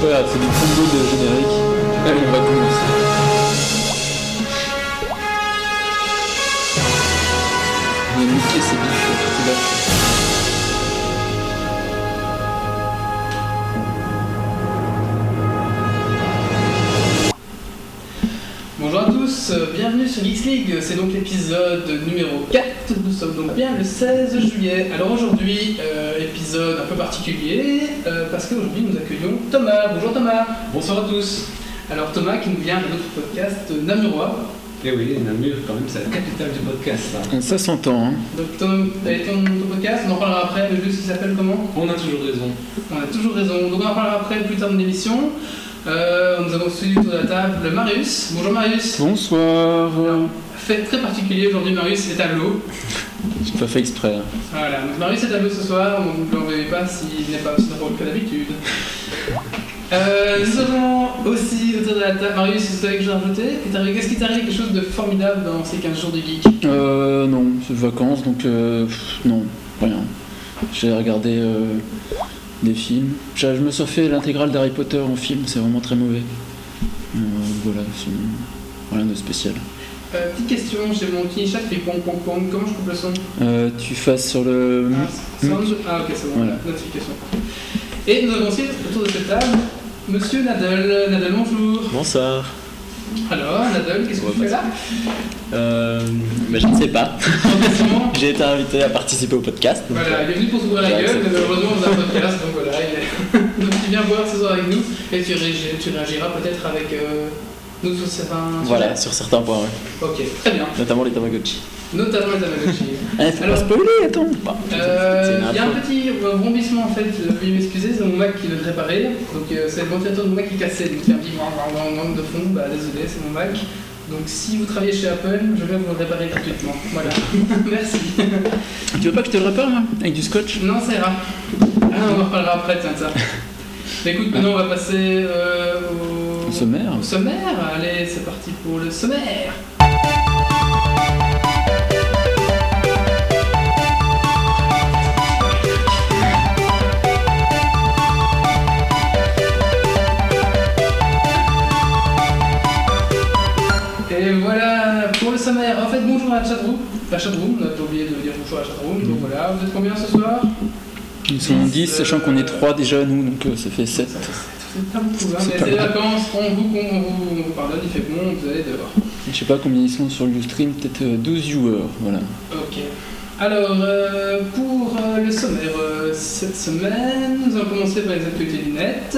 Voilà, c'est des combos de générique. Allez, on va commencer. Mais Mickey, c'est bichon, c'est vachement. Bonjour à tous, euh, bienvenue sur Geeks League, c'est donc l'épisode numéro 4, nous sommes donc bien le 16 juillet. Alors aujourd'hui, euh, épisode un peu particulier, euh, parce qu'aujourd'hui nous accueillons Thomas. Bonjour Thomas Bonsoir à tous. Alors Thomas qui nous vient de notre podcast Namurois, Eh oui, Namur, quand même, c'est la capitale du podcast, ça. Ça s'entend, hein. donc Tom, et ton, ton podcast, on en parlera après, le jeu qui s'appelle comment On a toujours raison. On a toujours raison, donc on en parlera après plus tard dans l'émission. Euh, nous avons aussi autour de la table Marius. Bonjour Marius Bonsoir. Fait très particulier aujourd'hui, Marius est à l'eau. J'ai pas fait exprès. hein. Voilà, donc Marius est à l'eau ce soir, on ne l'en verrez pas s'il n'est pas aussi drôle que d'habitude. Euh, nous avons aussi autour de la table Marius, c'est toi que j'ai rajouté. Est arrivé- Qu'est-ce qui t'est arrivé quelque chose de formidable dans ces 15 jours de geek Euh, non, c'est de vacances, donc euh, pff, non, rien. J'ai regardé euh, des films. J'ai- Je me suis fait l'intégrale d'Harry Potter en film, c'est vraiment très mauvais. Euh, voilà, sinon, rien de spécial. Euh, Petite question, j'ai mon petit chat qui fait pong pong pong, comment je coupe le son Euh, tu fasses sur le... ah, sound- ah, ok, c'est bon, Voilà. notification. Et nous avons aussi autour de cette table Monsieur Nadal. Nadal, bonjour. Bonsoir. Alors, Nadal, qu'est-ce que On tu va fais là Euh, bah, je ne sais pas. Professionnellement, J'ai été invité à participer au podcast. donc, Voilà, euh, il est venu pour s'ouvrir la J'ai gueule, mais accepté. malheureusement on a un podcast, donc voilà. il est- donc tu viens voir ce soir avec nous et tu, réagi- tu réagiras peut-être avec euh, nous sur certains. voilà, sur certains points, ouais. Ok, très bien. notamment les Tamagotchi. Notamment les Tamagotchi. Eh, faut Alors- pas spoiler, attends. Bah, Euh, c'est- c'est Il y a un info. petit euh, vrombissement en fait, euh, veuillez m'excuser, c'est mon Mac qui veut le réparer. Donc euh, c'est le ventilateur de mon Mac qui est cassé, donc il y a un petit grand de fond, bah désolé, c'est mon Mac. Donc si vous travaillez chez Apple, je vais vous le réparer gratuitement. Voilà, merci. Tu veux pas que je te le répare, moi Avec du scotch Non, ça ira. Ah, on en reparlera après, tiens, de ça. Mais Écoute, maintenant on va passer euh, au... Au sommaire au sommaire. Allez, c'est parti pour le sommaire. Et voilà pour le sommaire. En fait, bonjour à la chatroom. La chatroom, on a oublié de dire bonjour à la chatroom. Donc Mm. voilà, vous êtes combien ce soir Ils sont Dix, 10, sachant qu'on est euh, 3 déjà, nous, donc euh, ça fait 7. C'est pas beaucoup, hein, C'est mais pas c'est les mal. vacances, on vous, on vous, on vous pardonne, il fait bon, vous allez dehors. Je sais pas combien ils sont sur Ustream, peut-être euh, 12 viewers, voilà. Ok. Alors, euh, pour euh, le sommaire, euh, cette semaine, nous allons commencer par les actualités du net.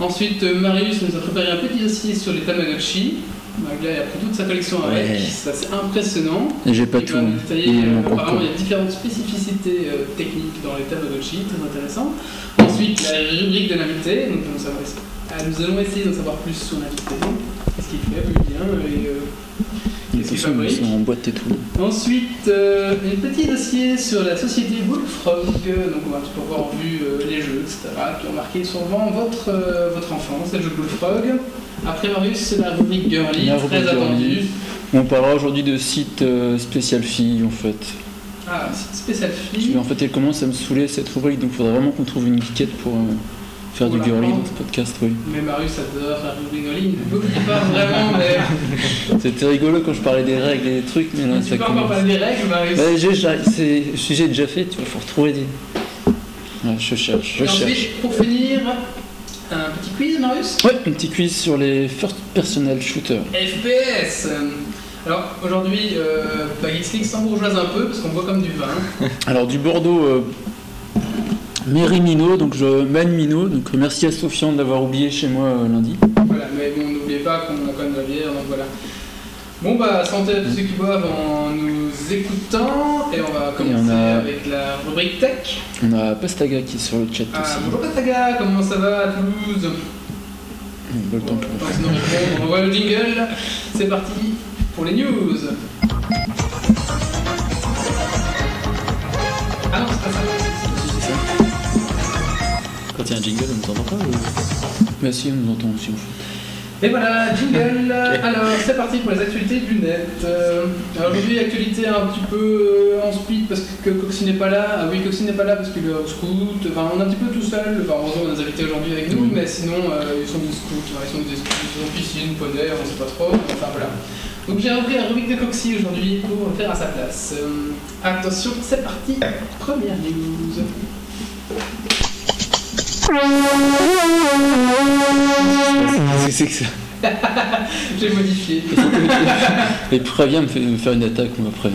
Ensuite, euh, Marius nous a préparé un petit dossier sur les Tamagotchi. Magla a pris toute sa collection avec, Ouais. ça c'est impressionnant. Et j'ai pas Il tout. va nous hein. détailler, Il euh, manque apparemment, encore. il y a différentes spécificités euh, techniques dans les Tamagotchi, très intéressant. Ensuite, la rubrique de l'invité, donc nous, savons- ah, nous allons essayer d'en savoir plus sur l'invité, ce qu'il fait, où il vient, et euh, qu'est-ce qu'il Attention, ils fabrique. sont en boîte et tout. Ensuite, euh, un petit dossier sur la société Bullfrog. euh, Donc, on va un petit peu voir en vue euh, les jeux, etc., qui ont marqué sûrement votre, euh, votre enfance, le jeu Bullfrog. Après Marius, c'est la rubrique Girly, La rubrique très attendue. girly. On parlera aujourd'hui de site euh, spécial filles en fait. Ah, c'est spécial Parce fille. que, en fait, elle commence à me saouler cette rubrique, donc il faudra vraiment qu'on trouve une geekette pour euh, faire Oula. du girly dans ce podcast, oui. Mais Marius adore la rubrique Girly, il ne l'oublie pas vraiment, mais C'était rigolo quand je parlais des règles et des trucs, mais là tu ça peux encore commence. parler des règles, Marius. Ouais, j'ai- j'ai- c'est le sujet est déjà fait, tu vois, faut retrouver des. Ouais, je cherche, je Et cherche. ensuite, pour finir, un petit quiz, Marius. Ouais, une petite quiz sur les first personnel shooters. FPS euh, Alors aujourd'hui, euh, bah, Geeks League s'embourgeoise un peu parce qu'on boit comme du vin. Alors du Bordeaux, euh, Mairie Minot, donc je Man Minot, donc euh, merci à Sofiane d'avoir oublié chez moi euh, lundi. Voilà, mais bon, n'oubliez pas qu'on a quand même de la bière, donc voilà. Bon bah, santé à tous ceux qui boivent en nous écoutant, et on va on commencer a- avec la rubrique tech. On a Pastaga qui est sur le chat Ah, aussi. bonjour Pataga, comment ça va à Toulouse On a pas le temps pour- Tant que nous répondre, on voit le jingle, c'est parti pour les news. Ah non, c'est pas ça. Quand il y a un jingle, on ne t'entend pas ou... Bah si, on nous entend aussi en fait. Et voilà, jingle Alors, c'est parti pour les actualités du net. Euh, alors aujourd'hui, actualité un petit peu euh, en split parce que Coxy n'est pas là. Ah oui, Coxy n'est pas là parce qu'il est en scout. Enfin, on est un petit peu tout seul. Enfin, heureusement, on a des invités aujourd'hui avec nous, mais sinon, euh, ils sont des scouts. Enfin, ils sont des scouts, ils sont piscine, poney, on sait pas trop. Enfin, voilà. Donc j'ai repris la rubrique de Coxy aujourd'hui pour faire à sa place. Euh, attention, c'est parti. Première news. Qu'est-ce que c'est que ça J'ai modifié. Et puis reviens me, fait- me faire une attaque, moi, après.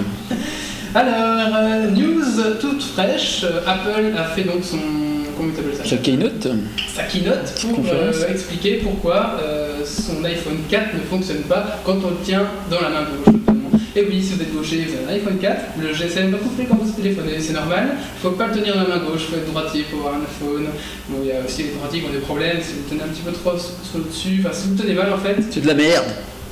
Alors, euh, news toute fraîche, euh, Apple a fait donc son. Comment t'appelles ça Sa keynote Sa keynote pour conférence. euh, expliquer pourquoi euh, son iPhone 4 ne fonctionne pas quand on le tient dans la main gauche notamment. Et oui, si vous êtes gaucher, vous avez un iPhone 4, le GSM va couper quand vous téléphonez, c'est normal. Faut pas le tenir dans la main gauche, faut être droitier pour avoir un iPhone. Bon, il y a aussi les droitiers qui ont des problèmes, si vous tenez un petit peu trop sur le dessus, enfin si vous tenez mal en fait, C'est de la merde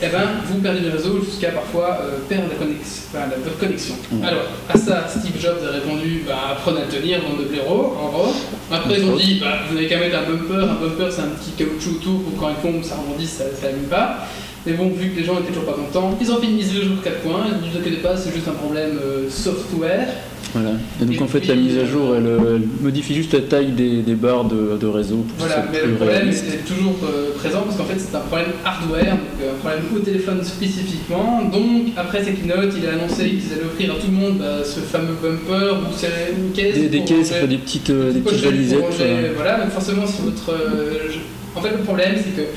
eh ben, vous perdez le réseau jusqu'à parfois euh, perdre la, connex- enfin, la- votre connexion. Ouais. Alors, à ça, Steve Jobs a répondu bah, apprenez à tenir, bande de blaireaux, en gros. Après, ils ont dit bah, vous n'avez qu'à mettre un bumper. Un bumper, c'est un petit caoutchouc autour pour quand il tombe, ça rebondit, ça ça allume pas. Mais bon, vu que les gens étaient toujours pas contents, ils ont fait une mise à jour 4 points. Ils ont dit ne vous inquiétez pas, c'est juste un problème euh, software. Voilà. Et donc, en fait, la mise à jour, elle, euh, elle modifie juste la taille des, des barres de, de réseau. pour que ce Voilà, soit mais plus le problème réaliste. est toujours euh, présent parce qu'en fait c'est un problème hardware, donc euh, un problème au téléphone spécifiquement. Donc après ces keynotes, il a annoncé qu'ils allaient offrir à tout le monde bah, ce fameux bumper ou c'est une caisse. Des, des pour caisses, enfin, ranger- des petites, euh, des pour petites ranger- pour valisettes. ranger- euh, Voilà, donc forcément si votre. euh, je- En fait le problème c'est que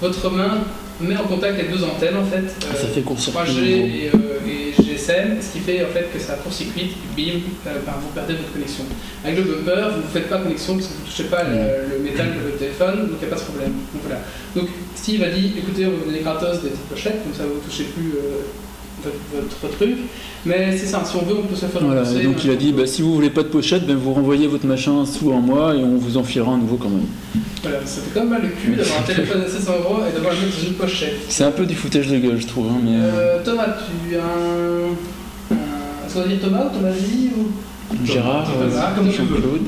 votre main met en contact les deux antennes en fait. euh, Ça fait court 3G et, euh, et GSM, ce qui fait en fait que ça court-circuite, bim, euh, ben, vous perdez votre connexion. Avec le bumper, vous ne faites pas connexion parce que vous ne touchez pas le, le métal de votre téléphone, donc il n'y a pas ce problème. Donc voilà. Donc Steve a dit, écoutez, on va vous donner gratos des petites pochettes, comme ça vous ne touchez plus euh, votre, votre truc. Mais c'est ça, si on veut, on peut se faire Voilà, rembourser. hein. et donc il a dit bah, si vous voulez pas de pochette, ben, vous renvoyez votre machin sous en moi et on vous en filera un nouveau quand même. Voilà, ça fait quand même mal le cul d'avoir un téléphone à 700 euros et d'avoir le mettre dans une pochette. C'est un peu du foutage de gueule, je trouve. hein, mais euh, Euh, Thomas, tu as un. un- Est-ce qu'on va dire Thomas ou Thomas Lee ou... Gérard, Thomas, euh, comme tu veux. Jean-Claude.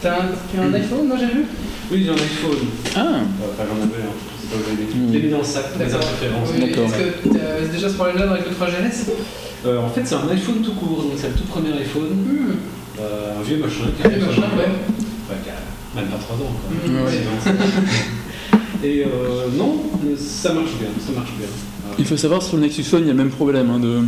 T'as un, tu as un iPhone, non j'ai vu Oui, j'ai un iPhone. Ah, Enfin, j'en avais, hein. C'est pas obligé. Mm. Je l'ai mis dans le sac, dans les interférences. Oui, D'accord. Est-ce que t'as déjà ce problème-là avec le 3GS Euh, en fait, c'est un iPhone tout court, donc c'est le tout premier iPhone. Hum, Euh, un vieux machin qui a quel machin, ouais. Ouais, Hmm. qui a même pas 3 ans, quoi. Hum, Ouais. ouais. Et euh, non, mais ça marche bien, ça marche bien. il faut savoir sur le Nexus Phone, il y a le même problème. hein, de...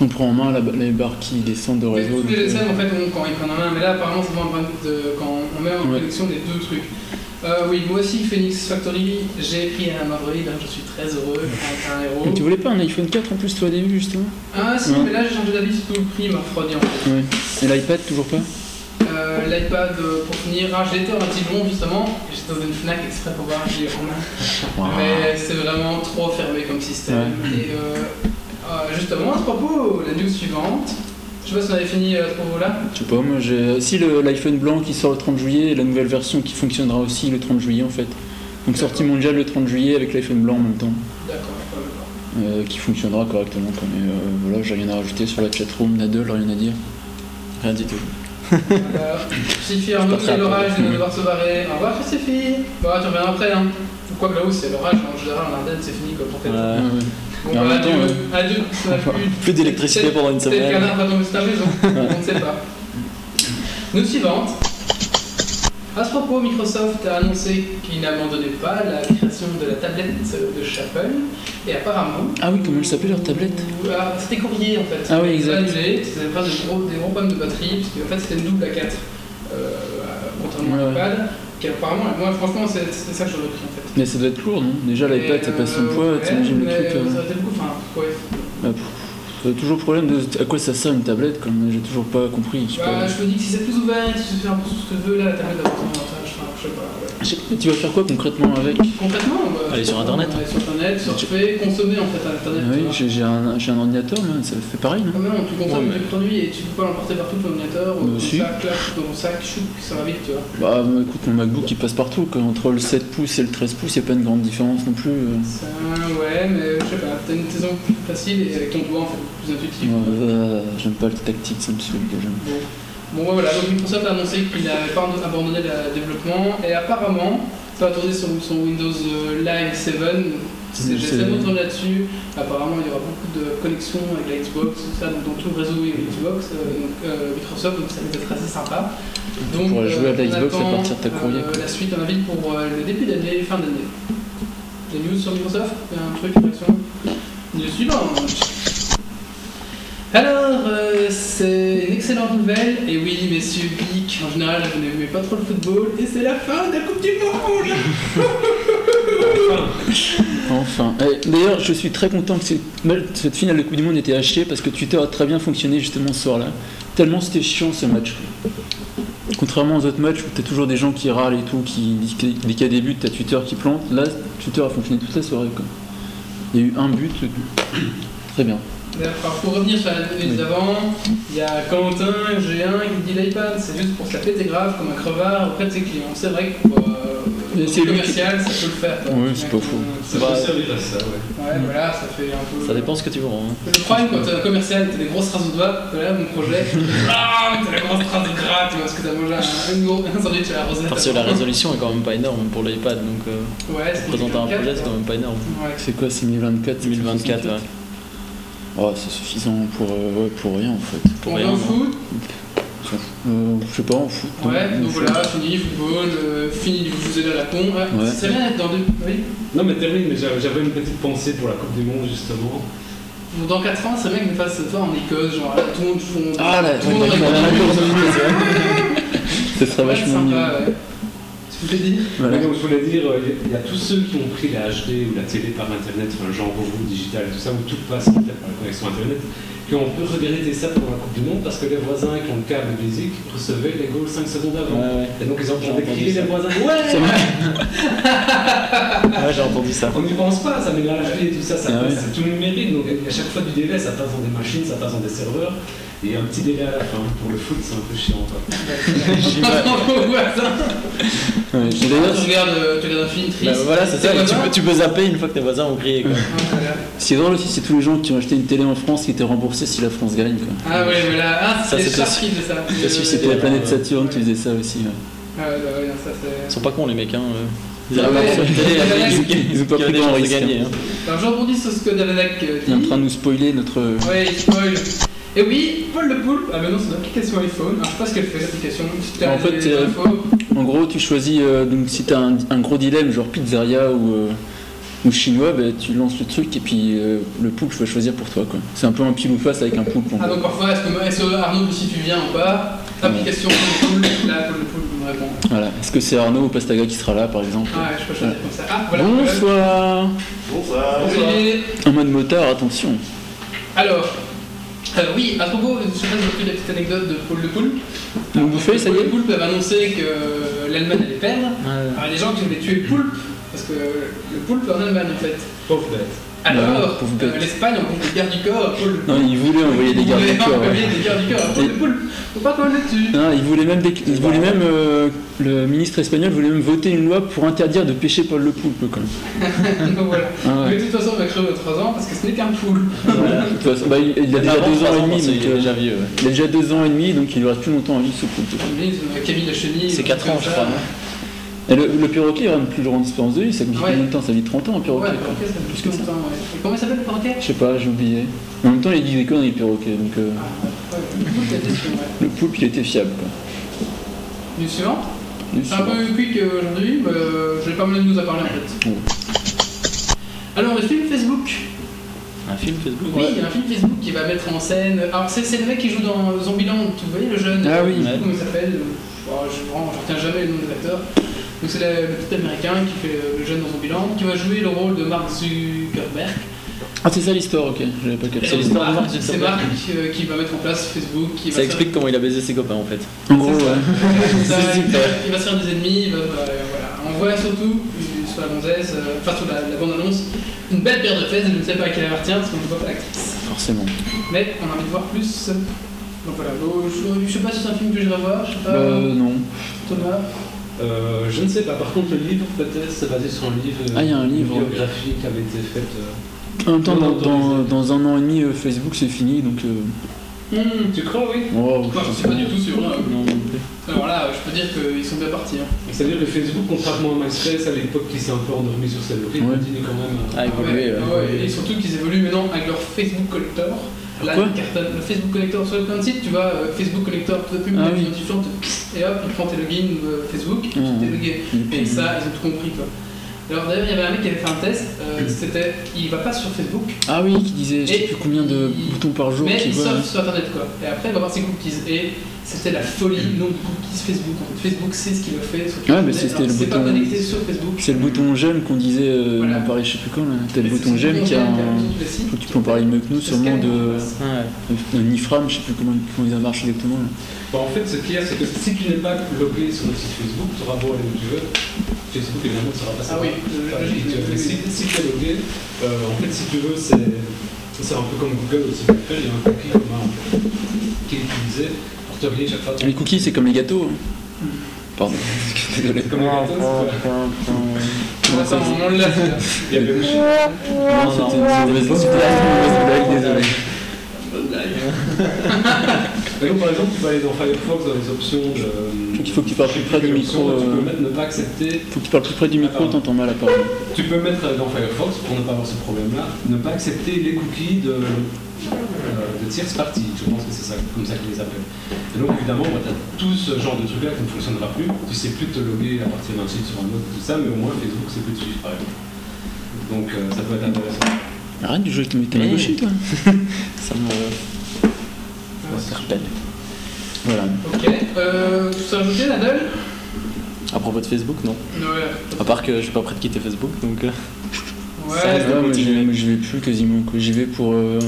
On prend en main la- les barres qui descendent de Mais réseau. Tous donc, les euh, GSM en fait, on- quand ils prennent en main, mais là apparemment c'est vraiment un problème de- quand on met en Ouais. connexion les deux trucs. Euh, oui, moi aussi, Phoenix Factory, j'ai pris un Android, hein, je suis très heureux, avec un mais héros. tu voulais pas un iPhone 4 en plus, toi, au début, justement Ah si, Ouais. mais là j'ai changé d'avis sur tout le prix, il m'a refroidi en fait. Ouais. Et l'iPad, toujours pas Euh, L'iPad euh, pour finir, ah, j'étais un petit bon justement, et j'étais dans une Fnac exprès pour voir, j'ai eu en main. Mais c'est vraiment trop fermé comme système. Et euh, euh, justement, à ce propos, la news suivante. Je sais pas si on avait fini à ce propos-là. Je sais pas, moi j'ai. Si le- l'iPhone blanc qui sort le 30 juillet, et la nouvelle version qui fonctionnera aussi le 30 juillet en fait. Donc sortie mondiale le 30 juillet avec l'iPhone blanc en même temps, D'accord, d'accord, d'accord. euh, qui fonctionnera correctement. Quoi. Mais euh, voilà, j'ai rien à rajouter sur la chatroom, Nadal, rien à dire. Rien du tout. Voilà. Sophie, Je en passerai c'est après. l'orage, je vais devoir se barrer. Au revoir, Sophie. Bon, tu reviens après. Hein. Quoi que là-haut, c'est l'orage, en général, en Ardenne, c'est fini quoi, pour tes Ouais, ouais. Bon, Mais en bah, même temps, adieu, euh, adieu, ça n'a plus. Plus d'électricité pendant une Peut-être le semaine. canard va tomber sur ta maison, on ne sait pas. Nous suivante. À ce propos, Microsoft a annoncé qu'il n'abandonnait pas la création de la tablette de Chapelle et apparemment. Ah oui, comment elle s'appelait leur tablette Ah, C'était courrier en fait. Ah oui, exact. Annulé, C'était pas des gros, des gros problèmes de batterie, parce qu'en fait c'était une double à 4 euh, contrairement à Ouais, ouais. l'iPad, qui apparemment, moi franchement, c'est- c'était ça que j'aurais pris en fait. Mais ça doit être lourd, non Déjà l'iPad, ça passe son une poids, t'imagines le truc. euh, euh, Ça aurait été beaucoup, enfin, ouais. ah, pff. Euh, toujours problème de à quoi ça sert une tablette, comme j'ai toujours pas compris. je sais pas. Bah, je me dis que si c'est plus ouvert, si tu fais un peu ce que tu veux, là, t'as d'avoir ton avantage, enfin, je sais pas. ouais. Je sais pas, tu vas faire quoi concrètement avec Concrètement, bah, Aller sur Internet. Aller sur Internet, surfer, consommer en fait à Internet. Ah tu Oui, vois. j'ai j'ai un, j'ai un ordinateur, mais ça fait pareil, non Quand même, tu consommes Ouais, mais- du produit et tu peux pas l'emporter partout ton ordinateur, ou Bah, ton si. sac, clac, dans ton sac, chou, ça va vite, tu vois. Bah bon, écoute, mon MacBook il passe partout, quoi. entre le 7 pouces et le 13 pouces, il n'y a pas une grande différence non plus. euh. Ça, ouais, mais je sais pas, t'as une saison plus facile et avec ton doigt en fait, plus intuitif. Moi, euh, j'aime pas le tactique, ça me saoule déjà. Bon. Bon, ouais, voilà, donc Microsoft a annoncé qu'il n'avait pas abandonné le développement et apparemment, Enfin, tourner sur son Windows euh, Live 7. C'est- J'ai Oui, c'est- fait mon temps là-dessus. Apparemment, il y aura beaucoup de connexions avec la Xbox, tout ça, donc dans tout le réseau il y a une Xbox, euh, donc, euh, Microsoft, donc ça va être assez sympa. Donc, euh, pourras jouer à la on Xbox à attend, partir de ta courrier, euh, la suite, on invite pour euh, le début d'année, fin d'année. Des news sur Microsoft Il y a un truc, une réaction News suivante alors, euh, c'est une excellente nouvelle, et oui, messieurs geeks, en général, vous n'aimez pas trop le football, et c'est la fin de la Coupe du Monde Enfin. Eh, D'ailleurs, je suis très content que cette, mal- cette finale de Coupe du Monde était hachée parce que Twitter a très bien fonctionné justement ce soir-là. Tellement c'était chiant ce match. Contrairement aux autres matchs où t'as toujours des gens qui râlent et tout, qui disent que- dès qu'il y a des buts, t'as Twitter qui plante. Là, Twitter a fonctionné toute la soirée. Quoi. Il y a eu un but. Très bien. Alors, pour revenir sur la news Oui. d'avant, il y a Quentin, G1, qui dit l'iPad, c'est juste pour se la péter grave comme un crevard auprès de ses clients. C'est vrai que pour euh, Mais c'est pour le lui commercial, ça peut le faire. quoi. euh, Oui, c'est pas faux. Ça Bah, peut servir à ça, ouais. Ouais, voilà, ça fait un peu. Ça dépend ce que tu vends. hein. Je crois que quand t'es un commercial, t'as des grosses traces de doigts, voilà mon projet. Ah, mais t'as la grosse trace de gras, tu vois, parce que t'as mangé un, un gros- un sandwich à la rosette. Parce que la résolution est quand même pas énorme pour l'iPad, donc euh, Ouais, c'est présenter un 2024, projet c'est quand même pas énorme. Ouais. C'est quoi, c'est 1024 2024, ouais. Oh, c'est suffisant pour, euh, ouais, pour rien en fait. Pour On rien. vient au hein. foot, Euh, je sais pas, on fout. ouais, donc voilà, fini, football, euh, fini, vous vous aidez à la con. Ouais. Ouais. C'est bien d'être dans deux. Oui. Non, mais termine, mais j'avais j'avais une petite pensée pour la Coupe du Monde, justement. Bon, Dans 4 ans, c'est vrai que nous fasse ça en Écosse, genre là, tout le monde font. Ah là, tout le monde ouais, rigole. la course au milieu, c'est vrai. Ce serait Ouais, vachement mieux. sympa, ouais. Tu voulais dire Voilà. Mais comme je voulais dire, euh, il y a tous ceux qui ont pris la HD ou la télé par internet, enfin, genre vous, digital, tout ça, où tout passe en fait par la connexion internet, qui ont un peu regretté ça pendant la Coupe du Monde parce que les voisins qui ont le câble basique recevaient les goals 5 secondes avant. Ouais, ouais. Et donc ils ont J'ai entendu crier ça. les voisins. Ouais C'est vrai. ouais, j'ai entendu ça. On n'y pense pas, ça met de la HD et tout ça, ça Ah passe, ouais. c'est tout numérique. Donc à chaque fois du délai, ça passe dans des machines, ça passe dans des serveurs. Et un petit délai à la fin, pour le foot, c'est un peu chiant. quoi. Attends, ouais, attends. Ouais, Tu j'ai D'ailleurs, regardes euh, tu regardes un film Bah, triste. voilà, c'est ça. Tes et Tu voisins peux, tu peux zapper une fois que tes voisins ont crié. Quoi. Ah, voilà. ce qui est drôle aussi, c'est tous les gens qui ont acheté une télé en France qui étaient remboursés si la France gagne. Quoi. Ah ouais, voilà. Ah, Ça, c'est c'était Sharky de ça. c'était Euh, C'était la ouais, planète ouais. Saturne qui faisait ça aussi. ouais. Ah ouais, bah ouais, non, ça Ils c'est. sont pas cons, les mecs. Hein. euh. Ils Ah avaient ouais, pas ils- fait- ils- ils- ils ont pas qu'il y a pris des grand chances de risque, gagner. hein. Alors, je rebondis sur ce que Davenac euh, Il est en train dit. de nous spoiler notre. Ouais, il spoil. Et oui, Paul le Poulpe, ah ben non, c'est une application iPhone. Alors, je sais pas ce qu'elle fait, l'application. Si t'as En fait, des euh, infos. En gros, tu choisis. euh, donc, si t'as un, un gros dilemme, genre pizzeria ou, euh, ou chinois, bah, tu lances le truc et puis euh, le poulpe va choisir pour toi. quoi. C'est un peu un pile ou face avec un poulpe. en Ah, gros. donc parfois, est-ce que, est-ce que Arnaud, si tu viens ou pas Application Paul le Poulpe, là, Paul le Poulpe me répond. Voilà. Est-ce que c'est Arnaud ou Pastaga qui sera là par exemple Ah, ouais, je peux choisir comme ça. Ah, voilà. Bonsoir Bonsoir. Bonsoir. En mode motard, attention. Alors, euh, oui, à propos, je sais pas si vous avez vu la petite anecdote de Paul le Poulpe. Vous bouffez, ça y Paul est le Poulpe avait annoncé que euh, l'Allemagne allait perdre. Ouais. Alors, il y a des gens qui voulaient tuer le poulpe, parce que le poulpe est en Allemagne en fait. Pauvre bête. Ouais, Alors, pour vous euh, Ah, bête. l'Espagne envoie des gardes du corps à Paul le Non, il voulait envoyer des gardes du Ils voulaient corps. ouais. envoyer des gardes du corps à Paul Et- le poulpe. Faut pas qu'on le tue. Non, Hein, il voulait même, déc- il voulait même euh, le ministre espagnol voulait même voter une loi pour interdire de pêcher Paul le Poulpe. Quand même. Donc voilà. Ah ouais. Mais de toute façon, on va crever à 3 ans parce que ce n'est qu'un poulpe. De toute façon, bah, il, il a déjà Avant deux trois ans et parce demi, qu'il donc, est euh, déjà vieux. ouais. il a déjà deux ans et demi, donc il aura plus longtemps à vivre ce poulpe. Camille la chenille. C'est 4 ans, je crois. non Et le, le perroquet il aura une plus grande espérance de vie, ça vit Ouais. combien de temps Ça vit 30 ans un Ouais, perroquet. le quoi. parquet, ça fait Plus plus que ça. longtemps. ouais. Et comment il s'appelle le parquet Je sais pas, j'ai oublié. En même temps, il dit des conneries le perroquet, donc euh, Ah, ouais, le poulpe, la question, ouais. le poulpe il était fiable. Quoi. News suivante. Il est C'est un fiable. peu quick euh, aujourd'hui, mais euh, j'ai pas mal de news à parler en fait. Ouais. Alors, le film Facebook. Un film Facebook Oui, ouais. il y a un film Facebook qui va mettre en scène. Alors, c'est, c'est le mec qui joue dans Zombieland, vous voyez le jeune Ah oui. Je sais Ouais. plus Comment il s'appelle euh, oh, Je vraiment, je retiens jamais le nom de l'acteur. Donc, c'est la- le petit américain qui fait euh, le jeune dans Zombieland, qui va jouer le rôle de Mark Zuckerberg. Ah, c'est ça l'histoire, ok, j'avais pas capté. C'est l'histoire de Mark C'est Zuckerberg. Mark euh, qui va mettre en place Facebook. Qui Ça va explique comment il a baisé ses copains en fait. En gros, C'est ça. ouais. Ça, C'est il, super. il va se faire des ennemis, il va- voilà, voilà. On voit surtout euh, sur la gonzesse, euh, enfin sur la, la bande-annonce, une belle paire de fesses, je ne sais pas à qui elle appartient parce qu'on ne voit pas l'actrice. Forcément. Mais on a envie de voir plus. Donc voilà, bon, je, je sais pas si c'est un film que j'irai voir, je sais pas, Euh, non. Thomas. Euh, je ne sais pas, par contre le livre peut-être, c'est basé sur un livre, euh, Ah, il y a un livre. biographique qui avait été fait. euh. En même temps, dans, Non, dans- non, dans un an et demi, euh, Facebook c'est fini, donc. euh, Hum, Tu crois, oui oh, je suis pas du tout sûr. hein. Non, non plus. plus. Alors là, je peux dire qu'ils sont bien partis. hein. C'est-à-dire que Facebook, contrairement à MySpace, à l'époque qui s'est un peu endormi sur ses lauriers, Ouais. continue quand même à- Ah, Ouais, évoluer. ouais. ouais, Et surtout qu'ils évoluent maintenant avec leur Facebook Collector. Là, Pourquoi ils cartonnent. le Facebook Collector sur le plein de sites, tu vas euh, Facebook Collector, tu publies Ah des oui. identifiants, tu- et hop, il prend tes logins euh, Facebook, et tu Mhm. t'es logué. Et ça, ils ont tout compris quoi. Alors d'ailleurs, il y avait un mec qui avait fait un test, euh, Mmh. c'était il va pas sur Facebook, Ah oui, qui disait je sais Et- plus combien de il- boutons par jour. mais qui il voit, surfe sur internet quoi. Et après, il va voir ses cookies. Et c'était la folie, le nombre de cookies Facebook. en fait. Facebook sait ce qu'il a fait sur Ouais, mais c'était Alors, le c'est pas bouton- connecté sur Facebook. C'est le bouton j'aime qu'on disait, euh, Voilà. on parlait je sais plus quand, là. T'as le Mais bouton c'est j'aime qui a bouton un. sur tous les sites. Je crois que tu peux en parler mieux que nous, C'est sûrement de, ce Ah, ouais. de Nifram, je sais plus comment, comment ça marche exactement. là. Bah, en fait, ce qu'il y a, c'est que si tu n'es pas logué sur le site Facebook, tu auras beau aller où tu veux, Facebook évidemment ne sera pas Ah oui, euh, Enfin, tu- logique. tu- mais si, oui. si tu es logué, euh, en fait, si tu veux, c'est c'est un peu comme Google aussi peut le faire. Il y a un cookie commun en fait, qui est utilisé pour te relier chaque fois. Les cookies, c'est comme les gâteaux. hein. Hmm. Pardon, désolé. Comme les gâteaux, c'est ah. pas- Comment ça Attends, se dit on l'a fait. Il y avait aussi- Non, c'était une mauvaise c'était une mauvaise blague, désolé. Mais donc, par exemple, tu peux aller dans Firefox dans les options. De, Il faut que tu parles plus près du Options, micro, Tu peux euh. mettre ne pas accepter. Faut que tu parles plus Ah, près du micro, Attends. t'entends mal à parler. Tu peux mettre dans Firefox pour ne pas avoir ce problème-là, ne pas accepter les cookies de, euh, de tierces parties. Je pense que c'est ça, comme ça qu'ils les appellent. Et donc évidemment, tu as tout ce genre de trucs-là qui ne fonctionnera plus. Tu sais plus te loguer à partir d'un site sur un autre, tout ça, mais au moins Facebook sait plus te suivre par exemple. Donc euh, ça peut être intéressant. Arrête de jouer avec tes mains Eh. gauchers, toi. Ça me rappelle. Voilà. Ok, euh, tu veux ajouter Nadal À propos de Facebook, non Ouais. À part que je suis pas prêt de quitter Facebook, donc. euh, Ça Ouais. reste- Ouais, moi, continuer. j'y- moi, j'y vais plus quasiment. quoi. J'y vais pour. euh,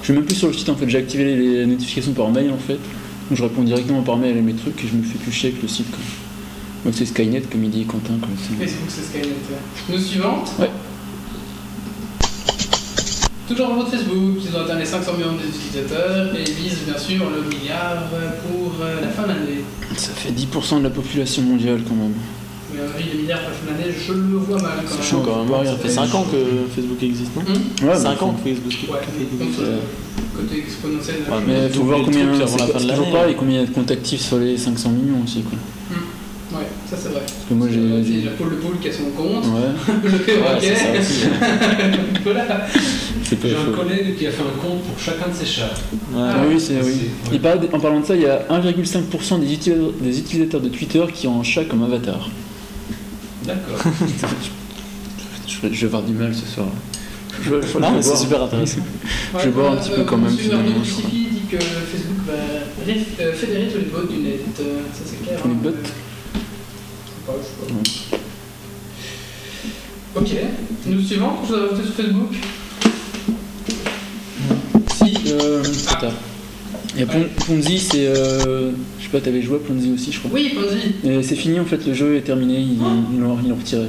Je suis même plus sur le site en fait. J'ai activé les, les notifications par mail en fait. Donc je réponds directement par mail à mes trucs et je me fais plus chier avec le site. Quoi. Moi c'est Skynet comme il dit Quentin. Quoi. C'est- Facebook, c'est Skynet. ouais. News suivante Ouais. Toujours votre Facebook, ils ont atteint les 500 millions d'utilisateurs et ils visent bien sûr le milliard pour euh, la fin de l'année. Ça fait 10% de la population mondiale quand même. Mais à mon avis, le milliard pour la fin de l'année, je le vois mal quand C'est même. chaud quand même. Ouais, Ça fait 5 ans que Facebook existe, non Hum, Ouais, 5 bah, ans que Facebook Ouais, existe. donc euh, côté exponentiel. Ouais, faut- Mais faut Tous voir les combien. trucs avant la c'est fin de toujours l'année. hein. pareil, combien il y a de comptes actifs sur les 500 millions aussi. Quoi. Ouais, ça c'est vrai. Parce que moi j'ai. C'est j'ai- la poule de poule qui a son compte. Ouais, le Ouais, c'est ça perroquet. aussi. hein. Voilà. c'est pas J'ai un faux. collègue qui a fait un compte pour chacun de ses chats. Ouais. Ah oui, c'est oui. C'est- ouais. Il parle- en parlant de ça, il y a 1,5% des utilisateurs, des utilisateurs de Twitter qui ont un chat comme avatar. D'accord. Je, je vais avoir du mal ce soir. Je, je- je Non, vais mais c'est boire. super intéressant. Je vais boire un petit peu quand même, euh, Monsieur finalement, je crois. Murphy dit que Facebook va ré- euh, fédérer tous les bots du net. Euh, Ça c'est clair. Tous les hein. bots Euh, je sais pas, je sais pas. Ok. Nous suivons. Je vous avais sur Facebook. Si, euh, c'est tard. Il y a Pon- Ponzi, c'est. euh, je sais pas, t'avais joué à Ponzi aussi, je crois. Oui, Ponzi. Et c'est fini en fait, le jeu est terminé, ils ils l'ont ils l'ont retiré.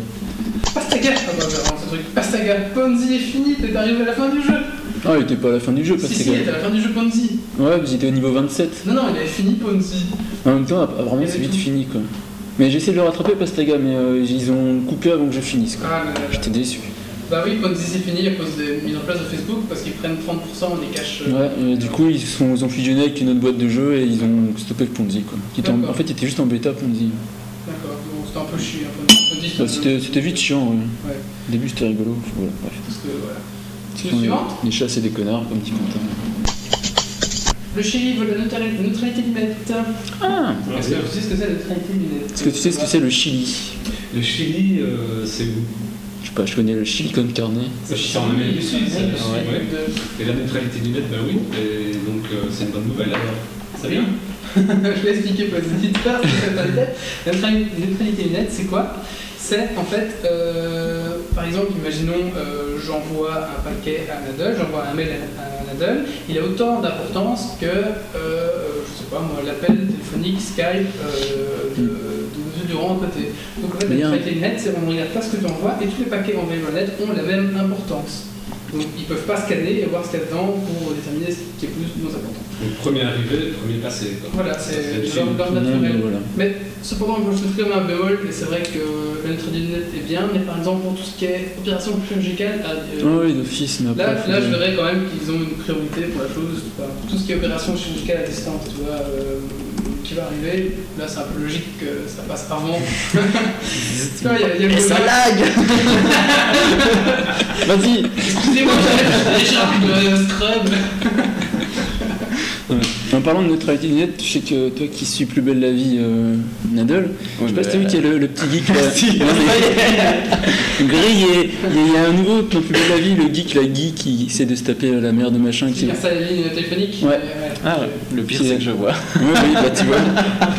Pastaga. Ah bah vraiment ce truc. Pastaga. Ponzi est fini. T'es arrivé à la fin du jeu. Ah, il était pas à la fin du jeu, parce Si si, t'es à la fin du jeu Ponzi. Ouais, vous étiez au niveau 27. Non non, il avait fini Ponzi. En même temps, ah, vraiment, Il y c'est avait vite tout. fini quoi. Mais j'essaie de le rattraper, Pastaga, mais euh, ils ont coupé avant que je finisse quoi. Ah là là là. J'étais déçu. Bah oui, Ponzi c'est fini à cause des mises en place de Facebook parce qu'ils prennent 30% des caches. euh, Ouais, et du coup, ils se sont ils ont fusionnés avec une autre boîte de jeu et ils ont stoppé le Ponzi quoi. Qui était en, D'accord. en fait, il était juste en bêta Ponzi. D'accord, bon, c'était un peu chiant. un peu- un peu difficile. Bah, c'était c'était vite chiant, ouais. Ouais. Au début, c'était rigolo. enfin, voilà, bref. Parce que, voilà. Ce Le sont les- suivant Les chats, c'est des connards, comme dit Quentin. Le chéri veut la neutrali- neutralité du net. Est-ce Ah que tu sais ce que c'est la neutralité du net Est-ce que tu sais ce que c'est le chili Le Chili, euh, c'est où Je sais pas, je connais le chili con carne. C'est en Amérique du Sud. ça, Ouais. ouais. Et la neutralité du net, ben oui, et donc euh, c'est une bonne nouvelle alors. Ça vient Je vais expliquer pour les auditeurs ce que c'est la neutralité. La neutrali- neutralité du net, c'est quoi C'est en fait, euh, par exemple, imaginons euh, j'envoie un paquet à Nadal, j'envoie un mail à, à Nadal, il a autant d'importance que, euh, je sais pas moi, l'appel téléphonique, Skype, euh, de, de Monsieur Durand à côté. Donc en fait, la Bien. neutralité du net, c'est on ne regarde pas ce que tu envoies et tous les paquets envoyés dans le net ont la même importance. Donc ils peuvent pas scanner et voir ce qu'il y a dedans pour déterminer ce qui est plus ou moins important. Donc premier arrivé, premier passé. quoi. Voilà, Ça, c'est le c'est film. leur- leur naturel. Voilà. Mais cependant, moi je trouve quand même un bémol, et c'est vrai que la neutralité du net est bien, mais par exemple pour tout ce qui est opération chirurgicale, euh, Ah oui, d'office, mais là, après. faut- là je verrais quand même qu'ils ont une priorité pour la chose, je sais pas, pour tout ce qui est opération chirurgicale à distance, tu vois, euh, qui va arriver. Là, c'est un peu logique que ça passe par vent. Tu vois, il y a- il y a le Et ça bonheur. lag Vas-y Excusez-moi, j'ai déjà un euh, scrub. En parlant de neutralité des lunettes, je sais que toi qui suis plus belle la vie, euh, Nadal, je sais pas si t'as vu qu'il y a le, le petit geek là. Non, mais- Grillé Il y a- il y, a un nouveau dans plus belle la vie, le geek, la geek qui essaie de se taper euh, la mère de machin Qui qui. casse la ligne téléphonique. Ouais. Ah, le pire, c'est que je vois. Oui, oui, bah tu vois.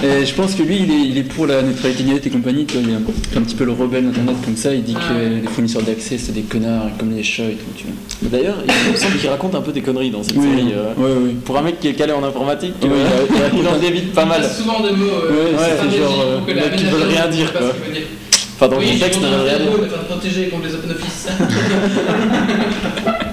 Et je pense que lui, il est, il est pour la neutralité des lunettes et compagnie. tu vois, il est un, c'est un petit peu le rebelle d'internet comme ça. Il dit que euh, les fournisseurs d'accès, c'est des connards comme les chats et tout. Tu vois. D'ailleurs, il me semble qu'il raconte un peu des conneries dans cette série. euh, oui, oui. Pour un mec qui est calé en informatique, Ouais, euh, il a- il il a- en débite pas Il y mal. a souvent des mots. euh, Ouais, ouais, c'est stratégiques genre, pour que euh, la mecs qui veulent ménagerie rien ne dire, sache pas quoi. ce qu'ils veulent dire. Enfin, dans oui, le contexte, euh, ne ils vont rien dire. dire. Ils vont protéger contre les open office.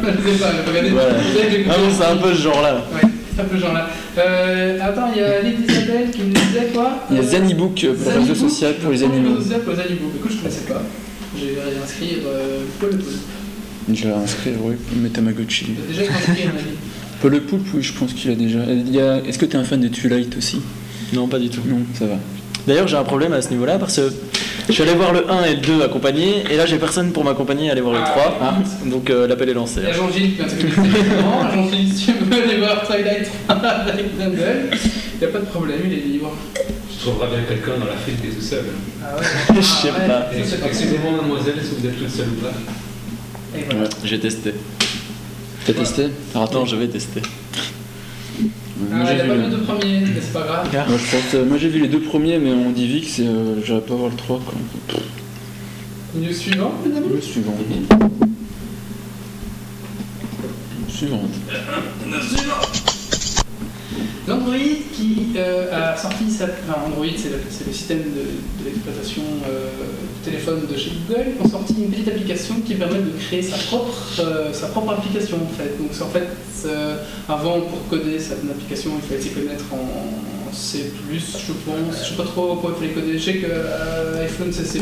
Je sais pas, regardez. Voilà. vous avez des- Ah bon, c'est un peu ce genre-là. Ouais, c'est un peu genre là. Euh, attends, il y a Lady Isabelle qui nous disait quoi Ah, Il y a Zanibook euh, pour le réseau Zanibook. social pour les animaux. Zanibook, Pour les animaux. Écoute, je connaissais pas. J'ai réinscrit euh, Paul Poulpe. Je vais inscrire, oui, mais Tamagotchi. T'as déjà inscrit, on a dit. Paul Le Poulpe, oui, je pense qu'il a déjà. Il y a- Est-ce que t'es un fan de Tulight aussi Non, pas du tout. Non, ça va. D'ailleurs, j'ai un problème à ce niveau-là parce que je suis allé voir le 1 et le 2 accompagné, et là j'ai personne pour m'accompagner à aller voir le Ah. 3. hein. donc euh, l'appel est lancé. Il y a Jean-Gilles qui a inscrit directement. Jean-Gilles, si tu veux aller voir Twilight avec Dundle, il n'y a pas de problème, il est libre. Tu trouveras bien quelqu'un dans la file des tout hein. seuls. Ah ouais Je sais Ah ouais. pas. Ça, c'est pas Excusez-moi, mademoiselle, est-ce que vous êtes toute seule ou pas Et voilà. J'ai testé. T'as testé Alors attends, je vais tester. Ah, Moi, il j'ai n'y a vu pas le- le deux premiers, mais c'est pas grave. Moi, je pense, euh, moi, j'ai vu les deux premiers, mais on dit Vix et euh, j'aurais pas voir le 3. Quoi. News suivant, les amis Le suivant. Suivant. L'Android qui euh, a sorti sa. Enfin, Android, c'est le, c'est le système de, de l'exploitation euh, du téléphone de chez Google, ont sorti une petite application qui permet de créer sa propre, euh, sa propre application en fait. Donc, c'est en fait, euh, avant pour coder cette application, il fallait s'y connaître en C, je pense. Je sais pas trop en quoi il fallait coder. Je sais que euh, iPhone c'est C,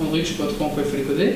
Android, je sais pas trop en quoi il fallait coder.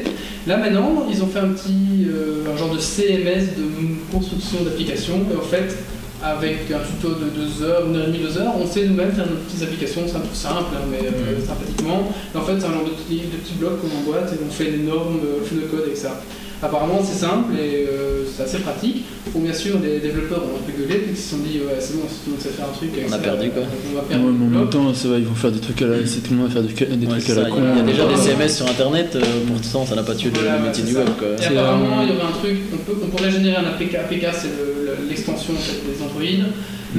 Là maintenant, ils ont fait un petit euh, un genre de CMS de construction d'application. Et en fait, avec un tuto de 2 heures, 1 heure et demie, 2 heures, on sait nous-mêmes faire nos petites applications. C'est un truc simple, hein, mais euh, sympathiquement. Et en fait, c'est un genre de petit, de petit bloc qu'on emboîte et on fait une norme, euh, on fait nos codes avec ça. Apparemment, c'est simple et euh, c'est assez pratique. Bon, bien sûr, les développeurs ont un peu gueulé, puis ils se sont dit, ouais, c'est bon, si tout le monde sait faire un truc. avec On a ça, perdu, quoi. On va Ouais, perdre mais le en même bloc. temps, ça va, ils vont faire des trucs à la. C'est tout le monde va faire des, des Ouais, trucs c'est à la ça, con. il y a déjà des CMS euh, sur internet, euh, pour l'instant ça n'a pas tué le- Voilà, le métier c'est du ça. web quoi. Et C'est, apparemment, euh, il y aurait un truc, on, peut, on pourrait générer un APK. APK, c'est le- le- l'extension en fait, des Android, Mm.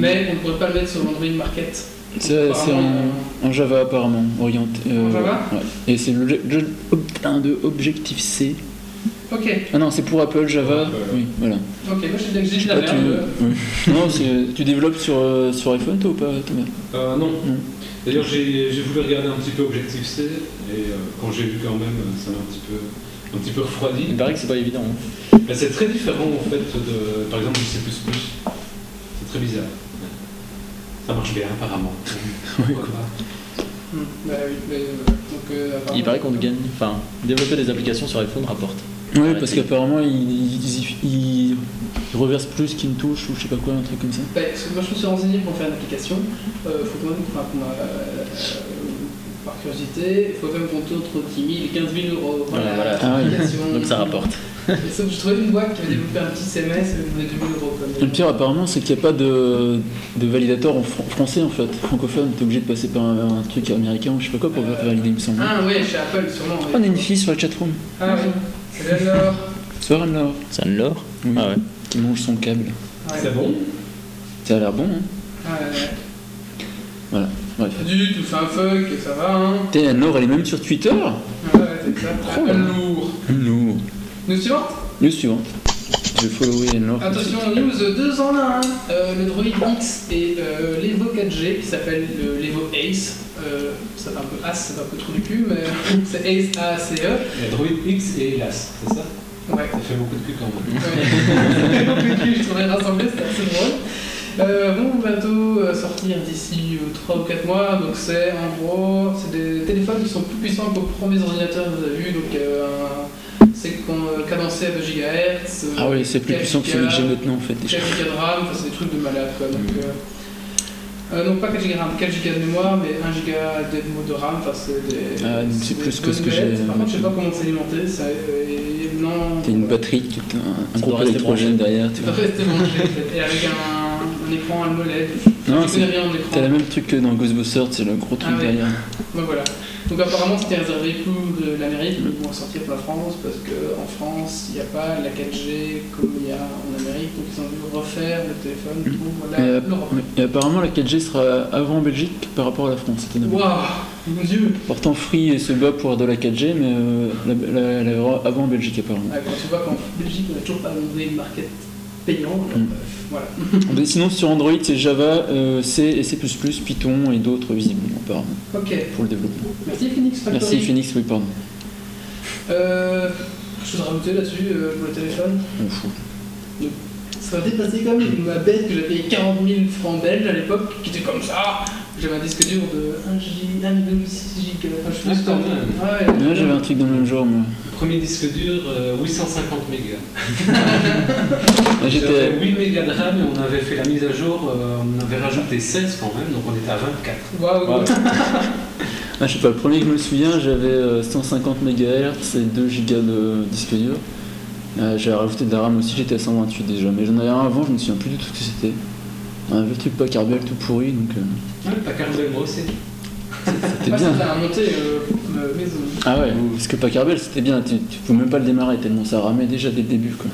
mais on ne pourrait pas le mettre sur l'Android Market. C'est c'est en, en Java apparemment, orienté. euh, En Java ouais. Et c'est l'objet- l'objet- ob- un de Objective C. Ok, Ah non, c'est pour Apple, Java. Apple. Oui, voilà. ok, moi j'ai j'ai de la Ah, tu- merde. euh, oui. Non, c'est- tu développes sur, euh, sur iPhone toi ou pas Thomas Euh, non. Non. D'ailleurs, j'ai j'ai voulu regarder un petit peu Objective C, et euh, quand j'ai vu quand même, euh, ça m'a un petit peu, un petit peu refroidi. Il paraît que c'est pas évident. hein. Mais c'est très différent en fait de, par exemple, du C++. C'est très bizarre. Ça marche bien apparemment. Pourquoi pas Hmm, bah oui, mais, euh, donc, euh, apparemment- Il paraît qu'on gagne. Enfin, développer des applications sur iPhone rapporte. Oui, Arrêtez. parce qu'apparemment ils, ils- ils- ils reversent plus qu'ils ne touchent ou je sais pas quoi, un truc comme ça. Bah, parce que moi je me suis renseigné pour faire une application, il faut quand même, enfin, pour ma- euh, par curiosité, il faut quand même compter entre 10 000 et 15 000 euros. Ouais, voilà. Ah oui. l'application. Donc ça rapporte. Et sauf que j'ai trouvé une boîte qui avait développé un petit CMS et elle voulait 2 000 euros. quoi. Le pire apparemment c'est qu'il n'y a pas de, de validateur en fran- français en fait, francophone. T'es obligé de passer par un, un truc américain ou je sais pas quoi pour valider, il me semble. Ah ouais, chez Apple sûrement. On a une fille sur la chatroom. Ah oui. Salut alors. Soir Anne-Laure. Ça ne l'or Oui. Ah ouais. Qui mange son câble. C'est bon Ça a l'air bon, hein Ah Ouais. Bref. Du tout fait un fuck, ça va hein. T'es Anne-Laure, elle est même sur Twitter Ouais, ouais, c'est ça. Oh là Apple là. lourd. Anne-Laure. Nous suivante News suivante. Je vais follower Anne-Laure. Attention, news 2 en 1. le Droid X et euh, l'Evo 4G qui s'appelle le- l'Evo Ace. Euh, ça fait un peu As, ça fait un peu trop du cul, mais c'est Ace A-C-E. Il y a Droid X et Hélas, c'est ça Ouais. Ça fait beaucoup de cul quand même. Ouais. je trouvais rassemblé, c'était assez drôle. Euh, bon, bientôt euh, sortir d'ici 3 ou 4 mois. Donc, c'est en gros, c'est des téléphones qui sont plus puissants que vos premiers ordinateurs que vous avez vu. Donc, euh, un- c'est con- euh, cadencé à 2 GHz. euh, Ah Ah oui, c'est plus puissant que celui que j'ai maintenant en fait. déjà. Mhm. 4 Go de RAM, enfin, c'est des trucs de malade quoi. Donc, euh, Euh, non, pas 4 Go de RAM, 4 Go de mémoire, mais 1 Go de mots de RAM. Enfin, c'est des- Ah, donc c'est des plus que bonnes ce que j'ai, bêtes. Par contre, je sais euh, pas comment s'alimenter. Ça, euh, et non. T'as une voilà. batterie, qui est un, un Ça doit groupe rester électrogène derrière. Tu Tu dois vois. rester branché. en fait. Et avec un, un écran AMOLED. Non, tu c'est- connais rien en écran. T'as le même truc que dans Ghostbusters, c'est le gros truc Ah ouais. derrière. Ouais, voilà. Donc apparemment c'était réservé pour euh, l'Amérique, Mhm. mais bon, sortir pour la France, parce qu'en France, il n'y a pas la 4G comme il y a en Amérique, donc ils ont dû refaire le téléphone pour la- Et, euh, l'Europe. Et apparemment, la 4G sera avant en Belgique par rapport à la France, étonnamment. Waouh, mon dieu Pourtant, Free se bat pour de la 4G, mais euh, la- la- elle aura avant en Belgique, apparemment. Ouais, Quand Ah, tu vois qu'en Belgique, on n'a toujours pas demandé une market payante, alors, Mm. bref, voilà. Mais sinon, sur Android, c'est Java, euh, C et C++, Python et d'autres, visiblement, apparemment, Ok, pour le développement. merci Phoenix Factory. Merci, Phoenix, oui, pardon. Euh, quelque chose à rajouter là-dessus euh, pour le téléphone On fout. Ça m'a dépassé quand même ma bête que j'avais payé 40 000 francs belges à l'époque, qui était comme ça. J'avais un disque dur de 1 G, 1,6 giga. Enfin, je sais Ah, plus quand quand- même. Ouais, Là, j'avais un truc dans le même genre, moi. Premier disque dur, euh, 850 mégas. Là, J'étais... J'avais 8 mégas de RAM et on avait fait la mise à jour, euh, on avait rajouté 16 quand même, donc on était à 24. Waouh. Waouh. Ah, je sais pas, le premier que je me souviens, j'avais euh, 150 MHz et 2 Go de disque dur. Euh, J'avais rajouté de la RAM aussi, j'étais à 128 déjà, mais j'en avais un avant, je me souviens plus du tout ce que c'était. Un vieux truc pas carbel tout pourri, donc euh, Ouais, Packard Bell, moi aussi. c'était Ah, bien. c'était un monté euh, euh, maison. Ah ouais, parce que pas carbel c'était bien, tu, tu pouvais même pas le démarrer tellement ça ramait déjà dès le début quoi.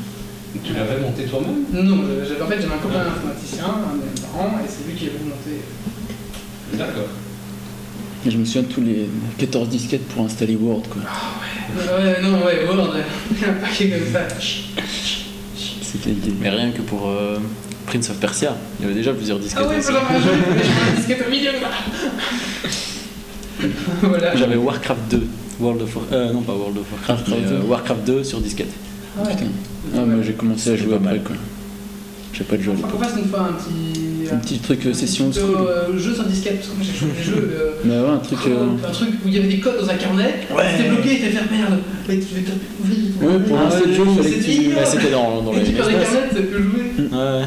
Tu l'avais monté toi-même Non, euh, j'avais en fait j'avais un copain informaticien, un de mes parents, et c'est lui qui avait monté. D'accord. Et je me souviens de tous les 14 disquettes pour installer Word quoi. Ouais, non, ouais, Word, il y a un paquet comme ça. C'était l'idée. Mais rien que pour euh, Prince of Persia, il y avait déjà plusieurs disques. Ah ouais, c'est dommage, mais je prends un disquette au milieu. là. voilà. J'avais Warcraft 2, World of War- euh, non pas World of Warcraft, mais, Warcraft euh, 2. Warcraft 2 sur disquette. Ouais. Putain. Ah, moi j'ai commencé à C'était jouer pas après mal. quoi. J'ai pas de jeu à Faut qu'on l'époque. fasse une fois un petit. Un petit truc euh, session old Plutôt, school. euh, jeu sur disquette, parce que moi j'ai joué des jeux. euh, Mais ouais, un truc. euh, Un truc où il y avait des codes dans un carnet, c'était bloqué, t'es fait ah, merde. Mais tu devais taper ouvrir. Ouais, pour Ah, lancer le jeu, il fallait c'est que tu- bah, dur. Ouais, Bah, c'était dans, dans Et les tu perds les l'espace. carnets, ça peut jouer. Ouais, ouais.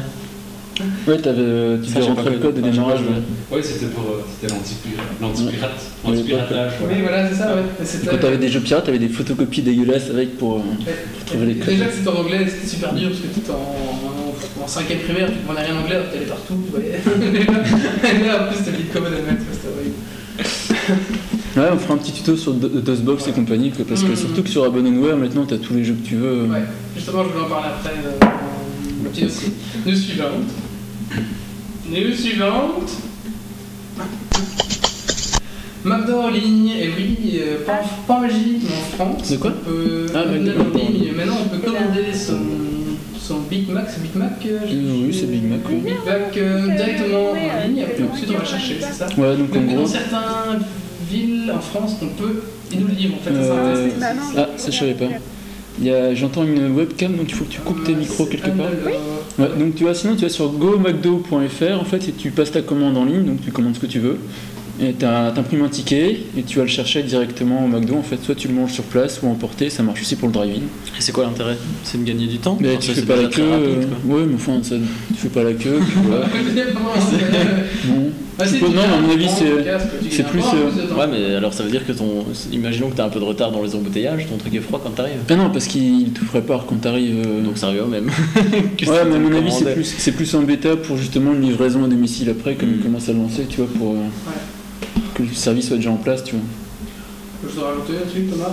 Ouais, t'avais, euh, tu Ça, devais j'ai pas rentrer le connu. Ah, code de j'ai pas démarrage. joué. ouais. Ouais, c'était pour euh, c'était l'anti-pirate, l'anti-pirate, Ouais. l'anti-piratage. ouais. Oui, voilà, c'est ça, ouais. Et Quand t'avais des jeux pirates, t'avais des photocopies dégueulasses avec pour. euh, trouver les codes. Déjà que c'était en anglais, c'était super dur parce que tout en, en, en cinquième primaire, tu comprenais rien en anglais, alors que t'allais partout, tu voyais. Mais là, là, en plus, t'avais une commode à mettre, c'était horrible. euh, Ouais, on fera un petit tuto sur Do- DOSBox et compagnie, quoi, parce que Mhm. surtout que sur Abandonware, maintenant t'as tous les jeux que tu veux. euh. Ouais, justement, je voulais en parler après euh, dans le petit dossier. News suivante. News suivante. McDo en ligne, et oui, euh, pas, en, pas en Belgique, mais en France. De quoi on peut, Ah, on McDo peut- en ligne. Maintenant, on peut commander son, son Big Mac, c'est Big Mac euh, je- Euh, oui, c'est Big Mac, oui. Big Mac euh, directement en ligne, après, ensuite on va chercher, c'est ça Ouais, donc en Donc, gros. dans certaines villes en France, on peut, ils nous le livrent en fait, ça, c'est Euh, intéressant. Ah, ça je savais pas. Il y a- J'entends une webcam, donc il faut que tu coupes tes Euh, micros c'est quelque un part. de- Ouais, donc tu vas sinon tu vas sur gomacdo.fr en fait et tu passes ta commande en ligne donc tu commandes ce que tu veux et t'as- t'imprimes un ticket et tu vas le chercher directement au McDo en fait soit tu le manges sur place ou emporté ça marche aussi pour le drive-in Et c'est quoi l'intérêt C'est de gagner du temps mais Enfin, tu Ah, ça, fais c'est pas la déjà très queue rapide, euh, quoi. ouais mais enfin ça, tu fais pas la queue puis voilà Bon. Ah, si, Non, Euh, tu mais à gères mon un avis, bon c'est- podcast, tu c'est gagnes plus, encore euh, de temps. Ouais, mais alors ça veut dire que ton. Imaginons que t'as un peu de retard dans les embouteillages, ton truc est froid quand t'arrives. ah non parce qu'il te prépare quand t'arrives euh, Donc ça revient au même. Que ouais si mais à tu mon avis c'est commandais. plus c'est plus en bêta pour justement une livraison à domicile après comme Mm. il commence à le lancer tu vois pour euh, que le service soit déjà en place tu vois Je dois rajouter un truc, Thomas.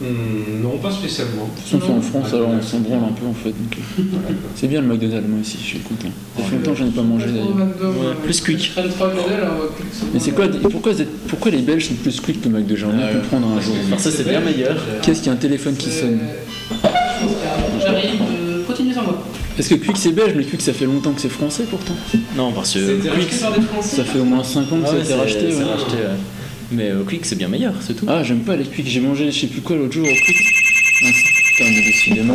Hmm, non, pas spécialement. De toute façon, c'est en France, Ouais. alors on s'en branle un peu en fait. donc, euh, C'est bien le McDonald's, moi aussi, je suis content. Ça fait longtemps que je n'en ai pas mangé d'ailleurs. Ouais, plus quick. euh, Je traîne trois modèles, alors, euh, quick, Mais c'est quoi, bon. pourquoi, vous êtes- pourquoi les Belges sont plus quick que McDo J'aimerais bien Ah ouais. comprendre un jour. Parce que c'est bien meilleur. Qu'est-ce qu'il y a un téléphone qui C'est- sonne Je pense qu'il y a un- J'arrive, euh, continue sans moi. Est-ce que Quick c'est belge, mais Quick ça fait longtemps que c'est français pourtant Non, parce que. Euh, C'était racheté par des Français. Ça fait au moins 5 ans que Ah ça a ouais, été c'est racheté. c'est ouais. racheté, ouais. Mais euh, Click, c'est bien meilleur, c'est tout. Ah, j'aime pas les Quick, j'ai mangé je sais plus quoi l'autre jour au Quick. Ah, c'est- Putain, mais décidément.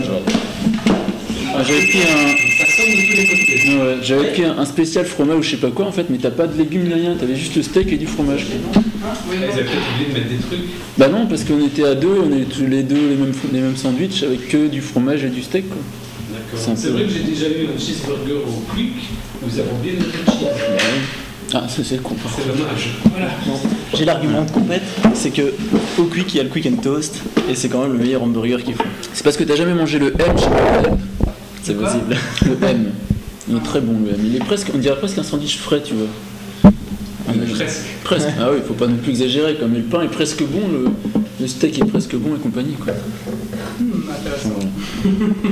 Ah, J'avais pris un. Ça sonne de tous les côtés. Ah ouais, J'avais pris un un spécial fromage ou je sais pas quoi en fait, mais t'as pas de légumes ni rien, t'avais juste le steak et du fromage. quoi. Hein Oui, Ils non. avaient peut-être oublié de mettre des trucs. Bah non, parce qu'on était à deux, on avait tous les deux les mêmes, les mêmes sandwichs avec que du fromage et du steak. Quoi. C'est un C'est peu- vrai que j'ai déjà eu un cheeseburger au quick, nous avons bien le cheese. Ah, ça, c'est con. par C'est contre. dommage. Voilà. J'ai l'argument de compète, c'est que au quick il y a le quick and toast et c'est quand même le meilleur hamburger qu'ils font. C'est parce que t'as jamais mangé le M chez McDonald's. C'est Quoi possible. Le M. Il est très bon le M. Il est presque, on dirait presque un sandwich frais, tu vois. Ah, mais- Presque. presque. Ah oui, faut pas non plus exagérer. Comme le pain est presque bon, le, le steak est presque bon et compagnie quoi. Hmm, intéressant.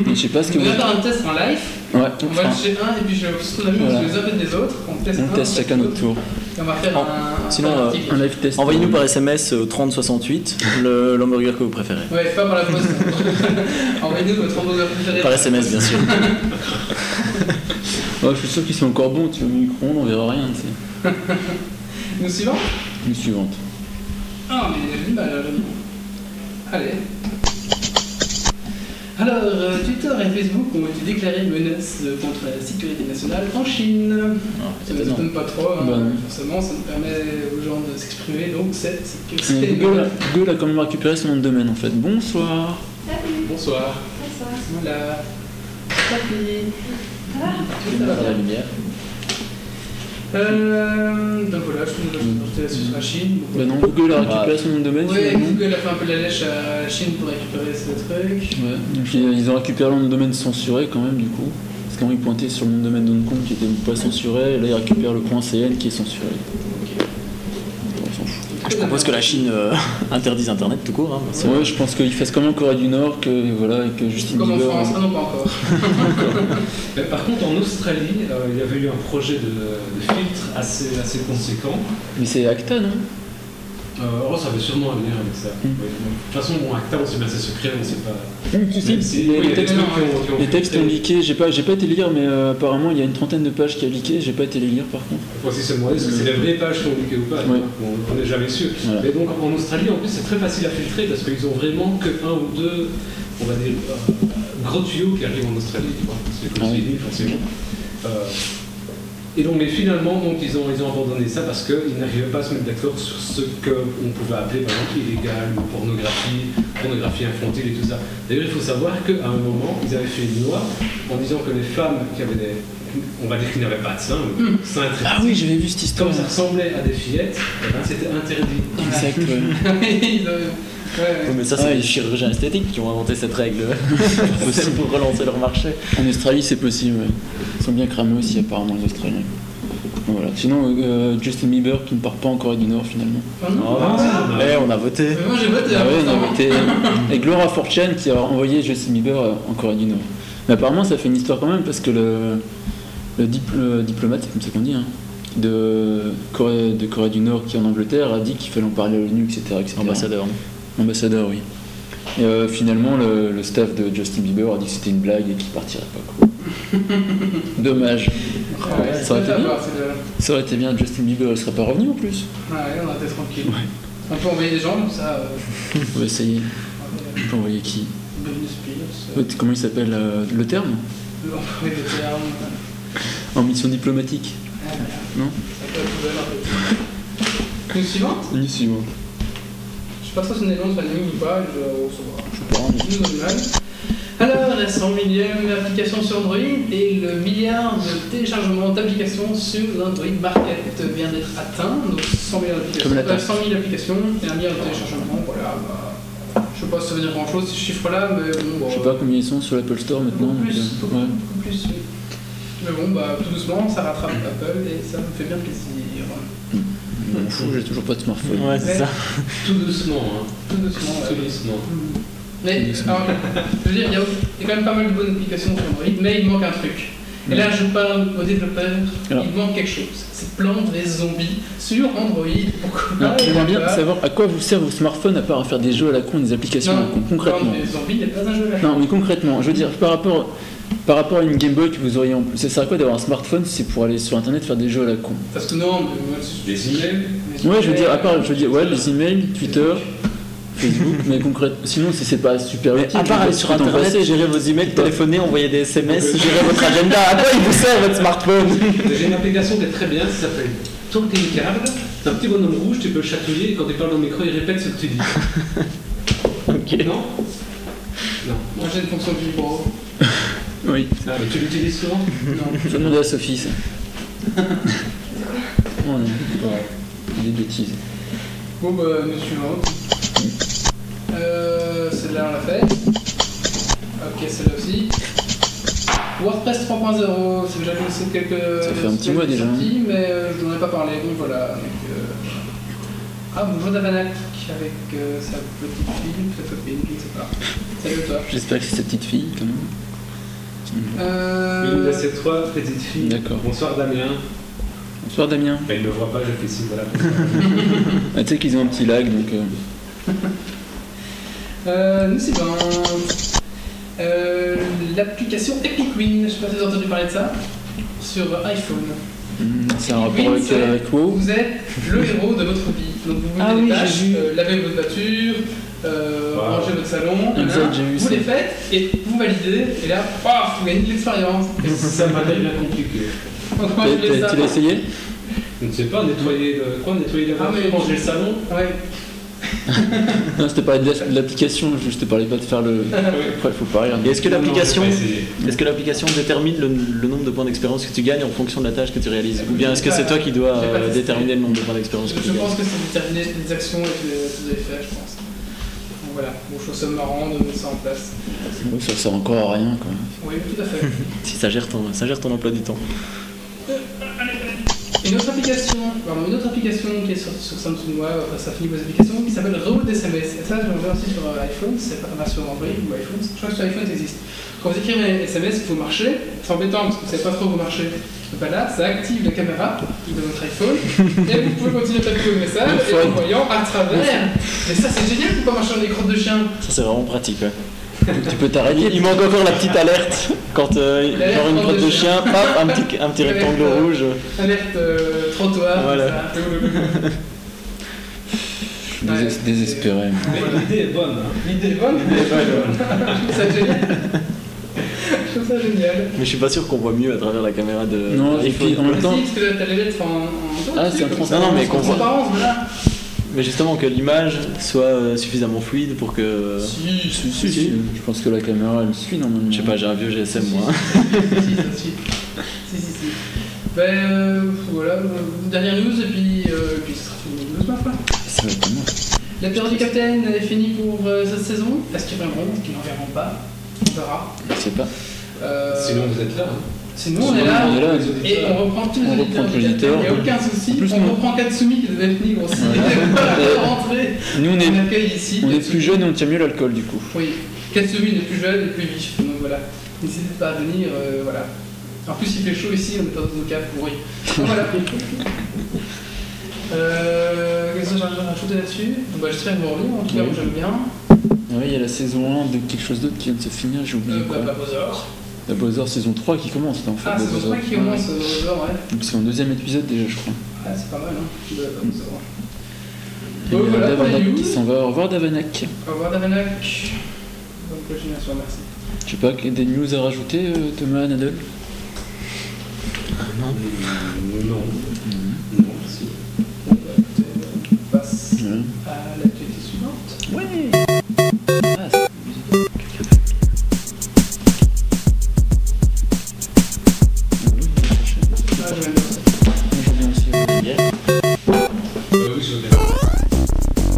Mais Je sais pas ce que On vous. va Ouais. faire un test en live. On va enfin, chez un et puis je vais ce qu'on a vu Voilà. parce que les uns et des autres. On teste on un, teste chacun notre tour. Et on va faire Oh, un. sinon, un euh, petit- Un live test. Envoyez-nous par SMS au 3068 euh, le l'hamburger que vous préférez. Ouais, pas par la poste. Envoyez-nous votre hamburger préféré. Par SMS bien sûr. Ouais, je suis sûr qu'ils sont encore bons. Tu vois, au micro-ondes, on verra rien. tu sais. Nous suivons Une suivante. Ah, mais il a du mal, là, vraiment. Allez. Alors, euh, Twitter et Facebook ont été déclarés menaces euh, contre la sécurité nationale en Chine. Ah, Ça ne m'étonne pas trop, hein. Bah, non. forcément, ça nous permet aux gens de s'exprimer, donc c'est c'est que Mais c'est- Google, Google a quand même récupéré son nom de domaine en fait. Bonsoir. Salut, Bonsoir. bonsoir. Voilà. Papi. Lumière à la lumière. Euh, donc voilà, je pense que je vais porter là-dessus sur la Chine. donc Bah non, Google a récupéré son nom de domaine Ouais, finalement. Google a fait un peu la lèche à la Chine pour récupérer ce truc. Ouais, donc ils, ils ont récupéré le nom de domaine censuré quand même du coup. Parce qu'avant ils pointaient sur le nom de domaine d'Hong Kong qui était pas censuré, et là ils récupèrent le point CN qui est censuré. On s'en fout. Je propose que la Chine euh, interdise Internet tout court. hein, parce que- Ouais, je pense qu'ils fassent comme en Corée du Nord, que voilà, et que Justin Comme en Bieber. hein. France, ah non, pas encore. Mais Ben, par contre, en Australie, euh, il y avait eu un projet de, de filtre assez, assez conséquent. Mais c'est hein. ACTA non Euh, oh, ça va sûrement venir avec ça. Mm. Ouais. De toute façon, bon, acta, on sait bien, c'est secret, on sait pas. Tu sais, Même si- les, oui, il y a des textes, trucs qui ont- qui ont les textes filtré. ont leaké, j'ai pas, j'ai pas été lire, mais euh, apparemment il y a une trentaine de pages qui a leaké, j'ai pas été les lire par contre. Faut aussi se demander est-ce que c'est les vraies pages qui ont leaké ou pas. Ouais. On- On n'est jamais sûr. Euh, Voilà. Mais donc en Australie, en plus, c'est très facile à filtrer parce qu'ils ont vraiment que un ou deux, on va dire, euh, gros tuyaux qui arrivent en Australie. tu vois. C'est comme Ah oui. c'est dit, forcément. Euh, et donc, mais finalement, donc, ils, ont, ils ont abandonné ça parce qu'ils n'arrivaient pas à se mettre d'accord sur ce qu'on pouvait appeler, par exemple, illégal ou pornographie, pornographie infantile et tout ça. D'ailleurs, il faut savoir qu'à un moment, ils avaient fait une loi en disant que les femmes qui avaient des. On va dire qu'ils n'avaient pas de seins, mais seins très Ah oui, j'avais vu cette histoire. comme ça ressemblait à des fillettes, eh ben, c'était interdit. Exact, ouais. Ils ont- ouais, ouais. Oui, mais ça, c'est Ah, les ils- chirurgiens esthétiques qui ont inventé cette règle C'est pour relancer leur marché. En Australie, c'est possible. ouais. Ils sont bien cramés aussi, apparemment, les Australiens. Voilà. Sinon, euh, Justin Bieber qui ne part pas en Corée du Nord finalement. Oh non. Oh, Ah. eh, on a voté. Mais moi j'ai voté. hein, Ah ouais, on a apparemment. voté. Et Gloria Fortune qui a envoyé Justin Bieber euh, en Corée du Nord. Mais apparemment, ça fait une histoire quand même parce que le, le dipl- le diplomate, c'est comme ça qu'on dit, hein, de, Corée, de Corée du Nord qui est en Angleterre a dit qu'il fallait en parler à l'ONU, etc. etc. Ambassadeur. Ambassadeur, oui. Et euh, finalement, le, le staff de Justin Bieber a dit que c'était une blague et qu'il partirait pas. quoi. Dommage. Ah ouais, Ça aurait été c'est bien. pas, c'est de- Ça aurait été bien, Justin Bieber ne serait pas revenu en plus. Ah ouais, on a été tranquille. On peut envoyer des gens comme ça. Euh... On va essayer. euh, On peut envoyer qui Britney Spears. euh, Euh, Comment il s'appelle euh, Le terme On peut envoyer des termes. En mission diplomatique. Ah, ouais. Non. Ça peut être ouvert un peu. Une suivante Une suivante. Je sais pas trop si on est long sur la ligne ou pas, je on se voit. Je sais pas. mais- Nous, on est mal. Alors, la 100 millième application sur Android et le milliard de téléchargements d'applications sur l'Android Market vient d'être atteint. Donc 100 milliards d'applications. Comme la taxe. Euh, 100 000 applications et un milliard de téléchargements. Voilà, bah, je sais pas si ça veut dire grand chose ce chiffre-là, mais bon. bah, Je sais pas combien ils sont sur l'Apple Store maintenant. Beaucoup donc, plus, euh, beaucoup, ouais. beaucoup plus, oui. Mais bon, bah, tout doucement, ça rattrape Apple et ça me fait bien plaisir. Je m'en fous, j'ai toujours pas de smartphone. Ouais, c'est ça. Tout doucement, hein. Tout doucement, Ah ouais. Tout doucement. Mais alors, je veux dire, il y, a- il y a quand même pas mal de bonnes applications sur Android, mais il manque un truc. Et là, je parle aux développeurs, Alors. il manque quelque chose. C'est planter des zombies sur Android. Pourquoi Alors, pas il y a J'aimerais bien pas- savoir à quoi vous servent vos smartphones à part à faire des jeux à la con, des applications à la con, Non, concrètement. planter des zombies, il n'y a pas un jeu là. Non, mais concrètement, je veux dire, par rapport, par rapport à une Game Boy que vous auriez en plus, ça sert à quoi d'avoir un smartphone si c'est pour aller sur internet faire des jeux à la con Parce que non, mais moi, je- Des emails mais- Ouais, je veux dire, à part, je veux dire, ouais, les emails, Twitter, Facebook, mais concrètement, sinon, c'est- c'est pas super Mais utile. à part aller tu sur peux t'en Internet, passer. gérer vos emails, téléphoner, envoyer des SMS, gérer votre agenda. À quoi il vous sert votre smartphone J'ai une application qui est très bien, ça s'appelle Talking Card. C'est un petit bonhomme rouge, tu peux le chatouiller et quand tu parles dans le micro, il répète ce que tu dis. Ok. Non Non. Moi, j'ai une fonction vibro. Oui. Ah, mais tu l'utilises souvent Non. Je vais demander à Sophie ça. oh non, pas des bêtises. Bon, bah, nous suivons. Euh, celle-là, on l'a fait. Ok, celle-là aussi. WordPress 3.0, c'est déjà lancé quelques. Ça fait un petit mois déjà, hein. sorties, mais euh, je n'en ai pas parlé, donc voilà. donc, euh, Ah, bonjour Davanak, avec euh, sa petite fille, sa copine, je ne sais pas. Salut à toi. J'espère que c'est sa petite fille quand même. Euh, Une de ces trois petites filles. D'accord. Bonsoir Damien. Bonsoir Damien. Ben, il ne me voit pas, je fais si, voilà. Ah, tu sais qu'ils ont un petit lag donc. euh, Euh, nous suivons. Euh, L'application Epic Win, je ne sais pas si vous avez entendu parler de ça, sur iPhone. hmm, c'est un Oui, rapport avec, c'est- euh, avec WoW. Vous êtes le héros de votre vie. Donc vous vous Ah mettez oui, des tâches, j'ai vu. euh, lavez votre voiture, euh, Wow. rangez votre salon, Exact, nanana. j'ai vu vous ça. les faites et vous validez, et là, paf, vous gagnez de l'expérience. Et ça m'a bien compliqué. Donc moi T'as- Ah, je fais t'as- ça. Tu l'as essayé Je ne sais pas, nettoyer le... quoi, nettoyer la Ah, voiture, mais- ranger le salon Ouais. Non, c'était pas de l'application, je je te parlais pas de faire le. Après, faut pas rire. Et est-ce que Non, non, l'application j'ai pas essayé. est-ce que l'application détermine le, le nombre de points d'expérience que tu gagnes en fonction de la tâche que tu réalises Ou bien est-ce que c'est toi qui dois J'ai pas euh, testé. déterminer le nombre de points d'expérience que Je, tu je gagnes pense que c'est déterminé les actions et que vous avez fait, je pense. Donc voilà, bon, je trouve ça marrant de mettre ça en place. Ouais, Ça sert encore à rien quoi. Oui, tout à fait. Si ça gère ton, ça gère ton emploi du temps. Une autre application, pardon, une autre application qui est sur, sur Samsung Wave, enfin, ça finit vos applications, qui s'appelle Reroute SMS. Et ça, je l'envoie aussi sur euh, iPhone, c'est pas pas sur Android ou iPhone, je crois que sur iPhone ça existe. Quand vous écrivez un SMS, vous marchez, c'est embêtant parce que vous savez pas trop où vous marchez. Donc bah là, ça active la caméra de votre iPhone et vous pouvez continuer à taper vos messages Le et fun. en voyant à travers. Mais ça, c'est génial, pourquoi marcher en écran de chien Ça c'est vraiment pratique. ouais. Tu peux t'arrêter. Il manque encore la petite alerte quand euh, L'alerte genre une crotte crotte de de chien, paf, un petit un petit L'alerte, rectangle euh, rouge. Alerte euh, trottoir, Voilà. ça. Je suis dés- Ouais. désespéré. moi. Mais l'idée est bonne. hein. L'idée est bonne, je trouve ça génial. je trouve ça génial. Mais je suis pas sûr qu'on voit mieux à travers la caméra de. Non, et iPhone. puis en même temps. Si, parce que t'as les lettres en. en- Ah, c'est un comme trans- ça, non, non, mais en qu'on voit. transparence, voilà. Mais justement que l'image soit euh, suffisamment fluide pour que. Si, si, si, si. Euh, Je pense que la caméra elle me suit normalement. Je sais pas, j'ai un vieux GSM Si, moi. Si, si, si, si. Si, si, si. Ben euh, voilà, euh, dernière news, et puis, euh, et puis ce sera fini. News, ma foi. Ça va être moi. La période du Capitaine est finie pour euh, cette saison. Est-ce qu'ils reviendront Est-ce qu'ils n'en reviendront pas On verra. Je sais pas. Euh, Sinon, vous êtes là. hein. sinon, on sinon, est là. on est là. Les auditeurs. Et on reprend tous les On reprend auditeurs. tous du les Capitaine, Il n'y a auditeurs. aucun souci. En plus, on nous- reprend Katsumi qui devait venir aussi. Ouais. Et voilà, Euh, rentrée. Nous on On est, accueille ici. on est Katsumi. plus jeunes et on tient mieux l'alcool du coup. Oui, Katsumi le plus jeune et le plus vif, donc voilà. N'hésitez pas à venir, euh, voilà. En plus, il fait chaud ici, on est dans une cave pourrie. Donc voilà. euh, Qu'est-ce que j'ai à rajouter là-dessus Donc, bah, J'espère que vous revenez, en tout cas, Oui. moi j'aime bien. Ah oui, il y a la saison 1 de quelque chose d'autre qui vient de se finir, j'ai oublié Euh, quoi. bah, bah, Bowser. La Bowser saison 3 qui commence là en fait. Ah, la c'est pour Bowser. ça qui commence euh, Bowser, ouais. Donc c'est mon deuxième épisode déjà je crois. Ah, c'est pas mal, hein. de Bowser. Et Bon, il y a Oh, voilà, bah, on est Davanak où qui s'en va. Au revoir Davanak. Au revoir, Davanak. Bonne continuation, merci. Je sais pas, des news à rajouter euh, Thomas, Nadal Non. Non. Non, si. Bon, bah, écoutez, on passe Ouais. à l'actualité suivante. Ah, c'est- Ah, j'aime bien. Bonjour, bien aussi, ouais. Euh, oui, je veux bien.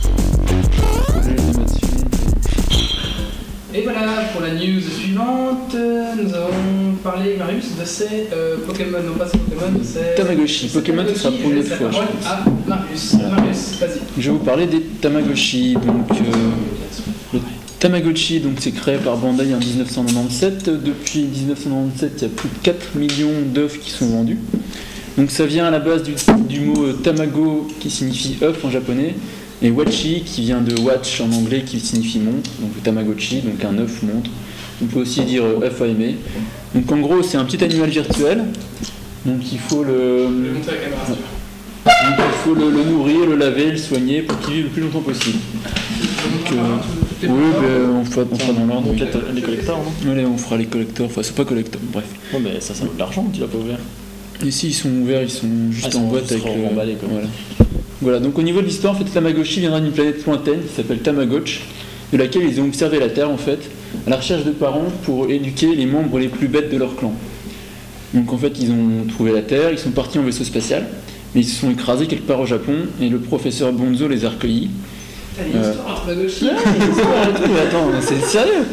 Je vais mettre dessus. Et voilà pour la news suivante. euh, Nous avons parlé, Marius, de ces euh, Pokémon, non pas ces Pokémon, de ces. Tamagotchi. ces Pokémon, ce sera Tamagotchi. pour une Et autre la fois, je parole pense. à Marius. Voilà. Marius, vas-y. Je vais vous parler des Tamagotchi. Donc, euh, Tamagotchi, donc c'est créé par Bandai en 1997. Depuis 1997, il y a plus de 4 millions d'œufs qui sont vendus. Donc ça vient à la base du, du mot euh, tamago qui signifie œuf en japonais et wachi qui vient de watch en anglais qui signifie montre. Donc le Tamagotchi, donc un œuf montre. On peut aussi dire euh, œuf à aimer. Donc en gros, c'est un petit animal virtuel. Donc il faut Je vais le, montrer la caméra. si tu veux. donc, il faut le, le nourrir, le laver, le soigner pour qu'il vive le plus longtemps possible. Je vais euh, montrer toutes les Oui, couleurs. ben, on fera, on fera dans l'ordre. oui. Peut-être euh, les collecteurs, non Allez, on fera les collecteurs, enfin c'est pas collecteur, bref. Ouais, mais ça, ça vaut de l'argent, tu l'as pas ouvert. Ici ils sont ouverts, ils sont juste Ah, ils en sont boîte juste avec euh, le... remballés, quoi. voilà. Voilà, donc au niveau de l'histoire, en fait, Tamagotchi viendra d'une planète lointaine qui s'appelle Tamagotch, de laquelle ils ont observé la Terre, en fait, à la recherche de parents pour éduquer les membres les plus bêtes de leur clan. Donc en fait, ils ont trouvé la Terre, ils sont partis en vaisseau spatial, mais ils se sont écrasés quelque part au Japon, et le professeur Bonzo les a recueillis. T'as une Euh. histoire entre Tamagotchi Ouais, c'est pas vrai, tout, attends, c'est sérieux.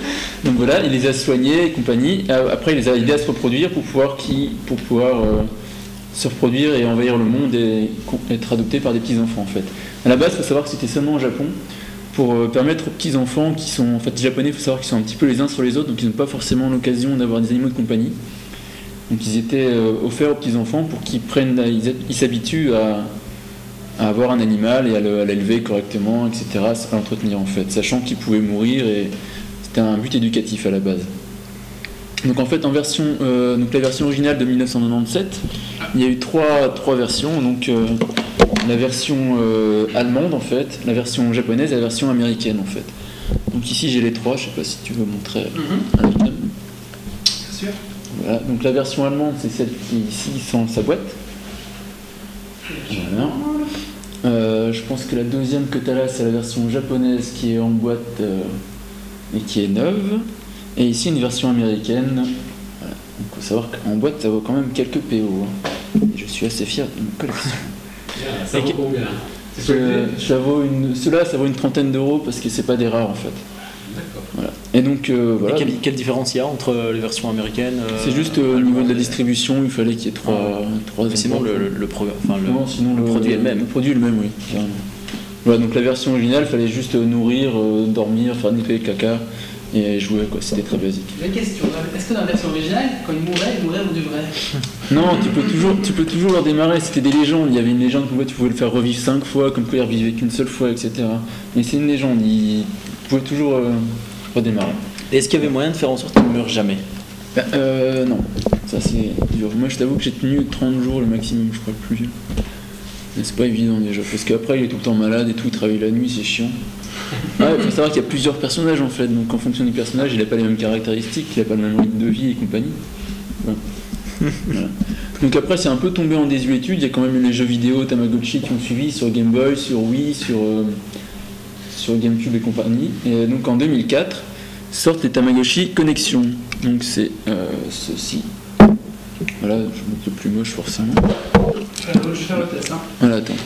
Donc voilà, il les a soignés et compagnie. Et Après, il les a aidés à se reproduire pour pouvoir, qui, pour pouvoir euh, se reproduire et envahir le monde et con- être adoptés par des petits enfants en fait. À la base, il faut savoir que c'était seulement au Japon pour euh, permettre aux petits enfants qui sont en fait les japonais, il faut savoir qu'ils sont un petit peu les uns sur les autres, donc ils n'ont pas forcément l'occasion d'avoir des animaux de compagnie. Donc ils étaient euh, offerts aux petits enfants pour qu'ils prennent, ils ils s'habituent à à avoir un animal et à le- à l'élever correctement, etc. C'est pas l'entretenir en fait, sachant qu'il pouvait mourir et c'était un but éducatif à la base. Donc en fait, en version, euh, donc la version originale de 1997, il y a eu trois, trois versions. Donc euh, la version euh, allemande en fait, la version japonaise et la version américaine en fait. Donc ici j'ai les trois. Je sais pas si tu veux montrer. Mhm, à la webcam. bien sûr. Voilà. Donc la version allemande c'est celle qui est ici sans sa boîte. Voilà. Euh, je pense que la deuxième que tu as là, c'est la version japonaise qui est en boîte euh, et qui est neuve. Et ici, une version américaine. Voilà. Donc, faut savoir qu'en boîte, ça vaut quand même quelques PO. hein. Et je suis assez fier de mon collection. Ah, Ça Et vaut que- combien C'est sur le Euh, ça vaut une... Ceux-là, ça vaut une trentaine d'euros parce que c'est pas des rares en fait. D'accord. Et donc, euh, Et voilà. quelle, quelle différence il y a entre euh, les versions américaines euh, C'est juste euh, au niveau de la allemandes et- distribution, il fallait qu'il y ait trois. trois Ah. Mais sinon, endroits. le, le, le progr- enfin, le- Non, sinon le produit est le même. Le produit est le même, oui. carrément. Voilà, donc la version originale, fallait juste nourrir, euh, dormir, faire nettoyer le caca et jouer, quoi. C'était très basique. La question, est-ce que dans la version originale, quand il mourait, il mourait pour du vrai Non, tu peux toujours, tu peux toujours le redémarrer. C'était des légendes. Il y avait une légende comme quoi tu pouvais le faire revivre cinq fois, comme quoi il revivait qu'une seule fois, etc. Mais c'est une légende. Il tu pouvais toujours euh, redémarrer. Et Est-ce qu'il y avait moyen de faire en sorte qu'il ne meure jamais Bah, euh, non, ça c'est dur. Moi, je t'avoue que j'ai tenu 30 jours le maximum, je crois, le plus vieux. Mais c'est pas évident déjà, parce qu'après il est tout le temps malade et tout, il travaille la nuit, c'est chiant. Ah, il faut savoir qu'il y a plusieurs personnages en fait, donc en fonction du personnage, il n'a pas les mêmes caractéristiques, il n'a pas le même rythme de vie et compagnie. Ouais. Voilà. Donc après, c'est un peu tombé en désuétude, il y a quand même eu les jeux vidéo Tamagotchi qui ont suivi sur Game Boy, sur Wii, sur, euh, sur GameCube et compagnie. Et donc en 2004, sortent les Tamagotchi Connexion. Donc c'est euh, ceci. Voilà, je monte le plus moche forcément. Alors, Je vais faire le test. Hein. Voilà, attends.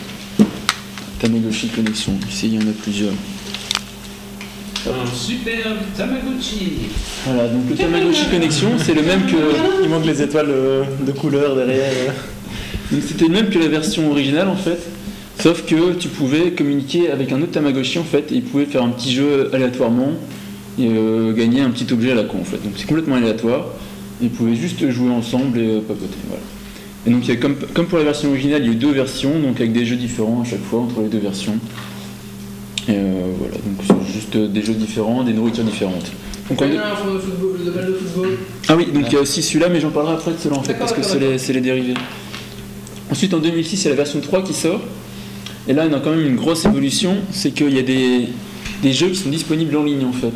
Tamagotchi Connexion, tu sais, il y en a plusieurs. Un superbe Tamagotchi. Voilà, donc le Tamagotchi Connexion, c'est le même que. Il manque les étoiles euh, de couleur derrière. euh. Donc c'était le même que la version originale en fait. Sauf que tu pouvais communiquer avec un autre Tamagotchi en fait, et il pouvait faire un petit jeu aléatoirement et euh, gagner un petit objet à la con en fait. Donc c'est complètement aléatoire. Ils pouvaient juste jouer ensemble et euh, papoter. Voilà. Et donc il y a comme, comme pour la version originale, il y a eu deux versions, donc avec des jeux différents à chaque fois entre les deux versions. Et euh, voilà, donc c'est juste euh, des jeux différents, des nourritures différentes. Donc, en- Combien un joueur de football, de balle de football ah oui, donc il y a aussi celui-là, mais j'en parlerai après de celui-là en fait, D'accord, parce que d'accord, c'est les, c'est les dérivés. Ensuite, en 2006, c'est la version 3 qui sort. Et là, on a quand même une grosse évolution, c'est qu'il y a des, des jeux qui sont disponibles en ligne en fait.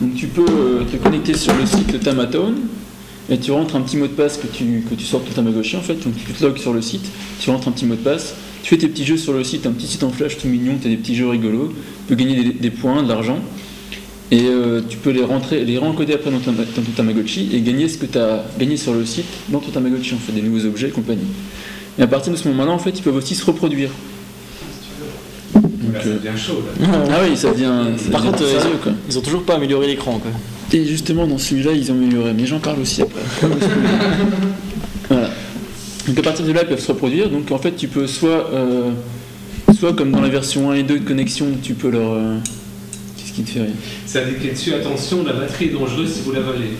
Donc tu peux euh, te connecter sur le site de Tamatone, et tu rentres un petit mot de passe que tu, que tu sors de ton Tamagotchi en fait, donc tu te logs sur le site, tu rentres un petit mot de passe, tu fais tes petits jeux sur le site, un petit site en flash tout mignon, tu as des petits jeux rigolos, tu peux gagner des, des points, de l'argent, et euh, tu peux les rentrer, les rencoder après dans ton, dans ton Tamagotchi et gagner ce que tu as gagné sur le site dans ton Tamagotchi, en fait, des nouveaux objets et compagnie. Et à partir de ce moment-là, en fait, ils peuvent aussi se reproduire. Donc, Là, ça euh, devient chaud, là. ah oui, ça devient. ça Par devient contre, euh, sérieux, quoi. Ils ont toujours pas amélioré l'écran. quoi. Et justement, dans celui-là, ils ont amélioré, mais j'en parle aussi après. voilà. Donc à partir de là, ils peuvent se reproduire. Donc en fait, tu peux soit, euh, soit comme dans la version 1 et 2 de connexion, tu peux leur. euh, Qu'est-ce qui te fait rire Ça dit dessus, attention, la batterie est dangereuse si vous l'avalez.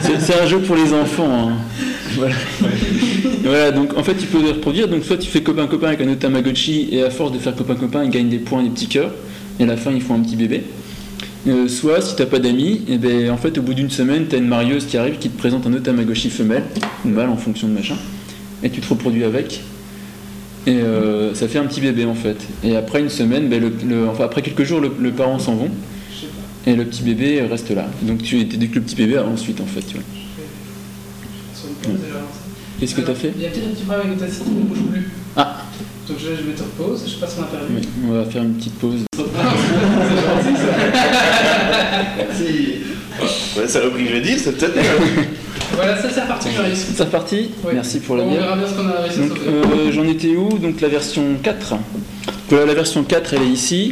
C'est c'est un jeu pour les enfants. hein. Voilà. Voilà, donc en fait, tu peux les reproduire. Donc, soit tu fais copain-copain avec un autre Tamagotchi, et à force de faire copain-copain, ils gagnent des points, des petits cœurs, et à la fin, ils font un petit bébé. Euh, soit, si t'as pas d'amis, et ben, en fait, au bout d'une semaine, t'as une marieuse qui arrive qui te présente un autre Tamagotchi femelle, ou mâle en fonction de machin, et tu te reproduis avec. Et euh, ça fait un petit bébé en fait. Et après une semaine, ben, le, le- enfin, après quelques jours, le, le parent s'en vont. Et le petit bébé reste là. Donc tu éduques le petit bébé ensuite en fait. Tu vois. Sur le plan, déjà, hein. Qu'est-ce que t'as Alors, fait Il y a peut-être un petit problème avec ta cité, ne bouge plus. Ah. Donc je, je vais te repose, je sais pas si on a perdu. Oui, on va faire une petite pause. Merci. Ouais, ça repris que je dis, c'est peut-être mieux. Voilà, ça c'est reparti Marius. C'est parti Oui. Merci pour la On bière. verra bien ce qu'on a réussi à Donc sauver. euh, j'en étais où Donc la version 4. Donc, là, la version 4 elle est ici.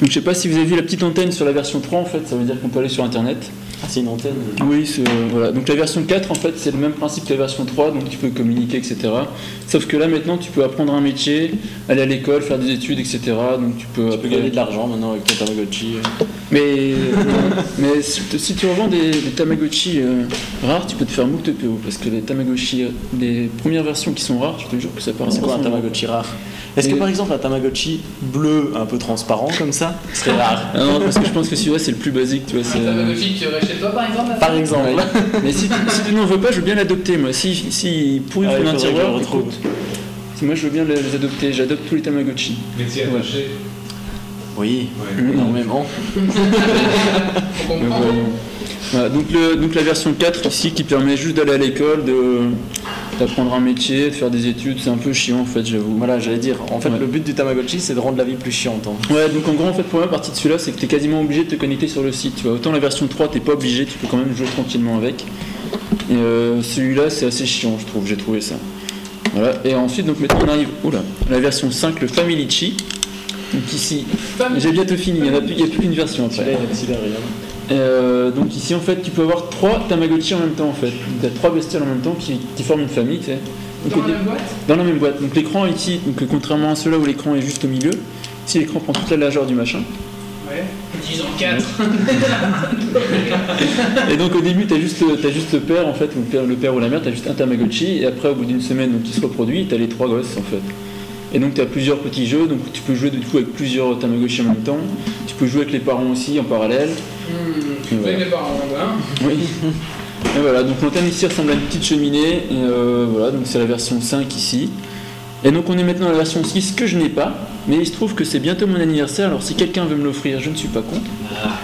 Donc je sais pas si vous avez vu la petite antenne sur la version 3 en fait, ça veut dire qu'on peut aller sur internet. Ah, c'est une antenne. Oui, c'est, euh, voilà. Donc la version 4 en fait c'est le même principe que la version 3, donc tu peux communiquer, etc. Sauf que là maintenant tu peux apprendre un métier, aller à l'école, faire des études, etc. Donc tu peux, Tu peux gagner de l'argent maintenant avec ton Tamagotchi. Mais, euh, mais si, si tu revends des, des Tamagotchi euh, rares, tu peux te faire moult PO parce que les Tamagotchi, euh, les premières versions qui sont rares, je te jure que ça part. C'est quoi un Tamagotchi rare Est-ce que Et- par exemple un Tamagotchi bleu un peu transparent comme ça serait rare Ah non, parce que je pense que celui-là c'est le plus basique, tu vois. Un c'est- tabagogique qui aurait euh, chez toi par exemple Par exemple. Ouais. Mais si, tu- si tu n'en veux pas, je veux bien l'adopter moi. Si, si pourri Ah, dans il un faudrait que je le tiroir, retrouve. écoute, moi je veux bien les adopter, j'adopte tous les Tamagotchi. Mais t'y attaché. Oui, Ouais. énormément. On Mais comprend. voilà. Voilà, donc, le- donc la version 4 ici qui permet juste d'aller à l'école, de- d'apprendre un métier, de faire des études, c'est un peu chiant en fait, j'avoue. Voilà, j'allais dire. En fait, Ouais. le but du Tamagotchi, c'est de rendre la vie plus chiante. hein. Ouais, donc en gros, en fait, pour la partie de celui-là, c'est que t'es quasiment obligé de te connecter sur le site. Tu vois, autant la version 3, t'es pas obligé, tu peux quand même jouer tranquillement avec. Et euh, celui-là, c'est assez chiant, je trouve, j'ai trouvé ça. Voilà, et ensuite, donc maintenant, on arrive oula, à la version 5, le Family Chi. Donc ici, Femme, j'ai bientôt fini, il n'y a plus il y a plus qu'une version après. Celui-là, il y a- celui-là, regarde. Et, euh, donc ici, en fait, tu peux avoir trois Tamagotchi en même temps, en fait. T'as trois bestioles en même temps qui, qui forment une famille, tu sais. Donc, dans au la dé- même boîte dans la même boîte. Donc l'écran ici, donc euh, contrairement à ceux-là où l'écran est juste au milieu, si l'écran prend toute la largeur du machin, Ouais. 10 en 4. Et donc au début, t'as juste, t'as juste le père en fait, ou le père, le père ou la mère, t'as juste un Tamagotchi, et après au bout d'une semaine, donc il se reproduit, t'as les trois gosses en fait. Et donc t'as plusieurs petits jeux, donc tu peux jouer du coup avec plusieurs Tamagotchi en même temps, tu peux jouer avec les parents aussi en parallèle. Hmm. Ouais. Avec les parents, hein. Oui. Et voilà, donc l'antenne ici ressemble à une petite cheminée, et euh, voilà, donc c'est la version 5 ici. Et donc on est maintenant à la version 6 que je n'ai pas, mais il se trouve que c'est bientôt mon anniversaire, alors si quelqu'un veut me l'offrir, je ne suis pas contre. Voilà.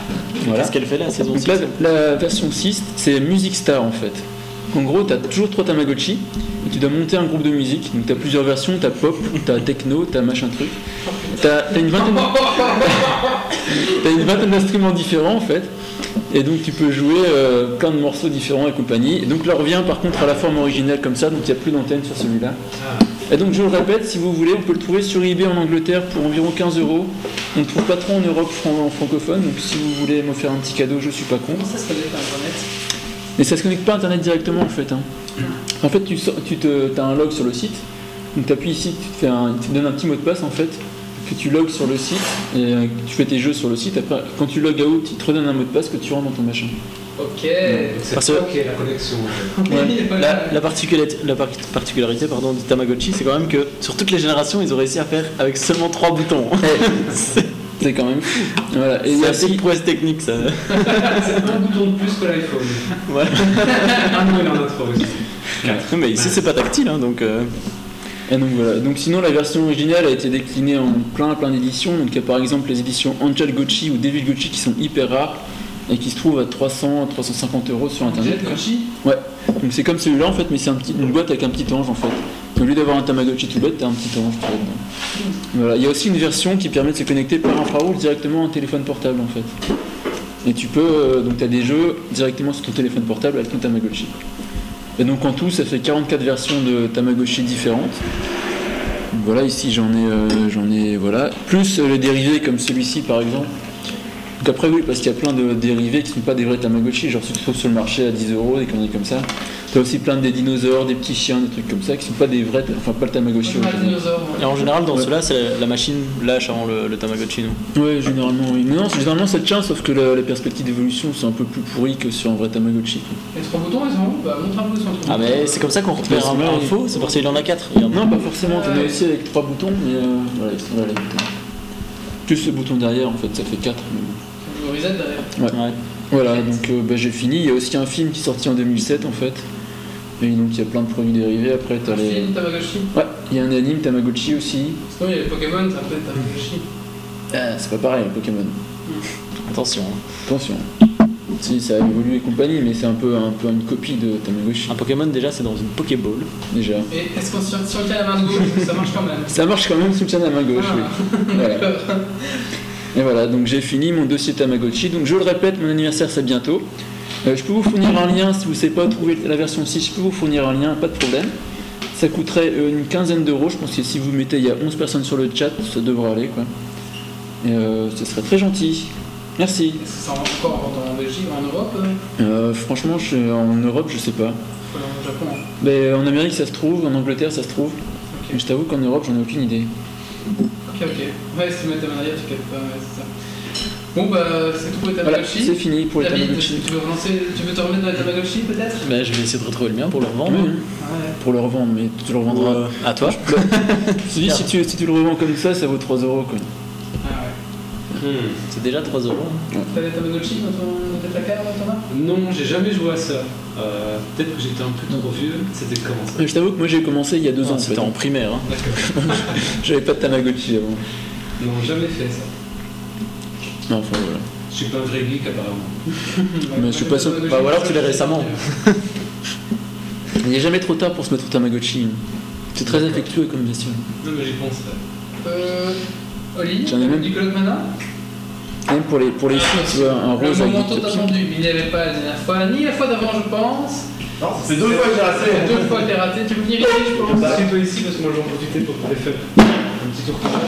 Ah, Qu'est-ce qu'elle fait là, la saison Donc 6 là, la version 6, c'est Music Star en fait. En gros, t'as toujours trois Tamagotchi et tu dois monter un groupe de musique. Donc t'as plusieurs versions, t'as pop, t'as techno, t'as machin truc. T'as t'as une vingtaine, t'as une vingtaine d'instruments différents en fait. Et donc tu peux jouer euh, plein de morceaux différents et compagnie. Et donc là on revient par contre à la forme originale comme ça, donc il n'y a plus d'antenne sur celui-là. Et donc je le répète, si vous voulez, on peut le trouver sur eBay en Angleterre pour environ 15 euros. On ne trouve pas trop en Europe fran- francophone, donc si vous voulez me faire un petit cadeau, je suis pas con. Comment ça se connecte à internet Mais ça se connecte pas à internet directement en fait. hein. En fait, tu, sors- tu te, as un log sur le site, donc tu appuies ici, tu te, fais un, tu te donnes un petit mot de passe en fait, puis tu logs sur le site et euh, tu fais tes jeux sur le site. Après, quand tu logs out, il te redonne un mot de passe que tu rentres dans ton machin. Ok. Donc Parce c'est que- toi qui est la connexion. en fait. La, la particularité, la par- particularité, pardon, du Tamagotchi, c'est quand même que sur toutes les générations, ils ont réussi à faire avec seulement trois boutons. c'est Eh, C'est quand même fou. Voilà. Et il y c'est a assez aussi- une prouesse technique, ça. C'est un bouton de plus que l'iPhone. Ouais. Ah non, il en a trois aussi. Quatre. Mais ici, c'est pas tactile, hein, donc. euh, Et donc voilà. Donc sinon, la version originale a été déclinée en plein plein d'éditions. Donc il y a par exemple les éditions Angel Gucci ou Devil Gucci qui sont hyper rares et qui se trouvent à 300 350 euros sur internet. Jet Gucci. Donc c'est comme celui-là en fait, mais c'est un petit- une boîte avec un petit ange en fait. Au lieu d'avoir un Tamagotchi tout bête, t'as un petit ange. tu vois, dedans. Voilà. Il y a aussi une version qui permet de se connecter par infrarouge directement à un téléphone portable en fait. Et tu peux euh, donc t'as des jeux directement sur ton téléphone portable avec ton Tamagotchi. Et donc en tout, ça fait 44 versions de Tamagotchi différentes. Donc Voilà, ici j'en ai, euh, j'en ai, voilà. Plus euh, les dérivés comme celui-ci par exemple. Donc après oui, parce qu'il y a plein de dérivés qui sont pas des vrais Tamagotchi, genre ceux qui se trouvent sur le marché à 10 euros, des conneries comme ça. T'as aussi plein de des dinosaures, des petits chiens, des trucs comme ça, qui sont pas des vrais, enfin pas le Tamagotchi. Ah, original. dinosaure. Et en général, dans Ouais. ceux-là, c'est la, la machine lâche avant le, le Tamagotchi, nous. Ouais, généralement oui. Mais non, c'est- généralement ça tient, sauf que la- les perspectives d'évolution sont un peu plus pourries que sur un vrai Tamagotchi. Les trois boutons, ils sont où Bah, montre un peu son truc. Ah, mais c'est comme ça qu'on repère Bah, c'est un, marrant. un faux, c'est parce qu'il en a quatre. Non, pas forcément, t'en as Ouais. aussi avec trois boutons, mais euh, voilà, ils sont là les boutons. Plus ce bouton derrière, en fait, ça fait 4. Le reset derrière. Ouais. Voilà, donc euh, bah, j'ai fini. Il y a aussi un film qui est sorti en 2007, en fait. Et donc il y a plein de produits dérivés. Après, t'as Un les. film, Tamagotchi. Ouais, il y a un anime Tamagotchi aussi. Sinon, il y a les Pokémon, c'est un peu des Tamagotchi. Ah, c'est pas pareil, Pokémon. Attention. hein. Attention. Si, ça a évolué et compagnie, mais c'est un peu, un peu une copie de Tamagotchi, Ah. Un Pokémon, déjà, c'est dans une Pokéball. déjà. Et est-ce qu'on sur, sur le cas à la main gauche, ça marche quand même Ça marche quand même sous le tien de la main gauche, oui. Ah. Voilà. Et voilà, donc j'ai fini mon dossier Tamagotchi. Donc je le répète, mon anniversaire c'est bientôt. Euh, je peux vous fournir un lien si vous ne savez pas trouver la version 6, je peux vous fournir un lien, pas de problème. Ça coûterait euh, une quinzaine d'euros, je pense que si vous mettez il y a 11 personnes sur le chat, ça devrait aller quoi. Et euh, ce serait très gentil. Merci. Est-ce que ça rentre encore en vente en Belgique ou en Europe euh, Euh, franchement, je- en Europe, je sais pas. ou en Japon hein Mais euh, en Amérique ça se trouve, en Angleterre ça se trouve. Ok. Mais je t'avoue qu'en Europe, j'en ai aucune idée. Ok, ok. Ouais, si tu mets ta manière, tu captes pas, ouais, c'est ça. Bon, bah, c'est tout pour les Voilà, Tamagotchi. c'est fini pour les David, Tamagotchi. Tu veux, relancer, tu veux te remettre dans les Tamagotchi peut-être Ah, Bah, je vais essayer de retrouver le mien pour le revendre. Oui, Ouais. pour le revendre, mais tu le Ou, revendras euh, à toi. Bah, Si, si, tu, si tu le revends comme ça, ça vaut 3 euros quoi. Ah Hmm. C'est déjà 3 euros. hein. ouais. T'as des Tamagotchi dans ton dans tes placards, Thomas Non, j'ai jamais joué à ça. Euh, Peut-être que j'étais un peu trop vieux. C'était comment ça Mais Euh, je t'avoue que moi j'ai commencé il y a 2 ans. Ah, C'était en en fait. primaire. hein. D'accord. J'avais pas de Tamagotchi avant. Non, jamais fait ça. Non, enfin voilà. Je suis pas un vrai geek apparemment. Mais je suis pas sûr- bah, ou alors tu l'as récemment. Il n'est jamais trop tard pour se mettre au Tamagotchi. hein. C'est très affectueux comme gestion. Non, mais j'y penserai. Euh. Oli J'en ai même. Nicolas Manin Même pour les, pour les filles, tu vois, un rose Le avec moment des tout tapis. attendu, il n'y avait pas la dernière fois, ni la fois d'avant, je pense. Non, c'est deux fois que j'ai raté. C'est deux fois que t'es raté, tu peux venir ici, je pense. Je suis pas ici parce que moi j'en profitais pour les faire un petit tour par là.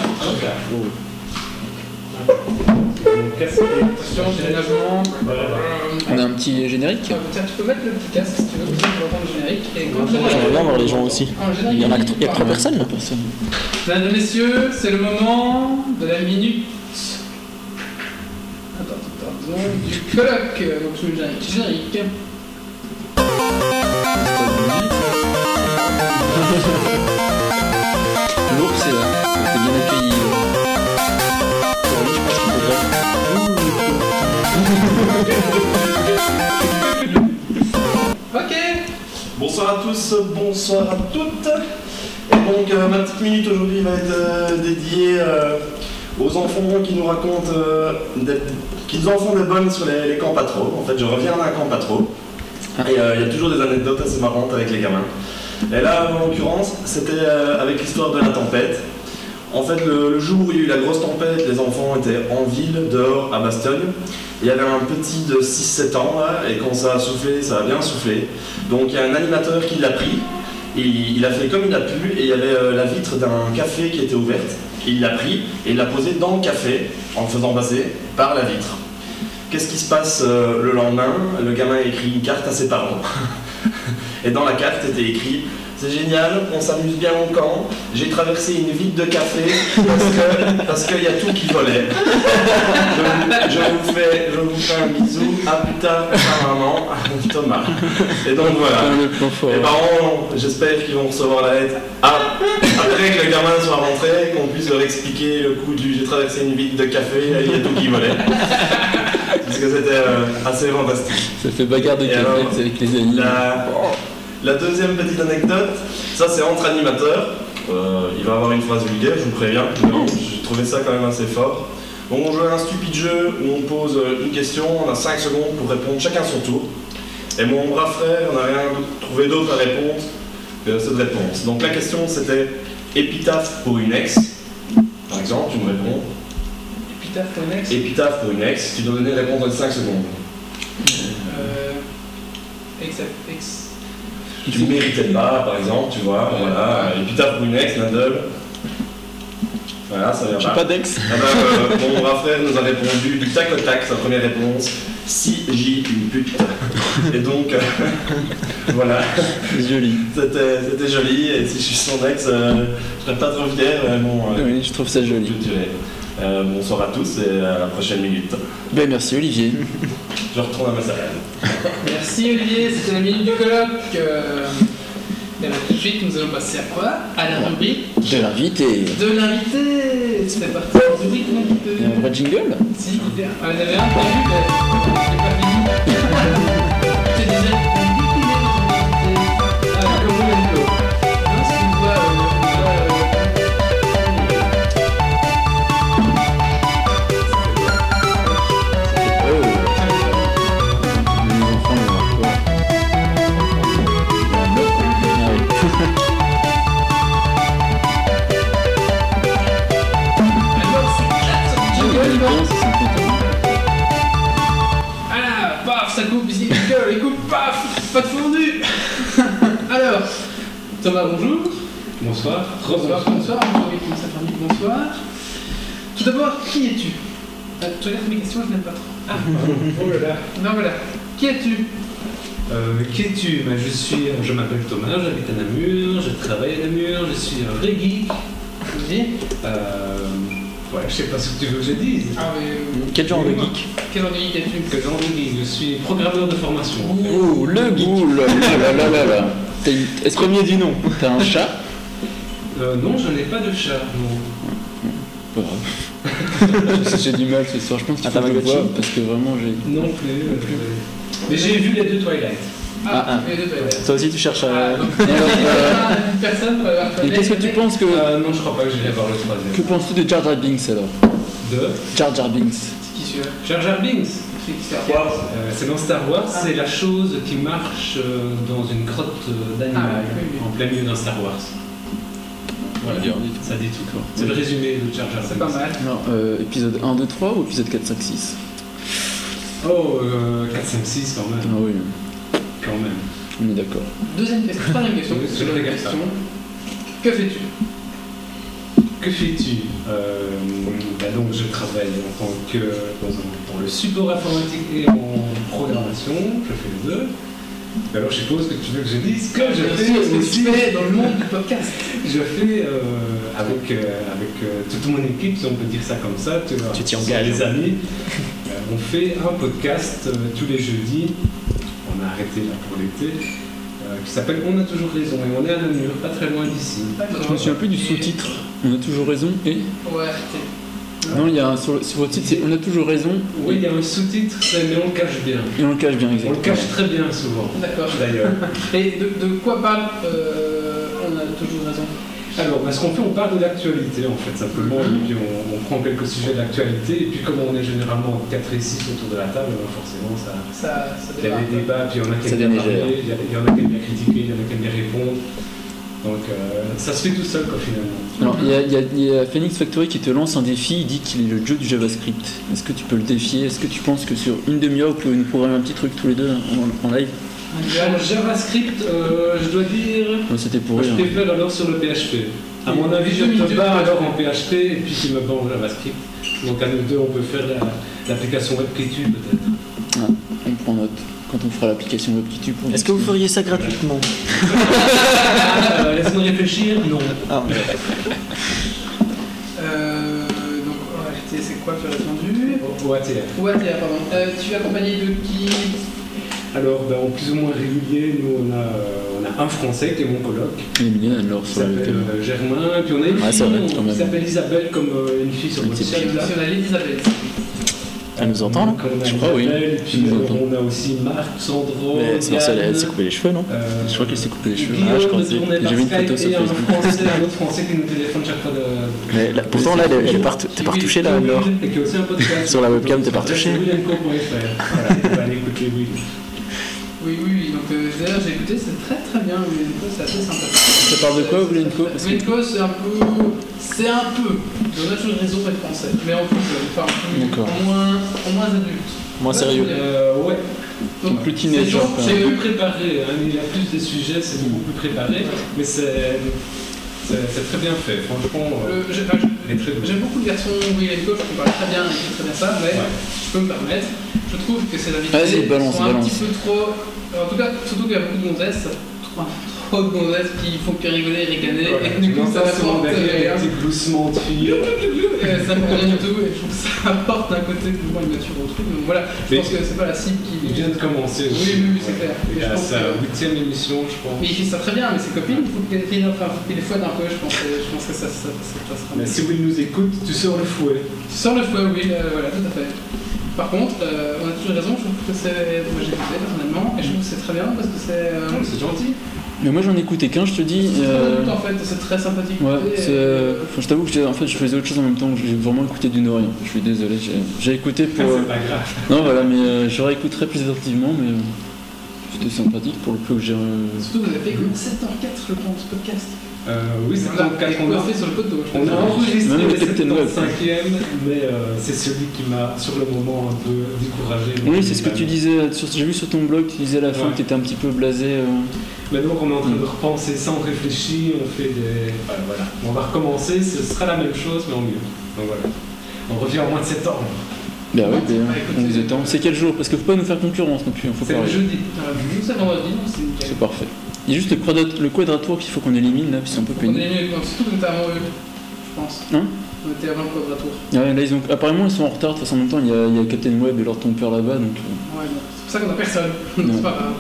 Mon casque est- Question, déménagement. Voilà. Euh, On a un petit générique. tiens, tiens, tu peux mettre le petit casque si tu veux, comme ça, on va entendre le générique. Et quand tu J'aimerais Ah, bien voir les gens aussi. En générique, Il y en a que, il y a que trois pardon. personnes là. Mesdames et messieurs, c'est le moment de la minute. Attends, attends, attends, du colloque. Donc je mets le générique. Générique. L'ours est là. T'es bien accueilli. euh, Ok Bonsoir à tous, bonsoir à toutes. Et donc euh, ma petite minute aujourd'hui va être euh, dédiée euh, aux enfants qui nous racontent euh, des- qu'ils en font des bonnes sur les, les camps patro. En fait, je reviens d'un camp patro. Et euh, il y a toujours des anecdotes assez marrantes avec les gamins. Et là, en l'occurrence, c'était euh, avec l'histoire de la tempête. En fait, le, le jour où il y a eu la grosse tempête, les enfants étaient en ville, dehors, à Bastogne. Il y avait un petit de 6-7 ans, là, et quand ça a soufflé, ça a bien soufflé. Donc il y a un animateur qui l'a pris, il, il a fait comme il a pu, et il y avait euh, la vitre d'un café qui était ouverte. Il l'a pris et il l'a posé dans le café, en le faisant passer par la vitre. Qu'est-ce qui se passe euh, le lendemain Le gamin écrit une carte à ses parents. et dans la carte était écrit C'est génial, on s'amuse bien au camp, j'ai traversé une vitre de café parce que parce qu'il y a tout qui volait. Je vous, je vous fais, je vous fais un bisou, à plus tard, à maman, Thomas. Et donc voilà. le plan fort. Les parents, j'espère qu'ils vont recevoir la lettre Ah, après que le gamin soit rentré, qu'on puisse leur expliquer le coup du j'ai traversé une vitre de café, il y a tout qui volait. Parce que c'était euh, assez fantastique. Ça fait bagarre de Et alors, canettes avec les amis. La, la deuxième petite anecdote, ça c'est entre animateurs. Euh, il va avoir une phrase vulgaire, je vous préviens, mais bon, j'ai trouvé ça quand même assez fort. Donc on joue à un stupide jeu où on pose euh, une question, on a 5 secondes pour répondre chacun son tour. Et mon bras frère n'a rien trouvé d'autre à répondre que cette réponse. Donc la question c'était épitaphe pour une ex. Par exemple, tu me réponds Et puis t'as ton ex. épitaphe pour une ex, tu dois donner la réponse dans les 5 secondes. Euh. Ex. Ex. Tu ne méritais pas, par exemple, tu vois, voilà. Et puis t'as Brunex, Nadal. Voilà, ça vient J'ai pas. pas d'ex. Ah bah, euh, mon bras frère nous a répondu du tac au tac, sa première réponse. Si j'ai une pute. Et donc, euh, voilà, C'est joli. c'était c'était joli. Et si je suis son ex, euh, je serais pas trop fier, mais bon, euh, Oui, je trouve ça je joli. te dirai. Euh, bonsoir à tous et à la prochaine minute. Ben merci Olivier. Je retourne à ma salade. Merci Olivier, c'était la minute du colloque. Euh, Et alors, tout de suite, nous allons passer à quoi À la rubrique De l'invité. de l'invité. C'est parti pour la rubrique de Il y a un l'invité. vrai jingle Si, bien. Ah, vous avez un prévu, mais j'ai pas fini. C'est déjà Ah, le gros Mendo. Non, c'est une voix, euh, une voix, euh, Oh. Tiens, Ah, Thomas, bonjour. Bonsoir. Bonsoir, bonsoir. Bonjour, Victor Safrani, bonsoir. Tout d'abord, qui es-tu Euh, Je regarde mes questions, je n'aime pas trop. Ah, oh là là. Non, voilà. Qui es-tu Euh, qui es-tu Ben, Je suis, je m'appelle Thomas, j'habite à Namur, je travaille à Namur, je suis un vrai geek. Oui. Euh, ouais, je sais pas ce que tu veux que je dise. Ah, mais. Quel genre de geek Quel genre de geek es-tu Que genre de geek Je suis programmeur de formation. en fait. Ouh, le geek Ouh là là là là là là. T'as une- Est-ce que Premier du nom. t'as un chat Euh, non, je n'ai pas de chat. Non. Pas grave. J'ai- J'ai du mal ce soir, je pense qu'il Un faut que je le Tamagotchi voie, parce que vraiment j'ai. Non plus. non plus. Mais j'ai vu les deux Twilight. Ah, Ah, ah. les deux toilettes. Toi aussi, tu cherches à. Ah, donc, Et alors, euh, une personne pour avoir et qu'est-ce que tu penses que. Euh, non, je crois pas que j'irai voir le troisième. Que penses-tu de Jar Jar Binks alors De Jar Jar Binks. C'est qui celui-là Jar Jar Binks. C'est qui ça Euh, c'est dans Star Wars, c'est la chose qui marche euh, dans une grotte euh, d'animal, Ah, oui, oui. en plein milieu d'un Star Wars. Voilà, Bien dit. ça dit tout. quoi. C'est le résumé de Jar Jar C'est pas Binks. mal. Non, euh, épisode 1, 2, 3 ou épisode 4, 5, 6 Oh, euh, 4, 5, 6 quand Ah même. oui, Quand même. on est d'accord. Deuxième question, troisième question, Oui, c'est la regarde question. Que fais-tu Que fais-tu Euh, bah Donc je travaille en tant que dans, un- dans le support informatique et en programmation, je fais les deux. Et Alors je suppose que tu veux que je dise que je Ah, Bien fais sûr, ce que aussi. tu fais dans le monde du podcast. Je fais euh, avec, euh, avec euh, toute mon équipe, si on peut dire ça comme ça, tu, vois, Tu t'y ce sont engages. Les amis, Euh, on fait un podcast euh, tous les jeudis, on a arrêté là pour l'été, euh, qui s'appelle On a toujours raison et on est à Namur, pas très loin d'ici. Je me souviens plus du sous-titre. On a toujours raison et. Ouais, c'est- Non, il y a un sur le sur le titre, c'est On a toujours raison Oui, il y a un sous-titre, c'est mais on le cache bien. et on le cache bien, On exactement. le cache très bien souvent, d'accord. d'ailleurs. Et de, de quoi parle euh, On a toujours raison. Alors, bah, ce qu'on fait, on parle de l'actualité, en fait, simplement, et puis on, on prend quelques sujets d'actualité, et puis comme on est généralement 4 et 6 autour de la table, bah, forcément, ça... Ça, ça Il y a des démarre. débats, puis il y en a qui Ça aiment bien dénigère. parler, il y, a- il y en a qui aiment bien critiquer, il y en a qui aiment bien répondre. Donc euh, ça se fait tout seul, quoi, finalement. Alors, il y, a- il y a- il y a Phoenix Factory qui te lance un défi, il dit qu'il est le Joe du JavaScript. Est-ce que tu peux le défier Est-ce que tu penses que sur une demi-heure, vous pouvez nous programmer un petit truc tous les deux en, en live En JavaScript, euh, je dois dire, Moi, C'était pour je rire. hein. t'ai fait alors sur le PHP. À mon avis, je Oui, te oui, bats oui. alors en PHP, et puis tu me bats en JavaScript. Donc à nous deux, on peut faire la- l'application web qui tue, peut-être. On prend note quand on fera l'application web qui tue pour Est-ce que vous feriez ça gratuitement Ah, euh, Laisse-moi réfléchir, non. Ah, Euh, donc, OAT, c'est quoi tu as répondu Au- au ATR. OAT, pardon. Euh, tu es accompagné de qui Alors, ben, en plus ou moins régulier, nous, on a, euh, on a un Français qui est mon coloc, Il est mignon, Anne-Laure, qui sur le s'appelle thème. euh, Germain, puis on a une Ouais, c'est fille vrai, on- quand même. qui s'appelle Isabelle, comme euh, une fille sur Une votre petite site. là. Sur la Elisabeth. Elle nous entend, là Comme on a Je crois, oui. Isabelle, Elle Puis nous euh, entend. on a aussi Marc, Oh, Sandro, euh, mais c'est parce qu'elle elle s'est coupée les cheveux, non Je crois qu'elle s'est coupée les cheveux. Ah, je crois que c'est- J'ai J'ai vu une photo sur Facebook. Un français, un autre français qui nous téléphone chaque fois de... Mais là, pourtant, là, elle- j'ai pas retou- t'es pas retouché, Hein là, alors. Et qui est aussi un podcast. Sur la webcam, t'es pas Sur retouché. williamco.fr. Voilà, vous allez écouter Will. Oui, oui, oui. Donc, euh, d'ailleurs, j'ai écouté, c'est très très bien. Wilenko, c'est assez sympa. Ça parle de quoi, Wilenko Parce que- Wilenko, c'est un peu. C'est un peu. On a toujours raison d'être français, mais en plus, euh, enfin, plus- D'accord. en moins, en moins adulte. Moins sérieux. Euh, ouais. Son plus teenager, c'est- quoi. C'est plus préparé, hein, il y a plus de sujets, c'est beaucoup plus préparé, mais c'est c'est- c'est très bien fait, franchement, euh, Le- j'ai- enfin, j'ai- elle est très bonne. J'aime beaucoup le garçon Wilenko, je comprends très bien, il fait très bien ça, mais Ouais. je peux me permettre. Je trouve que c'est la Vas-y, balance, sont un balance. petit peu trop. En tout cas, surtout qu'il y a beaucoup de gonzesses, trop, trop de gonzesses qui font que rigoler, ricaner, Voilà, et du coup tu ça l'entends souvent apporte. euh, derrière, les petits gloussements de filles. euh, ça me convient du tout, et je trouve que ça apporte un côté de moins nature au truc. Donc voilà, je Mais- pense que c'est pas la cible qui. Il vient de commencer aussi. Oui, oui, oui, c'est clair. Mais Il je a pense sa que- huitième émission, je crois. Mais il fait ça très bien, mais ses copines, il faut qu'elles rient, enfin, faut qu'elles les fouettent un peu, je pense, que- je pense que ça, ça, ça, ça sera mieux. Mais si Will nous écoute, tu sors le fouet. Sur le fouet, oui, euh, voilà, tout à fait. Par contre, euh, on a toujours raison, je trouve que c'est. Moi j'ai écouté personnellement, et je trouve que c'est très bien parce que c'est. euh, Ah, C'est gentil. Mais moi, j'en ai écouté qu'un, je te dis. c'est très euh, adulte en fait, c'est très sympathique. Ouais, Et- c'est. euh, enfin, je t'avoue que j'ai- en fait, je faisais autre chose en même temps. J'ai vraiment écouté du Norien. Je suis désolé. J'ai, j'ai écouté pour. C'est pas grave. non, voilà, mais euh, je réécouterai plus attentivement. Mais euh, c'était sympathique pour le peu que j'ai. euh, Surtout, vous avez fait comme 7h04, je pense, podcast. Euh, oui, c'est Voilà, en cas et qu'on on a a. fait sur le poteau. je On a pense. enregistré Même le Captain Web. 75e, mais euh, c'est celui qui m'a sur le moment un peu découragé. euh, Oui, c'est ce que tu disais. sur- j'ai vu sur ton blog, tu disais à la fin Ouais. que t'étais un petit peu blasé. euh, Mais donc on est en train de repenser ça, on réfléchit, on fait des. enfin, voilà. On va recommencer, ce sera la même chose mais en mieux. Donc voilà. On revient au mois de septembre. Bah oui, ben, Bah, écoute, on vous c'est- attend. C'est quel jour Parce que faut pas nous faire concurrence non plus, il faut C'est pas le rire. jeudi. Euh, Nous, c'est vendredi, donc c'est nickel. C'est parfait. Il y a juste le, quadrat- le quadratour qu'il faut qu'on élimine là, puis c'est un peu On pénible. est mieux qu'on se trouve, notamment eux, je pense. Hein On était avant le quadratour. Ah Ouais, là, ils ont... Apparemment, ils sont en retard, de toute façon, en même temps, il y a, il y a Captain Web et leur ton père là-bas, donc. euh, Ouais, bon, c'est pour ça qu'on a personne. Non. c'est pas grave.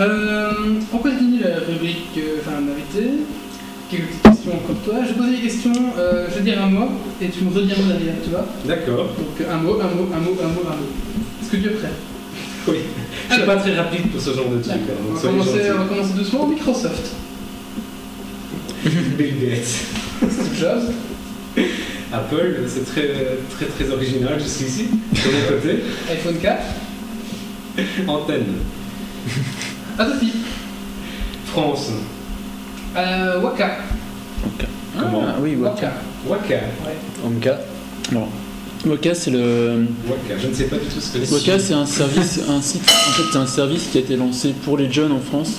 Euh, on continue la rubrique, euh, enfin, l'invité. Quelques petites questions comme toi. Je vais poser des questions, euh, je vais dire un mot et tu me redis un mot derrière, tu vois D'accord. Donc un mot, un mot, un mot, un mot, un mot. Est-ce que tu es prêt Je suis pas très rapide pour ce genre de truc. hein, On donc va, soyez commencer, on gentils. va commencer doucement. Microsoft. Bill Gates. Steve Jobs. Apple, c'est très très très original jusqu'ici, de mon côté. iPhone 4. Antenne. Adobe. France. Euh, Waka. comment- Ah, Ah oui, Waka. Waka. Waka. Omka. Alors, Waka, c'est le. Waka. Je ne sais pas du tout ce que c'est. Waka, c'est un service, un site. En fait, c'est un service qui a été lancé pour les jeunes en France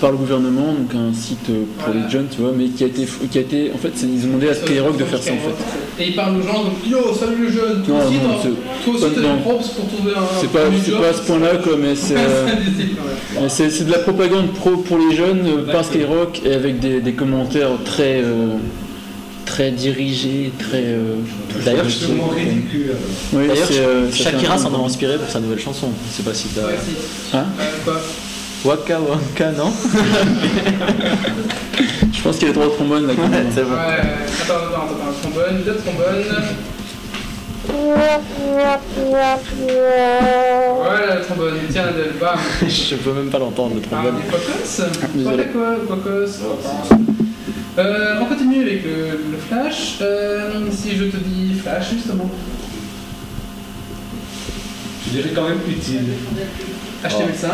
par le gouvernement, donc un site euh, pour Voilà. les jeunes, tu vois, mais qui a été, qui a été. En fait, c'est- ils ont demandé à Skyrock de faire ça, en fait. Et il parle aux gens donc Yo, salut le jeune, toi Non, aussi non, t'as- c'est- toi aussi t'as non. des props pour trouver un. c'est pas, un c'est job. pas à ce point-là, quoi, mais c'est. euh, mais c'est c'est de la propagande pro pour les jeunes euh, par D'accord. Skyrock et avec des, des commentaires très. euh, très dirigés, très. euh, D'ailleurs, C'est absolument ridicule. alors. Oui, D'ailleurs, c'est, euh, ça fait un Shakira peu- s'en a inspiré pour sa nouvelle chanson. Je sais pas si t'as. Ouais, si. Hein Euh, quoi Waka Waka, non Je pense qu'il y a trois trombones là. quand même. C'est bon. Ouais, attends, attends, attends, un trombone, deux trombones. Voilà le trombone, tiens, le bam. Je peux même pas l'entendre, le Ah, trombone. des quacos Désolé. Pas quoi, quacos Euh, on continue avec le, le flash. Euh, si je te dis flash, justement. Oh. Je dirais quand même utile. HTML5.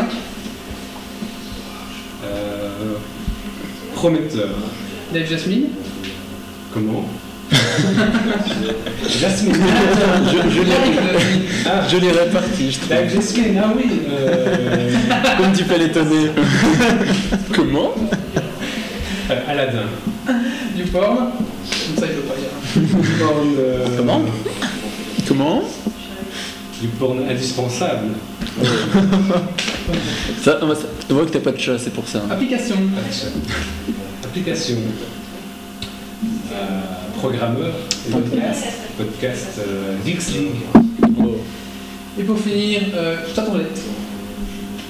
Euh, prometteur. Dave Jasmine. Comment Jasmine. Je, je l'ai Ah, je l'ai réparti, je avec trouve. Jasmine, ah oui. Euh, Comme tu peux l'étonner. Comment euh, Aladdin. du porn. Comme ça, il peut pas dire. Du porn, euh, Comment Comment Du porn indispensable. ça, on va- ça- On voit que t'as pas de chat, c'est pour ça. hein. Application. Application. Euh, programmeur. Podcast. Podcast. euh, Dixling. Et pour finir, euh, chatroulette.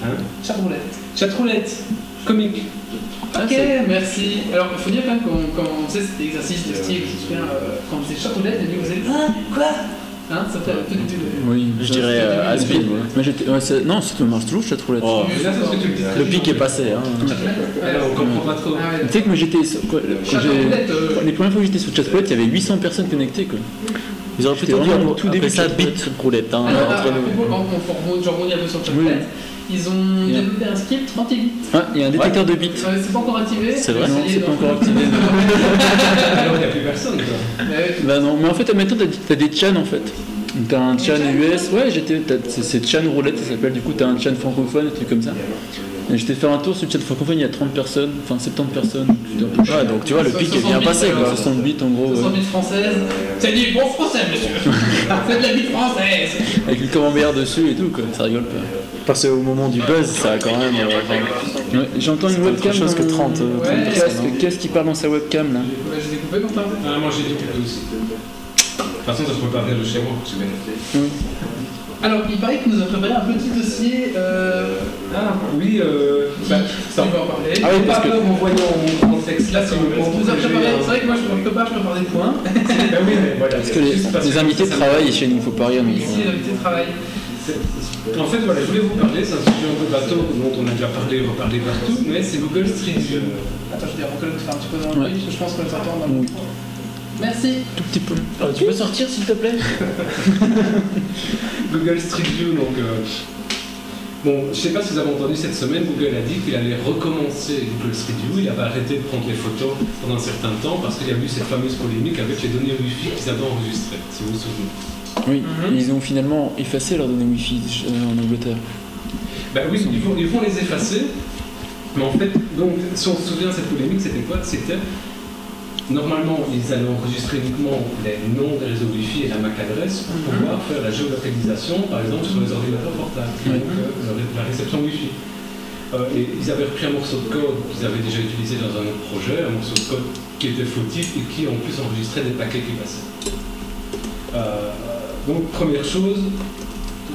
Hein Chatroulette. Chatroulette. Comique. Ok, merci. Alors, il faut dire quand même qu'on- quand on faisait cet exercice de style, je me souviens, euh, quand on faisait chatroulette, il y en a qui vous disaient Ah, quoi Hein, ça fait un peu du tout. Oui, Je ça, dirais c'est- euh, Asbin. ouais. Mais j'étais- ouais, ça- non, ça te marche toujours, chatroulette. Oh. Mais là, c'est ce que tu me disais. Le pic est passé. Hein. Alors, on comprend pas trop. Ah, Ah ouais, Tu sais que moi j'étais. sur- quoi, quand j'ai- Chatroulette, euh, Les premières fois que j'étais sur chatroulette, il y avait 800 personnes connectées quoi. Ils auraient plutôt C'était dû vraiment au appeler tout début ça de cette bit roulette. Hein, Ah, ah, entre ah, nous. bon, on- on remonte- je rebondis un peu sur le chat. Oui. Ils ont Yeah. développé un script 38 bits. Ah, il y a un détecteur de bits. Euh, c'est pas encore activé. C'est vrai, mais Non, ça y est, c'est pas donc- encore activé. Alors, il n'y a plus personne. quoi. Mais ouais, bah non, mais en fait, maintenant t'as, t'as des chans en fait. Donc, T'as un chan US, ouais, j'étais, t'as- c'est, c'est chan roulette, ça s'appelle. Du coup, t'as un chan francophone, des trucs comme ça. Et j'étais faire un tour sur le chan francophone, il y a 30 personnes, enfin 70 personnes. donc c'était un peu chiant. Ouais, donc tu vois, le pic est bien passé. Ouais, Quoi. 60 bits en gros, ouais. 60 bits françaises. C'est du bon français, monsieur. c'est de la bite française. avec le camembert dessus et tout, quoi. Ça rigole pas. Parce qu'au moment du buzz, ça a quand même. euh, enfin, Ouais, j'entends C'était une autre webcam. chose que euh, 30, euh, 30 qu'est-ce- personnes, hein. Qu'est-ce qui parle dans sa webcam là Ouais, je l'ai coupé, Quentin. Ah, moi, j'ai dit que aussi. De toute façon, ça, je peux pas venir de chez moi. Je vais Alors, il paraît que nous avons préparé un petit dossier. Euh, Ah oui, euh, bah, ça on va en parler. Ah oui, parce que- que en voyant mon grand texte là, c'est Parce que le moment nous avons préparé, euh, c'est vrai que moi je ne peux pas, je prépare des points. bah oui, mais voilà. Parce que les, les invités travaillent chez nous, faut pas rire. Mais mais- ici, l'invité travaille. En fait, voilà, je voulais vous parler, c'est un sujet un peu bateau dont on a déjà parlé, reparlé partout, mais c'est Google Street View. Attends, je vais dire, on peut le faire un petit peu dans le Ouais. bruit, parce que je pense qu'on s'entend dans le Oui. micro. Merci. Tout petit peu. Ah, tu peux sortir s'il te plaît Google Street View, donc. euh, Bon, je sais pas si vous avez entendu cette semaine, Google a dit qu'il allait recommencer Google Street View. Il avait arrêté de prendre les photos pendant un certain temps parce qu'il y a eu cette fameuse polémique avec les données Wi-Fi qu'ils avaient enregistrées, si vous vous souvenez. Oui, Mhm. et ils ont finalement effacé leurs données Wi-Fi euh, en Angleterre. Ben Bah oui, ils vont, ils vont les effacer. Mais en fait, donc, si on se souvient de cette polémique, c'était quoi C'était. Normalement, ils allaient enregistrer uniquement les noms des réseaux Wi-Fi et la MAC adresse pour pouvoir faire la géolocalisation, par exemple, sur les ordinateurs portables, Mhm. donc euh, la ré- la réception Wi-Fi. Euh, et ils avaient repris un morceau de code qu'ils avaient déjà utilisé dans un autre projet, un morceau de code qui était fautif et qui en plus enregistrait des paquets qui passaient. Euh, donc, première chose,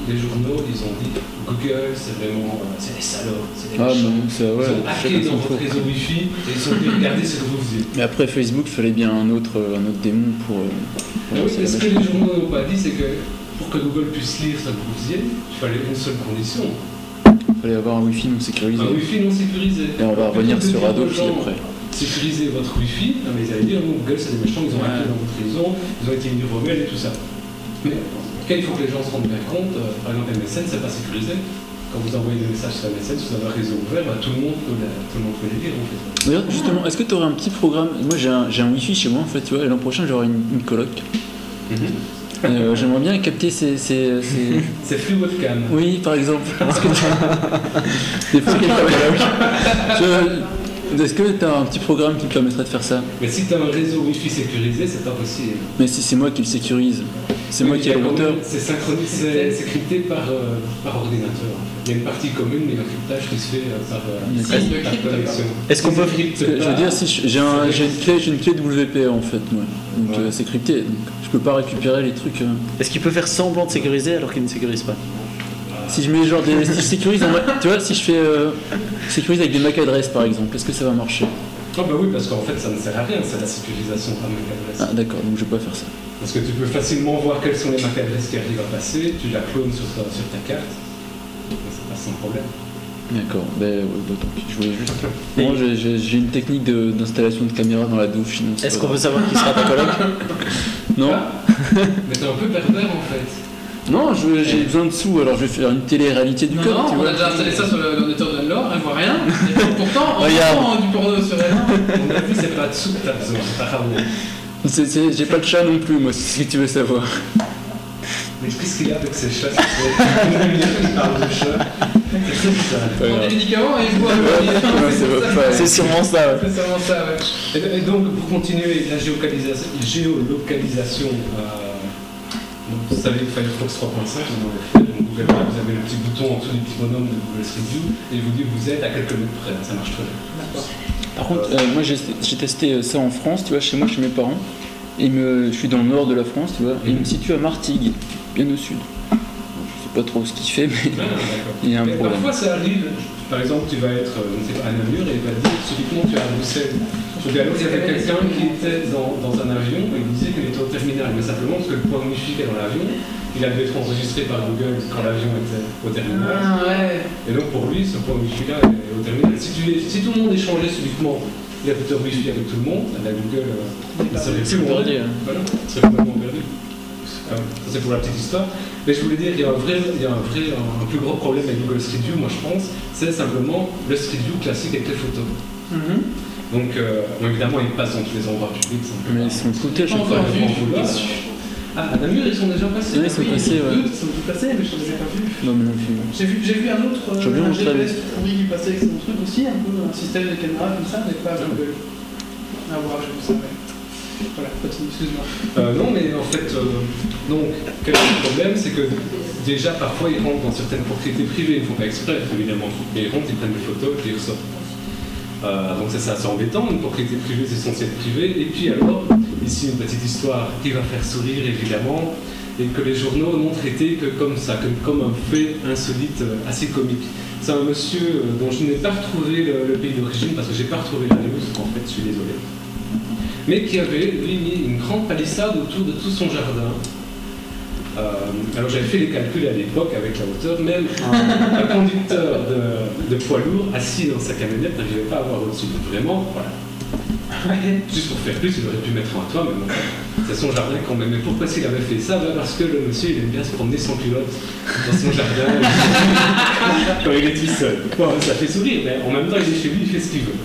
les journaux, ils ont dit Google, c'est vraiment. euh, c'est des salauds, c'est des Ah, méchants. mais c'est Ils ouais. ont hacké chacun son dans votre tour. réseau Wi-Fi et ils sont venus regarder ce que vous faisiez. Mais après Facebook, fallait bien un autre, un autre démon pour. euh, pour Mais Ah oui, lancer mais la ce que machine. les journaux n'ont pas dit, c'est que pour que Google puisse lire ce que vous faisiez, il fallait une seule condition fallait avoir un Wi-Fi non sécurisé. un Wi-Fi non sécurisé. Et on va revenir sur Adobe après. Sécuriser votre Wi-Fi, ah, mais ils allaient dire non, Google, c'est des méchants, ils ont hacké dans votre réseau, ils ont été mis au mail et tout ça. Mais en tout cas, il faut que les gens se rendent bien compte, euh, par exemple, MSN, c'est pas sécurisé. Quand vous envoyez des messages sur MSN, si vous avez un réseau ouvert, bah, tout, le monde peut la- tout le monde peut les lire en fait. D'ailleurs, justement, est-ce que tu aurais un petit programme Moi, j'ai un, j'ai un Wi-Fi chez moi, en fait, tu vois, et l'an prochain, j'aurai une, une coloc. Et, euh, J'aimerais bien capter ces. ces- ces- C'est Free Webcam. Oui, par exemple. Est-ce que tu Des fois, qu'elle Ah fait la coloc. Je- Est-ce que tu as un petit programme qui me permettrait de faire ça Mais si tu as un réseau Wi-Fi sécurisé, c'est pas possible. Mais si c'est moi qui le sécurise, c'est moi qui ai le routeur. C'est synchronisé, c'est- c'est crypté par, euh, par ordinateur. Il y a une partie commune, mais le cryptage qui se fait euh, par, euh, D'accord. par Crypte pas. connexion. Est-ce qu'on peut- Parce que, Je veux dire, si je- j'ai un- j'ai une clé, j'ai une clé WPA en fait, moi. Donc Ouais. euh, c'est crypté, donc je peux pas récupérer les trucs. euh. Est-ce qu'il peut faire semblant de sécuriser alors qu'il ne sécurise pas Si je mets genre des. Si je sécurise, en ma- tu vois, si je fais. euh, sécurise avec des MAC adresses par exemple, est-ce que ça va marcher Ah bah oui, parce qu'en fait, ça ne sert à rien, c'est la sécurisation par MAC adresse. Ah d'accord, donc je vais pas faire ça. Parce que tu peux facilement voir quelles sont les MAC adresses qui arrivent à passer, tu la clones sur ta, sur ta carte, ça passe sans problème. D'accord, ben ouais, bah, tant pis, je voulais juste. Moi j'ai- j'ai j'ai une technique de- d'installation de, caméra dans la douche, sinon. c'est Est-ce pas qu'on peut savoir qui sera ta coloc grave. Non, Mais t'es un peu pervers en fait. non, je- j'ai besoin de sous, alors je vais faire une télé-réalité du Non, code, non, tu on vois. a déjà installé ça sur le- l'ordinateur d'Anne-Laure, elle voit rien. Et puis, pourtant, on Regarde. prend du porno sur elle. On a vu, c'est pas dessous que t'as besoin, c'est pas ramené. C'est- c'est- J'ai pas de chat non plus, moi, si tu veux savoir. Mais qu'est-ce qu'il y a avec ces chats ça fait- Il parle de chats. C'est très bizarre. Pas On prend des grave. médicaments et je bois. Ouais, ça va pas, C'est sûrement ça. ouais. C'est seulement ça, ouais. Et et donc, pour continuer la géolocalisation, géolocalisation euh, vous savez que Firefox 3.5, on en a fait, donc Google Maps, vous avez le petit bouton en dessous du petit bonhomme de Google Street View, et il vous dit vous êtes à quelques mètres près, ça marche très bien. Par contre, euh, moi j'ai j'ai testé euh, ça en France, tu vois, chez moi, chez mes parents. Et me, je suis dans le nord de la France, tu vois, et il me situe à Martigues, bien au sud. Je sais pas trop ce qu'il fait, mais il y a un Mais problème. Ah, parfois ça arrive, par exemple tu vas être euh, je ne sais pas, à Namur et il va te dire subitement tu es à Bruxelles. Je dis alors il y avait quelqu'un qui était dans, dans un avion et il disait qu'il était au terminal, mais simplement parce que le point wifi qui est dans l'avion, il a dû être enregistré par Google quand l'avion était au terminal. Ah, ouais. Et donc pour lui, ce point wifi là est au terminal. Si, tu- si tout le monde échangeait subitement l'adapteur wifi avec tout le monde, la Google euh, il serait plus loin. perdu, hein. Voilà, il serait complètement perdu. Euh, Ça c'est pour la petite histoire. Mais je voulais dire, il y a un vrai, il y a un vrai, un plus gros problème avec Google Street View, moi je pense, c'est simplement le Street View classique avec les photos. Mhm. Donc euh, bon, évidemment, ils passent dans tous les endroits publics. ça ne peut pas. Mais ils sont foutés à Pas chaque fois. encore vu, je on suis vous l'a. déçu. Ah, à Namur, ils sont déjà passés. Oui, ils sont Ah passés, ouais. Eux, ils sont tous passés, mais je ne les ai pas vus. Non, mais non plus. J'ai vu, j'ai vu un autre euh, J'ai oublié un mon GPS pourri qui passait avec son truc aussi, un peu un système de caméra comme ça, mais pas avec le. Ah, voir, je vous savais. Voilà, continue, excuse-moi. Euh, non, mais en fait, euh, donc, quel est le problème C'est que déjà, parfois, ils rentrent dans certaines propriétés privées, ils ne font pas exprès, évidemment. Mais ils rentrent, ils prennent des photos, puis ils ressortent. Euh, donc, ça, c'est assez embêtant. Une propriété privée, c'est censé être privé. Et puis, alors, ici, une petite histoire qui va faire sourire, évidemment, et que les journaux n'ont traité que comme ça, que comme un fait insolite, euh, assez comique. C'est un monsieur euh, dont je n'ai pas retrouvé le, le pays d'origine parce que j'ai pas retrouvé la news, en fait, je suis désolé mais qui avait lui mis une grande palissade autour de tout son jardin. Euh, alors j'avais fait les calculs à l'époque avec la hauteur, même un, un conducteur de, de poids lourd assis dans sa camionnette n'arrivait pas à voir au-dessus. Donc Vraiment, voilà. Juste pour faire plus, il aurait pu mettre un toit, mais bon, c'est son jardin quand même. Mais pourquoi est-ce qu'il avait fait ça Ben, Parce que le monsieur, il aime bien se promener sans culotte dans son jardin quand il est tout seul. Bon, ça fait sourire, mais en même temps, il est chez lui, il fait ce qu'il veut.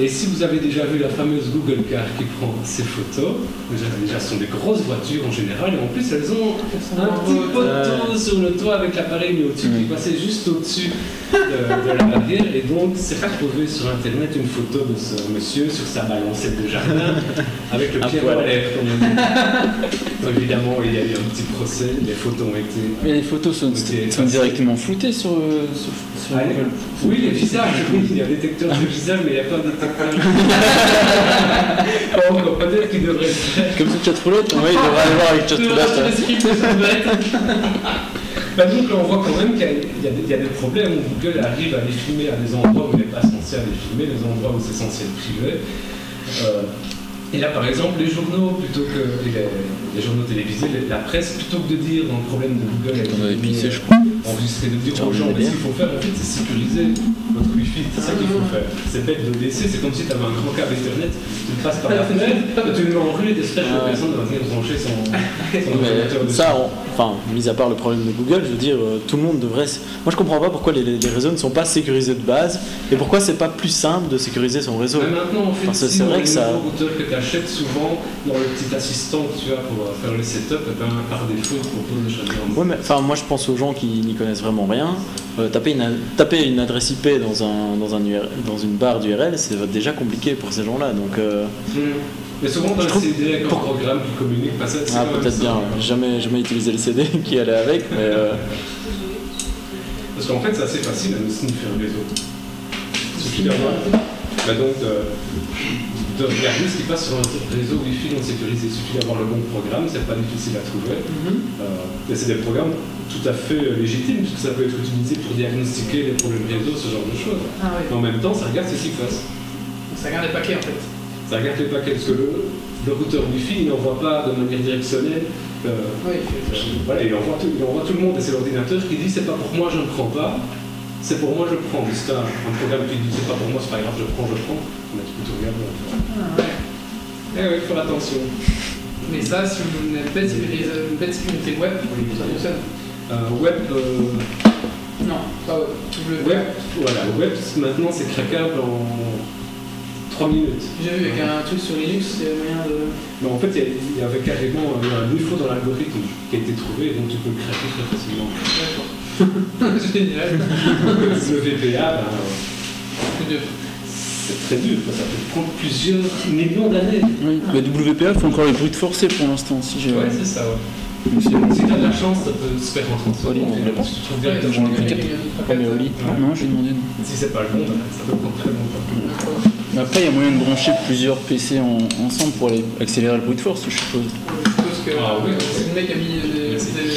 Et si vous avez déjà vu la fameuse Google Car qui prend ses photos, déjà, déjà ce sont des grosses voitures en général, et en plus elles ont un petit poteau sur le toit avec l'appareil mis au-dessus qui Mm. passait juste au-dessus de, de la barrière. Et donc, c'est faire trouver sur internet une photo de ce monsieur sur sa balancette de jardin avec le À pied poil. en l'air. comme on dit. Donc, évidemment, il y a eu un petit procès, les photos ont été. Mais les photos sont, Ok. sont directement floutées sur, euh, sur, sur Allez. Google. Oui, les visages, oui, il y a un détecteur de visage, mais il n'y a pas de détecteur. Bon, on peut dire qu'il devrait le faire. Comme sur Chatroulette Oui, il devrait aller voir avec Tu devrais acheter hein. Chatroulette. des scripts de cette bête. Bah donc là, on voit quand même qu'il y a- il y, a des- il y a des problèmes où Google arrive à les filmer à des endroits où il n'est pas censé aller filmer, des endroits où c'est censé être privé. Euh, et là, par exemple, les journaux, plutôt que et les, les journaux télévisés, les- la presse, plutôt que de dire dans le problème de Google, Attends, on avait filmé, pissé, euh, je crois. enregistré, de dire Genre, aux gens, on est mais ce bien. qu'il faut faire, en fait, c'est sécuriser votre Wi-Fi. C'est ça qu'il faut faire. C'est bête d'ODC, c'est comme si tu avais un gros câble Ethernet, tu le passes par la fenêtre, tu le mets en rue et t'espères que Ah ouais. personne ne va venir brancher son, son ordinateur Mais dessus. ça, on- enfin, mis à part le problème de Google, je veux dire, euh, tout le monde devrait. s- Moi, je comprends pas pourquoi les, les réseaux ne sont pas sécurisés de base et pourquoi c'est pas plus simple de sécuriser son réseau. Mais maintenant, en fait, Parce que si c'est dans vrai les que ça- nouveaux routeurs que tu achètes, souvent, dans le petit assistant que tu as pour euh, faire le setup, eh ben, par défaut, il te propose de shutdown. Ouais, mais enfin, moi je pense aux gens qui n'y connaissent vraiment rien. Euh, taper, une, taper une adresse IP dans, un, dans, un URL dans une barre d'URL, c'est déjà compliqué pour ces gens-là. Donc, euh, Mm. Mais souvent, dans Je trouve- le CD, avec un Pourquoi- programme qui communique, pas ça, c'est ah, quand même peut-être ça. bien. J'ai Jamais, jamais utilisé le CD qui allait avec, mais euh, Parce qu'en fait, c'est assez facile à nous sniffer un réseau. Il suffit d'avoir. Bah donc, de, de regarder ce qui passe sur un réseau Wi-Fi non sécurisé. Il suffit d'avoir le bon programme, c'est pas difficile à trouver. Mhm. Euh, et c'est des programmes tout à fait euh, légitimes, puisque ça peut être utilisé pour diagnostiquer les problèmes réseau, ce genre de choses. Ah oui. Mais en même temps, ça regarde ce qui passe. Ça garde les paquets en fait. Ça regarde les paquets, parce que le, le routeur Wi-Fi, il n'envoie pas de manière directionnelle. euh, Oui. euh, voilà, il envoie, tout, il envoie tout le monde et c'est l'ordinateur qui dit c'est pas pour moi, je ne prends pas, c'est pour moi, je prends. Mais C'est un, un programme qui dit c'est pas pour moi, c'est pas grave, je prends, je prends. Mais tu peux tout regarder. Ah, ouais. Eh oui, faut attention. Mais ça, si vous voulez une belle sécurité, une belle sécurité web, ça fonctionne. Euh, web, euh, Non, pas web. Double web, voilà, web maintenant c'est craquable en 3 minutes. J'ai vu avec un truc sur Linux, il y a moyen de. Mais en fait, il y a- il y, avait carrément un défaut dans l'algorithme qui a été trouvé, donc tu peux le craquer très facilement. D'accord. Génial. le VPA, ben, euh, C'est dur. c'est très dur, quoi. ça peut prendre plusieurs millions d'années. Oui. Mais WPA font encore les bruits de forcés pour l'instant. Si j'ai... Ouais, c'est ça, ouais. Mais c'est- Si t'as de la chance, ça peut se faire en 30 secondes. Oui, mais finalement, bon. tu te Ouais, trouves Dans directement le le cricket. mec. Ah, mais au lit. Ouais. Non, j'ai demandé. non. Si c'est pas le bon, bah, ça peut prendre très longtemps. Mais après, il y a moyen de brancher plusieurs PC en- ensemble pour aller accélérer le bruit de force, je suppose. Je suppose que Ah, oui. c'est le mec qui a mis des. des-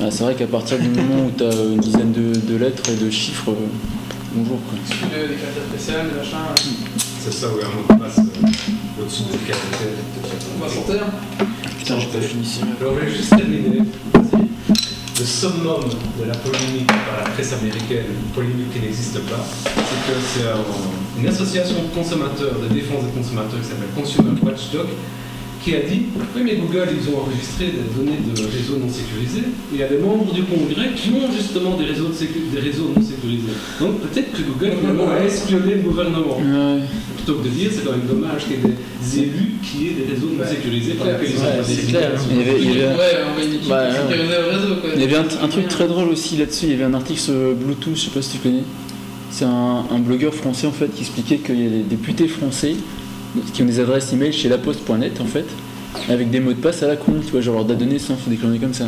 Ah, c'est vrai qu'à partir du moment où tu as une dizaine de, de lettres et de chiffres, euh, bonjour. Quoi. des des caractères spéciales, des machins. C'est ça, ouais, un mot de passe euh, au-dessus de On va caractère. sortir. Putain, j'ai pas fini ça. Alors, je vais juste terminer. Le summum de la polémique par la presse américaine, une polémique qui n'existe pas, c'est que c'est un- une association de consommateurs, de défense des consommateurs qui s'appelle Consumer Watchdog, qui a dit Oui, mais Google, ils ont enregistré des données de réseaux non sécurisés, et il y a des membres du Congrès qui ont justement des réseaux, de sécu- des réseaux non sécurisés. Donc peut-être que Google, finalement, a espionné le gouvernement. Ouais. Plutôt que de dire, c'est quand même dommage qu'il y ait des élus qui aient des réseaux non Ouais. sécurisés par Ouais, lesquels ils ont ouais, pas c'est des clair, emails. hein. Il y avait- il y avait- Ouais, on va une équipe Bah, qui ouais. sécurisait le réseau quoi. Il y avait un, un truc très drôle aussi là-dessus, il y avait un article sur Bluetooth, je sais pas si tu connais. C'est un, un blogueur français en fait qui expliquait qu'il y a des députés français qui ont des adresses email chez laposte.net en fait, avec des mots de passe à la con, tu vois, genre leur date de naissance ou des conneries comme ça.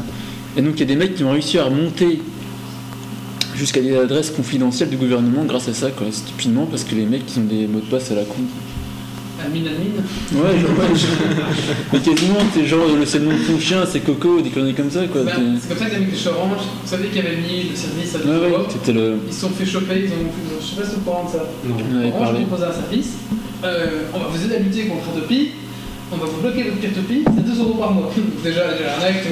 Et donc il y a des mecs qui ont réussi à remonter jusqu'à des adresses confidentielles du gouvernement grâce à ça, quoi, stupidement, parce que les mecs ils ont des mots de passe à la con. Admin, admin. Ouais, genre, ouais, je- mais quasiment, c'est genre le seul nom de ton chien, c'est Coco, des conneries comme ça, quoi. Bah, t'es- C'est comme ça qu'ils avaient mis les orange. Vous savez qu'il y avait mis le service à des Ouais, ouais, Europe. c'était le. Ils se sont fait choper, ils ont fait. Je sais pas si vous parlez de ça. Non. On en avait Orange parlé. propose un service. Euh, on va vous aider à lutter contre le peer-to-peer. On va vous bloquer votre peer-to-peer. C'est 2 euros par mois. déjà, déjà un acte.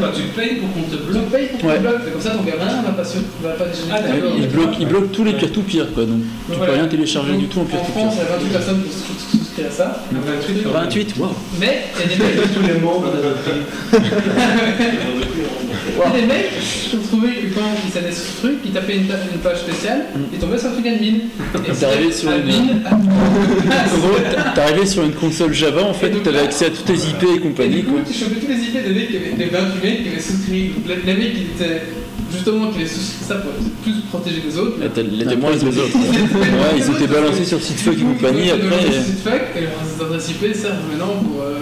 Bah, tu payes pour qu'on te Je bloque. paye pour que Ouais. tu bloques. Comme ça, ton gamin va pas, sur- va pas dégénérer. Ah, Ouais, d'accord. il, bloque, il bloque tous les peer-to-peer, quoi. Donc, tu Voilà. peux rien télécharger du tout en En peer-to-peer. France, il y a 28 personnes qui sont souscrites à ça. Ben, Ah, 28, quand même. 28, waouh Mais il y a des mecs. Tous les membres de notre Et les mecs, je trouvais que quand ils savaient ce truc, ils tapaient une, ta- une page spéciale, ils tombaient sur un truc admin. Et T'es arrivé sur une- admin. En gros, t'es- t'es arrivé sur une console Java, en fait, Et donc t'avais là- accès à toutes tes IP et Et compagnie. du coup, quoi. tu chopais tous les idées des mecs qui avaient, des 28 mecs qui avaient souscrit. Donc, les, les mecs, ils étaient justement qui avaient souscrit ça pour être plus protégés des autres. Et t'as- Les témoins, ils les autres. Ouais, ils étaient balancés sur Sitfuck et compagnie après. euh. Et... et- et leurs adresses IP servent maintenant pour. euh,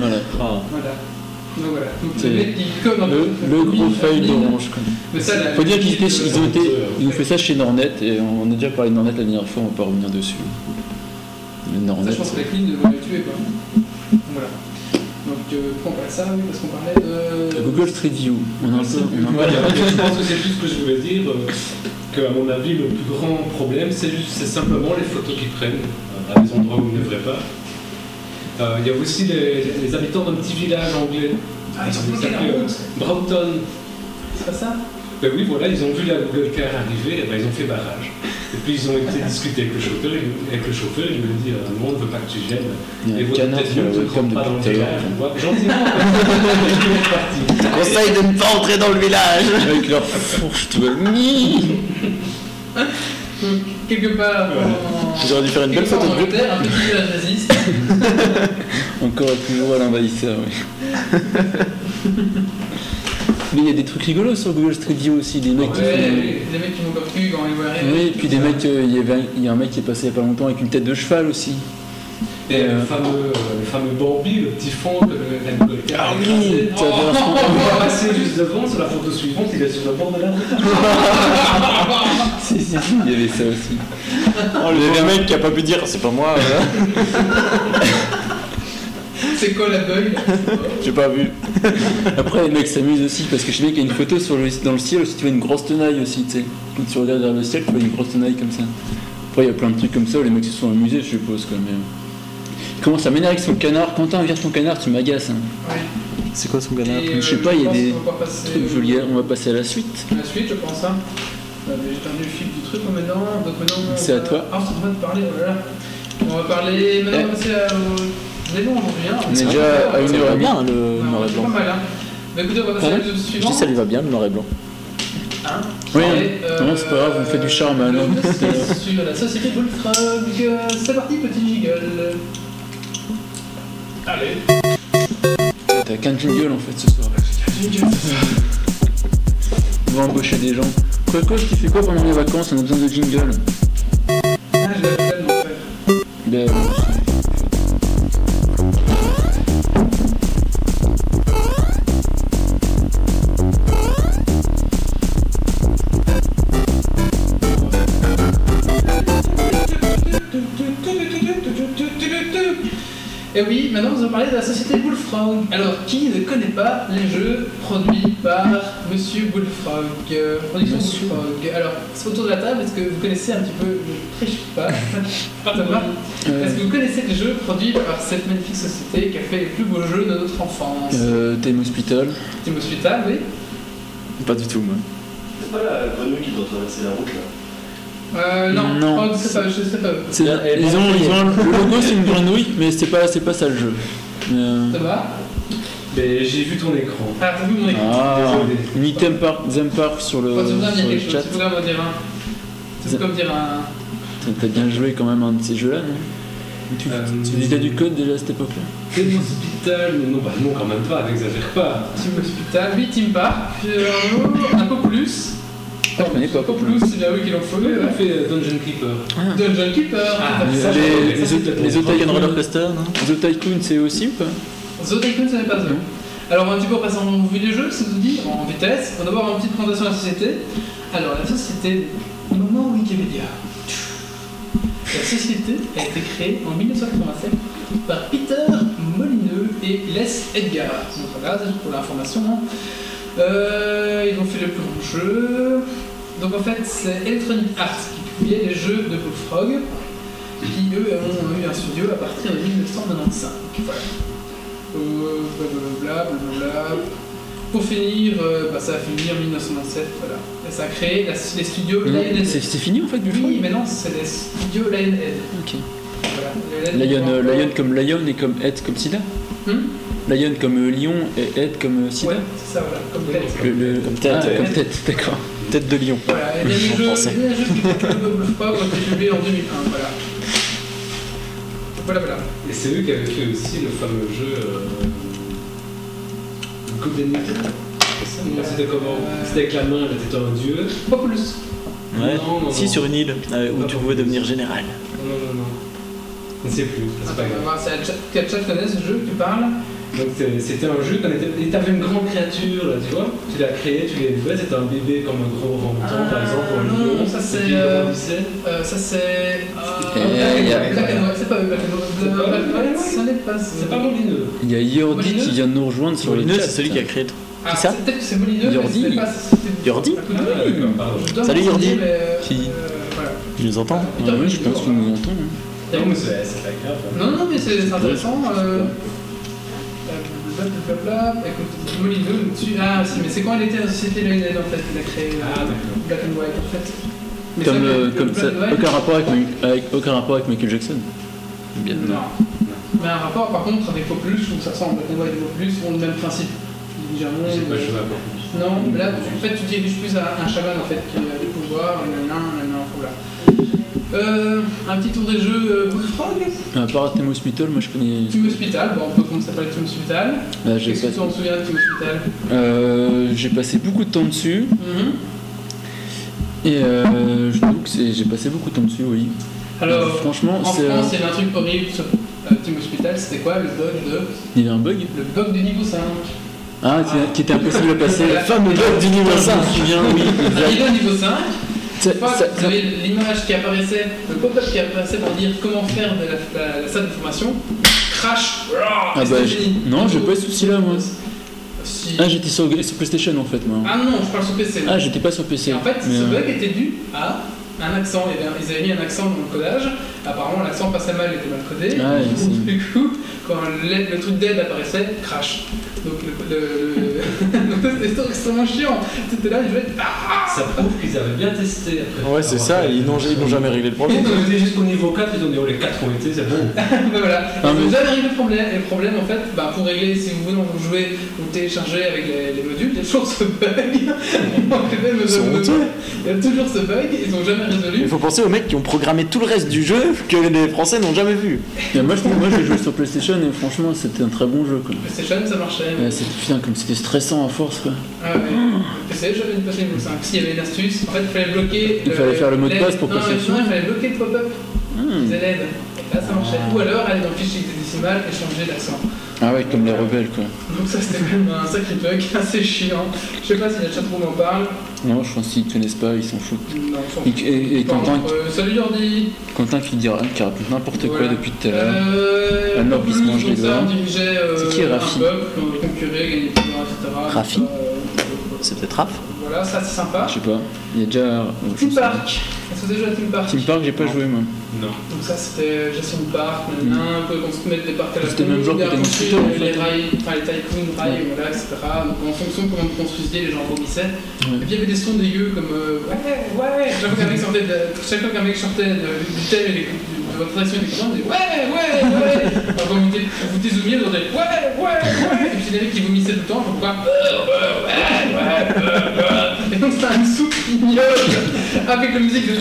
Voilà. Ah. voilà. Donc voilà. Donc C'est les mecs, ils codent un peu Le, sur le Kotlin, gros fail Kotlin. d'Orange. quoi. Mais ça, la- Faut dire qu'ils étaient- ils ont été, euh, ils ont fait ça chez Nornet et on a déjà parlé de Nornet la dernière fois, on va pas revenir dessus. Mais Ça, Nornet, je pense que la clean va le tuer, quoi. Voilà. Donc, euh, pourquoi on parle de ça Oui, parce qu'on parlait de. Google Street View, on en on en- Voilà, je pense que c'est tout ce que je voulais dire. euh, que, à mon avis, le plus grand problème, c'est juste- c'est simplement les photos qu'ils prennent euh, à des endroits où ils ne devraient pas. Euh, Il y a aussi les, les habitants d'un petit village anglais. Ah, ils ont bloqué la s'appelait, euh, route Broughton. C'est pas ça Ben oui, voilà, ils ont vu la Google Car arriver, et ben ils ont fait barrage. Et puis ils ont été discuter avec le chauffeur, et- avec le chauffeur, il me dit euh, Non, on ne veut pas que tu gênes. il y a Et euh, un vous canard peut-être qui a mieux le de welcome rentrer pas dans le depuis tout à l'heure. village, on voit gentiment. Et puis, on est parti. Conseil de ne pas entrer dans le village Avec leur fourche, tu vois. Mii. Donc, quelque part. en- J'aurais dû faire une belle quelque part photo en de groupe. Angleterre, un petit village résiste. Encore et toujours à l'envahisseur, oui. Mais il y a des trucs rigolos sur Google Street View aussi, des mecs qui font... Ouais, les mecs qui m'ont comme cul quand ils voient arriver. Oui, et puis des mecs, euh, il y avait- il y a un mec qui est passé il y a pas longtemps avec une tête de cheval aussi. Et euh, le fameux, le fameux Bambi, le petit fond de la Google Car. Ah oui, Oh, t'avais un fond. on va passer juste devant sur la photo suivante, il est sur le bord de la route. Si, si, si, il y avait ça aussi. Il y avait un mec qui a pas pu dire, c'est pas moi, voilà. C'est quoi la bug j'ai pas vu. Après, les mecs s'amusent aussi parce que je sais bien qu'il y a une photo sur le- dans le ciel aussi, tu vois une grosse tenaille aussi, tu sais. Quand tu regardes vers le ciel, tu vois une grosse tenaille comme ça. Après, il y a plein de trucs comme ça, où les mecs se sont amusés, je suppose, quand même. Ils commencent à m'énerver avec son canard. Quentin, vire ton canard, tu m'agaces. hein. Ouais. C'est quoi son Et, canard euh, je sais pas, il y a pense des qu'on va passer Truc au- vulgaire, on va passer à la suite. La suite, je pense. Hein. Euh, mais J'ai perdu le fil du truc mais maintenant. Donc maintenant on C'est va- à toi. Ah, c'est en train de parler, oh là là. On va parler. Maintenant, Eh. on c'est à. C'est bon, aujourd'hui. Hein. Ah, On est déjà à une Ça lui heure va et demie. bien le Ouais, noir et C'est pas blanc. mal, hein. Bah écoutez, on va passer à Pardon l'épisode Je dis suivant. ça lui va bien le noir et blanc. Hein Oui, Et, non, non, c'est pas grave, on fait du charme, hein, le non. podcast sur la société Bullfrog. euh, C'est parti, petit jiggle. Allez, T'as qu'un jingle en fait ce soir. On va embaucher des gens. Coco, tu fais quoi pendant les vacances On a besoin de jingle. Ah, je l'ai fait de mon frère. Ben, Et oui, maintenant vous allons parler de la société Bullfrog. Alors, qui ne connaît pas les jeux produits par Monsieur Bullfrog euh, Production Monsieur. Bullfrog. Alors, c'est autour de la table, est-ce que vous connaissez un petit peu le triche pas Pas de voir. euh, Est-ce que vous connaissez les jeux produits par cette magnifique société qui a fait les plus beaux jeux de notre enfance euh, Thème Hospital. Team Hospital, oui. Pas du tout, moi. C'est pas la grenouille qui doit traverser la route là. Euh, non, Non. Oh, c'est pas, je sais pas. C'est- Et ils ont- ils ont- le logo c'est une grenouille, mais c'est pas, c'est pas ça le jeu. Mais, euh, Thomas mais j'ai vu ton écran. Ah, vous mon écran. ah, on mis Thème Park, Thème Park sur le, Quand tu viens, il y a Euh, sur le quelque chat. chose. C'est comme dire un. C'est comme dire un. T'as- T'as bien joué quand même à un de ces jeux-là, non tu, Euh, tu faisais du code déjà à cette époque-là Thème hospital, non, bah non, quand même pas, n'exagère pas. Team Hospital, oui, Team Park, euh, puis un, un Populus. Ah, je connais pas Populus, c'est bien oui qu'il en faut. Oui, on euh, a fait euh, Dungeon Keeper. Dungeon Keeper, Ah, Les, ça, j'avais les, fait ça, les, c'était les pour Otaku- Dragon Roller Coaster, non The Tycoon, c'est aussi ou pas The Tycoon, ce n'est pas ça. Alors, on va un petit peu passer en revue les jeux, si vous dit, en vitesse. On va d'abord avoir une petite présentation de la société. Alors, la société, au moment Wikipédia. La société a été créée en 1987 par Peter Molineux et Les Edgar. Donc voilà, c'est pour l'information. hein. Euh, ils ont fait le plus grand jeu. Donc en fait, c'est Electronic Arts qui publiait les jeux de Bullfrog, qui eux ont eu un studio à partir de 1995. Voilà. Euh, blablabla, blablabla. Pour finir, euh, bah, ça a fini en 1997, voilà. Et ça a créé la- les studios Non, Lionhead. Hmm C'est c'est fini en fait du Oui, film mais non, c'est les studios Lionhead. Ok. Voilà. Lion, euh, Lion comme Lion et comme Ed comme Sida Hmm Lion comme euh, lion et head comme euh, sida. Ouais, c'est ça, voilà, comme tête. Le- le- Comme tête, Ah, ouais. comme tête, d'accord. Tête de lion. Voilà, il y a des En jeux, il y a français. des jeux qui ne bluffent pas, qui ont été publiés en 2001, voilà. Voilà, voilà. Et c'est eux qui avaient fait aussi le fameux jeu. Euh... Coupe des Nuits. Ça, non, C'était comment C'était avec la main, là, t'étais un dieu. Euh, Pas plus. Ouais. Non, non, si, non. sur une île euh, où tu pouvais devenir général. Non, non, non, non. Je ne sais plus, Ah, c'est pas grave. Attends, Ah, C'est la chat- la chat connaît ce jeu, tu parles Donc c'est- c'était un jeu, quand était... et t'avais une grande créature, là, tu vois. Tu l'as créée, tu l'as fait, c'était un bébé comme un gros orangutan, Ah, par exemple, ou un non, lion. ça, c'est, Et puis, il euh, grandissait. Euh, ça c'est. Euh, Eh, y a- Black and White, c'est pas eux, Black and White. C'est pas Black eux, and White, Black and ça n'est pas. C'est pas Molineux. Il y a Yordi Molineux qui vient de nous rejoindre sur le Molineux, chat. c'est celui qui a créé. Ah, ça c'est Peut-être que c'est Molineux, mais Yordi. c'était pas- c'était- Yordi Ah, Ah, oui. d'accord, pardon. Je dois Salut, me Yordi. souvenir, mais, euh, Qui- euh, voilà. Tu nous entends Ah ouais, je pense qu'on nous entend. hein. Non, mais c'est c'est pas grave. Non, non, mais c'est c'est intéressant. euh, euh, blablabla. Écoute, Molineux, tu. Ah, si, mais c'est quand elle était à la Société Lyonnaise en fait qu'il a créé euh, Ah, d'accord. Black and White en fait. Mais Comme, ça, euh, le- comme le ça, Black and White, aucun rapport avec, Mike- avec- aucun rapport avec Michael Jackson. Bien. Non. Mais un rapport par contre avec Populus, où ça ressemble, la loi et Populus ont le même principe. Tu diriges un monde, C'est pas euh, cheval. Non, mais là tu- en fait tu diriges plus à un chaman en fait qui a des pouvoirs, nanana, nanana, voilà. Euh, un petit tour des jeux euh, Bullfrog, À part Temos Mittal, moi je connais. Team Hospital, bon on peut comment ça s'appelle Team Hospital. Bah, j'ai Qu'est-ce que passé- tu en souviens de Team Hospital euh, j'ai passé beaucoup de temps dessus. Mhm. Et euh, je trouve que c'est- j'ai passé beaucoup de temps dessus, oui. Euh, Alors, Franchement, en c'est, France il y avait un truc horrible sur euh, Team Hospital, c'était quoi le bug de. il y a un bug. Le bug du niveau 5. Ah, qui- qui était impossible à passer. La fameux bug du niveau 5. Je me souviens, oui. Arrivé Ah, au niveau 5, Ça- Pas- ça- vous avez l'image qui apparaissait, le pop-up qui apparaissait pour dire comment faire de la, la- la salle de formation. Crash Ah bah, je- non, j'ai pas eu ce souci-là, moi. Si. Ah, j'étais sur, sur PlayStation en fait, moi. Ah non, je parle sur PC. Ah, j'étais pas sur PC. Et en fait, mais, ce euh, bug était dû à un accent. Il y avait un- Ils avaient mis un accent dans le codage. Apparemment, l'accent passait mal, il était mal codé. Ah, ouais, c'est- du coup, quand le, le truc d'aide apparaissait, crash. Donc, le, le- le- c'était extrêmement chiant. C'était là, je vais être. Ça prouve qu'ils avaient bien testé après. Ouais, c'est ça, ils n'ont ils n'ont jamais réglé le problème. Ils ont été jusqu'au niveau 4, ils ont dit oh les 4 ont été, c'est bon. Ben voilà, Ah, mais- vous avez réglé le problème. Et le problème, en fait, bah, pour régler, si vous voulez, on vous jouez, vous téléchargez avec les, les modules, il y a toujours ce bug. Donc, les mêmes Ils sont modules, honteux. Il y a toujours ce bug, ils n'ont jamais Il résolu. faut penser aux mecs qui ont programmé tout le reste du jeu que les Français n'ont jamais vu. et moi, je- moi, j'ai joué sur PlayStation et franchement, c'était un très bon jeu. Quoi. PlayStation, ça marchait. Ouais, c'était putain, comme c'était stressant à force. Quoi. Ah ouais. PC, j'avais une PlayStation 5. S'il y avait une astuce, en fait, il fallait bloquer. Il fallait faire le mot de l'aide. passe pour non, passer dessus. Non, il fallait bloquer le pop-up Hmm. des LED. Et Là, ça marchait. Ou alors, aller dans le fichier hexadécimal et changer l'accent. Ah ouais, comme les rebelles quoi. Donc, ça, c'était quand même un sacré bug, assez chiant. Je sais pas si la chatroom en parle. Non, je pense qu'ils connaissent pas, ils s'en foutent. Non, on s'en Et, fout. et, et Par Quentin, contre, euh, salut Jordi Quentin qui, dira, qui raconte n'importe quoi Voilà. depuis tout à l'heure. Euh, Ah non, puis il se mange donc les ça, doigts. on dirigeait, euh, C'est qui, Rafi un peuple, on concurrait, gagnait des pouvoirs, etc. Rafi Donc, euh, C'est peut-être Raph Voilà, ça c'est sympa. Je sais pas, il y a déjà. oh, je Team sais pas. Park Est-ce que vous avez joué à Team Park Team Park, j'ai pas Non. joué moi. Non. Donc ça c'était gestion de parc, nanana, on pouvait construire- mettre des parcs à la Mm. C'était le con, même genre que bien Tennis construire Shooter, en les fait. rails, enfin les tycoons, rails, voilà, etc. Donc en fonction de comment vous construisiez, les gens vomissaient. Et Ouais. puis il y avait des sons dégueux comme euh, ouais, ouais, chaque fois qu'un mec sortait, de- chaque fois qu'un mec sortait de- du thème et des- de votre action et des clients, on disait ouais, ouais, ouais. Alors quand vous dé- vous dézoomiez, vous entendez ouais, ouais, ouais. Et puis il y en avait qui vomissaient tout le temps, euh, pourquoi et donc c'est un sou qui miaule avec la musique de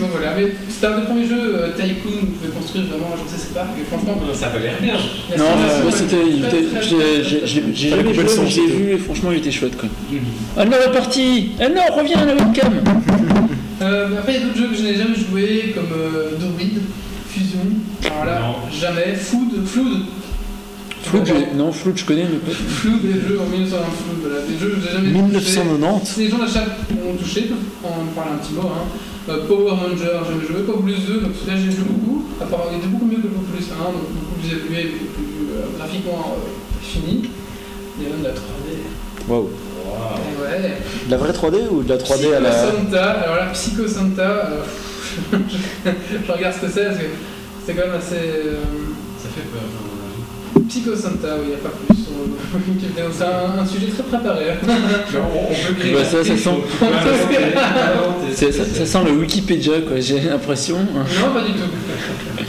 Donc voilà, mais c'était un des premiers jeux euh, Tycoon, vous pouvez construire vraiment, je sais pas, mais franchement, Ça va l'air bien. la Non, sensation, moi elle c'était. est il très, était- très, j'ai- très, j'ai- très, j'ai- J'ai Fallait jamais couper joué, le son, mais j'ai c'était- vu et franchement, il était chouette quoi. Anne-Laure est partie Anne-Laure, reviens à la webcam Euh, mais après, il y a d'autres jeux que je n'ai jamais joué, comme euh, Dorid, Fusion, alors là, Non. jamais, Food, Flood, Flood, j'ai- non, Flood, je connais, mais pas. Flood, des jeux en 1920, Flood, voilà, des jeux que je n'ai jamais touché. 1990 Si les gens d'achat ont touché, ils peuvent en parler un petit mot. Hein. Euh, Power Ranger, j'ai joué Populous 2, donc celui-là j'ai joué beaucoup. Apparemment, il était beaucoup mieux que Populous 1, donc beaucoup plus évolué, beaucoup plus euh, graphiquement euh, fini. Il y a même de la 3D. Waouh. Waouh. Et ouais. De la vraie 3D ou de la 3D à Psycho la. Santa, alors là, Psycho Santa, euh, je, je regarde ce que c'est parce que c'est quand même assez. euh, Ça fait peur. Psychosynta, oui, il n'y a pas plus. On- C'est un, un sujet très préparé. hein. Genre, on, on peut créer. Bah, ça, ça sent- On peut inventer ce C'est- que Ça, ça sent le Wikipédia, quoi, j'ai l'impression. hein. Non, pas du tout.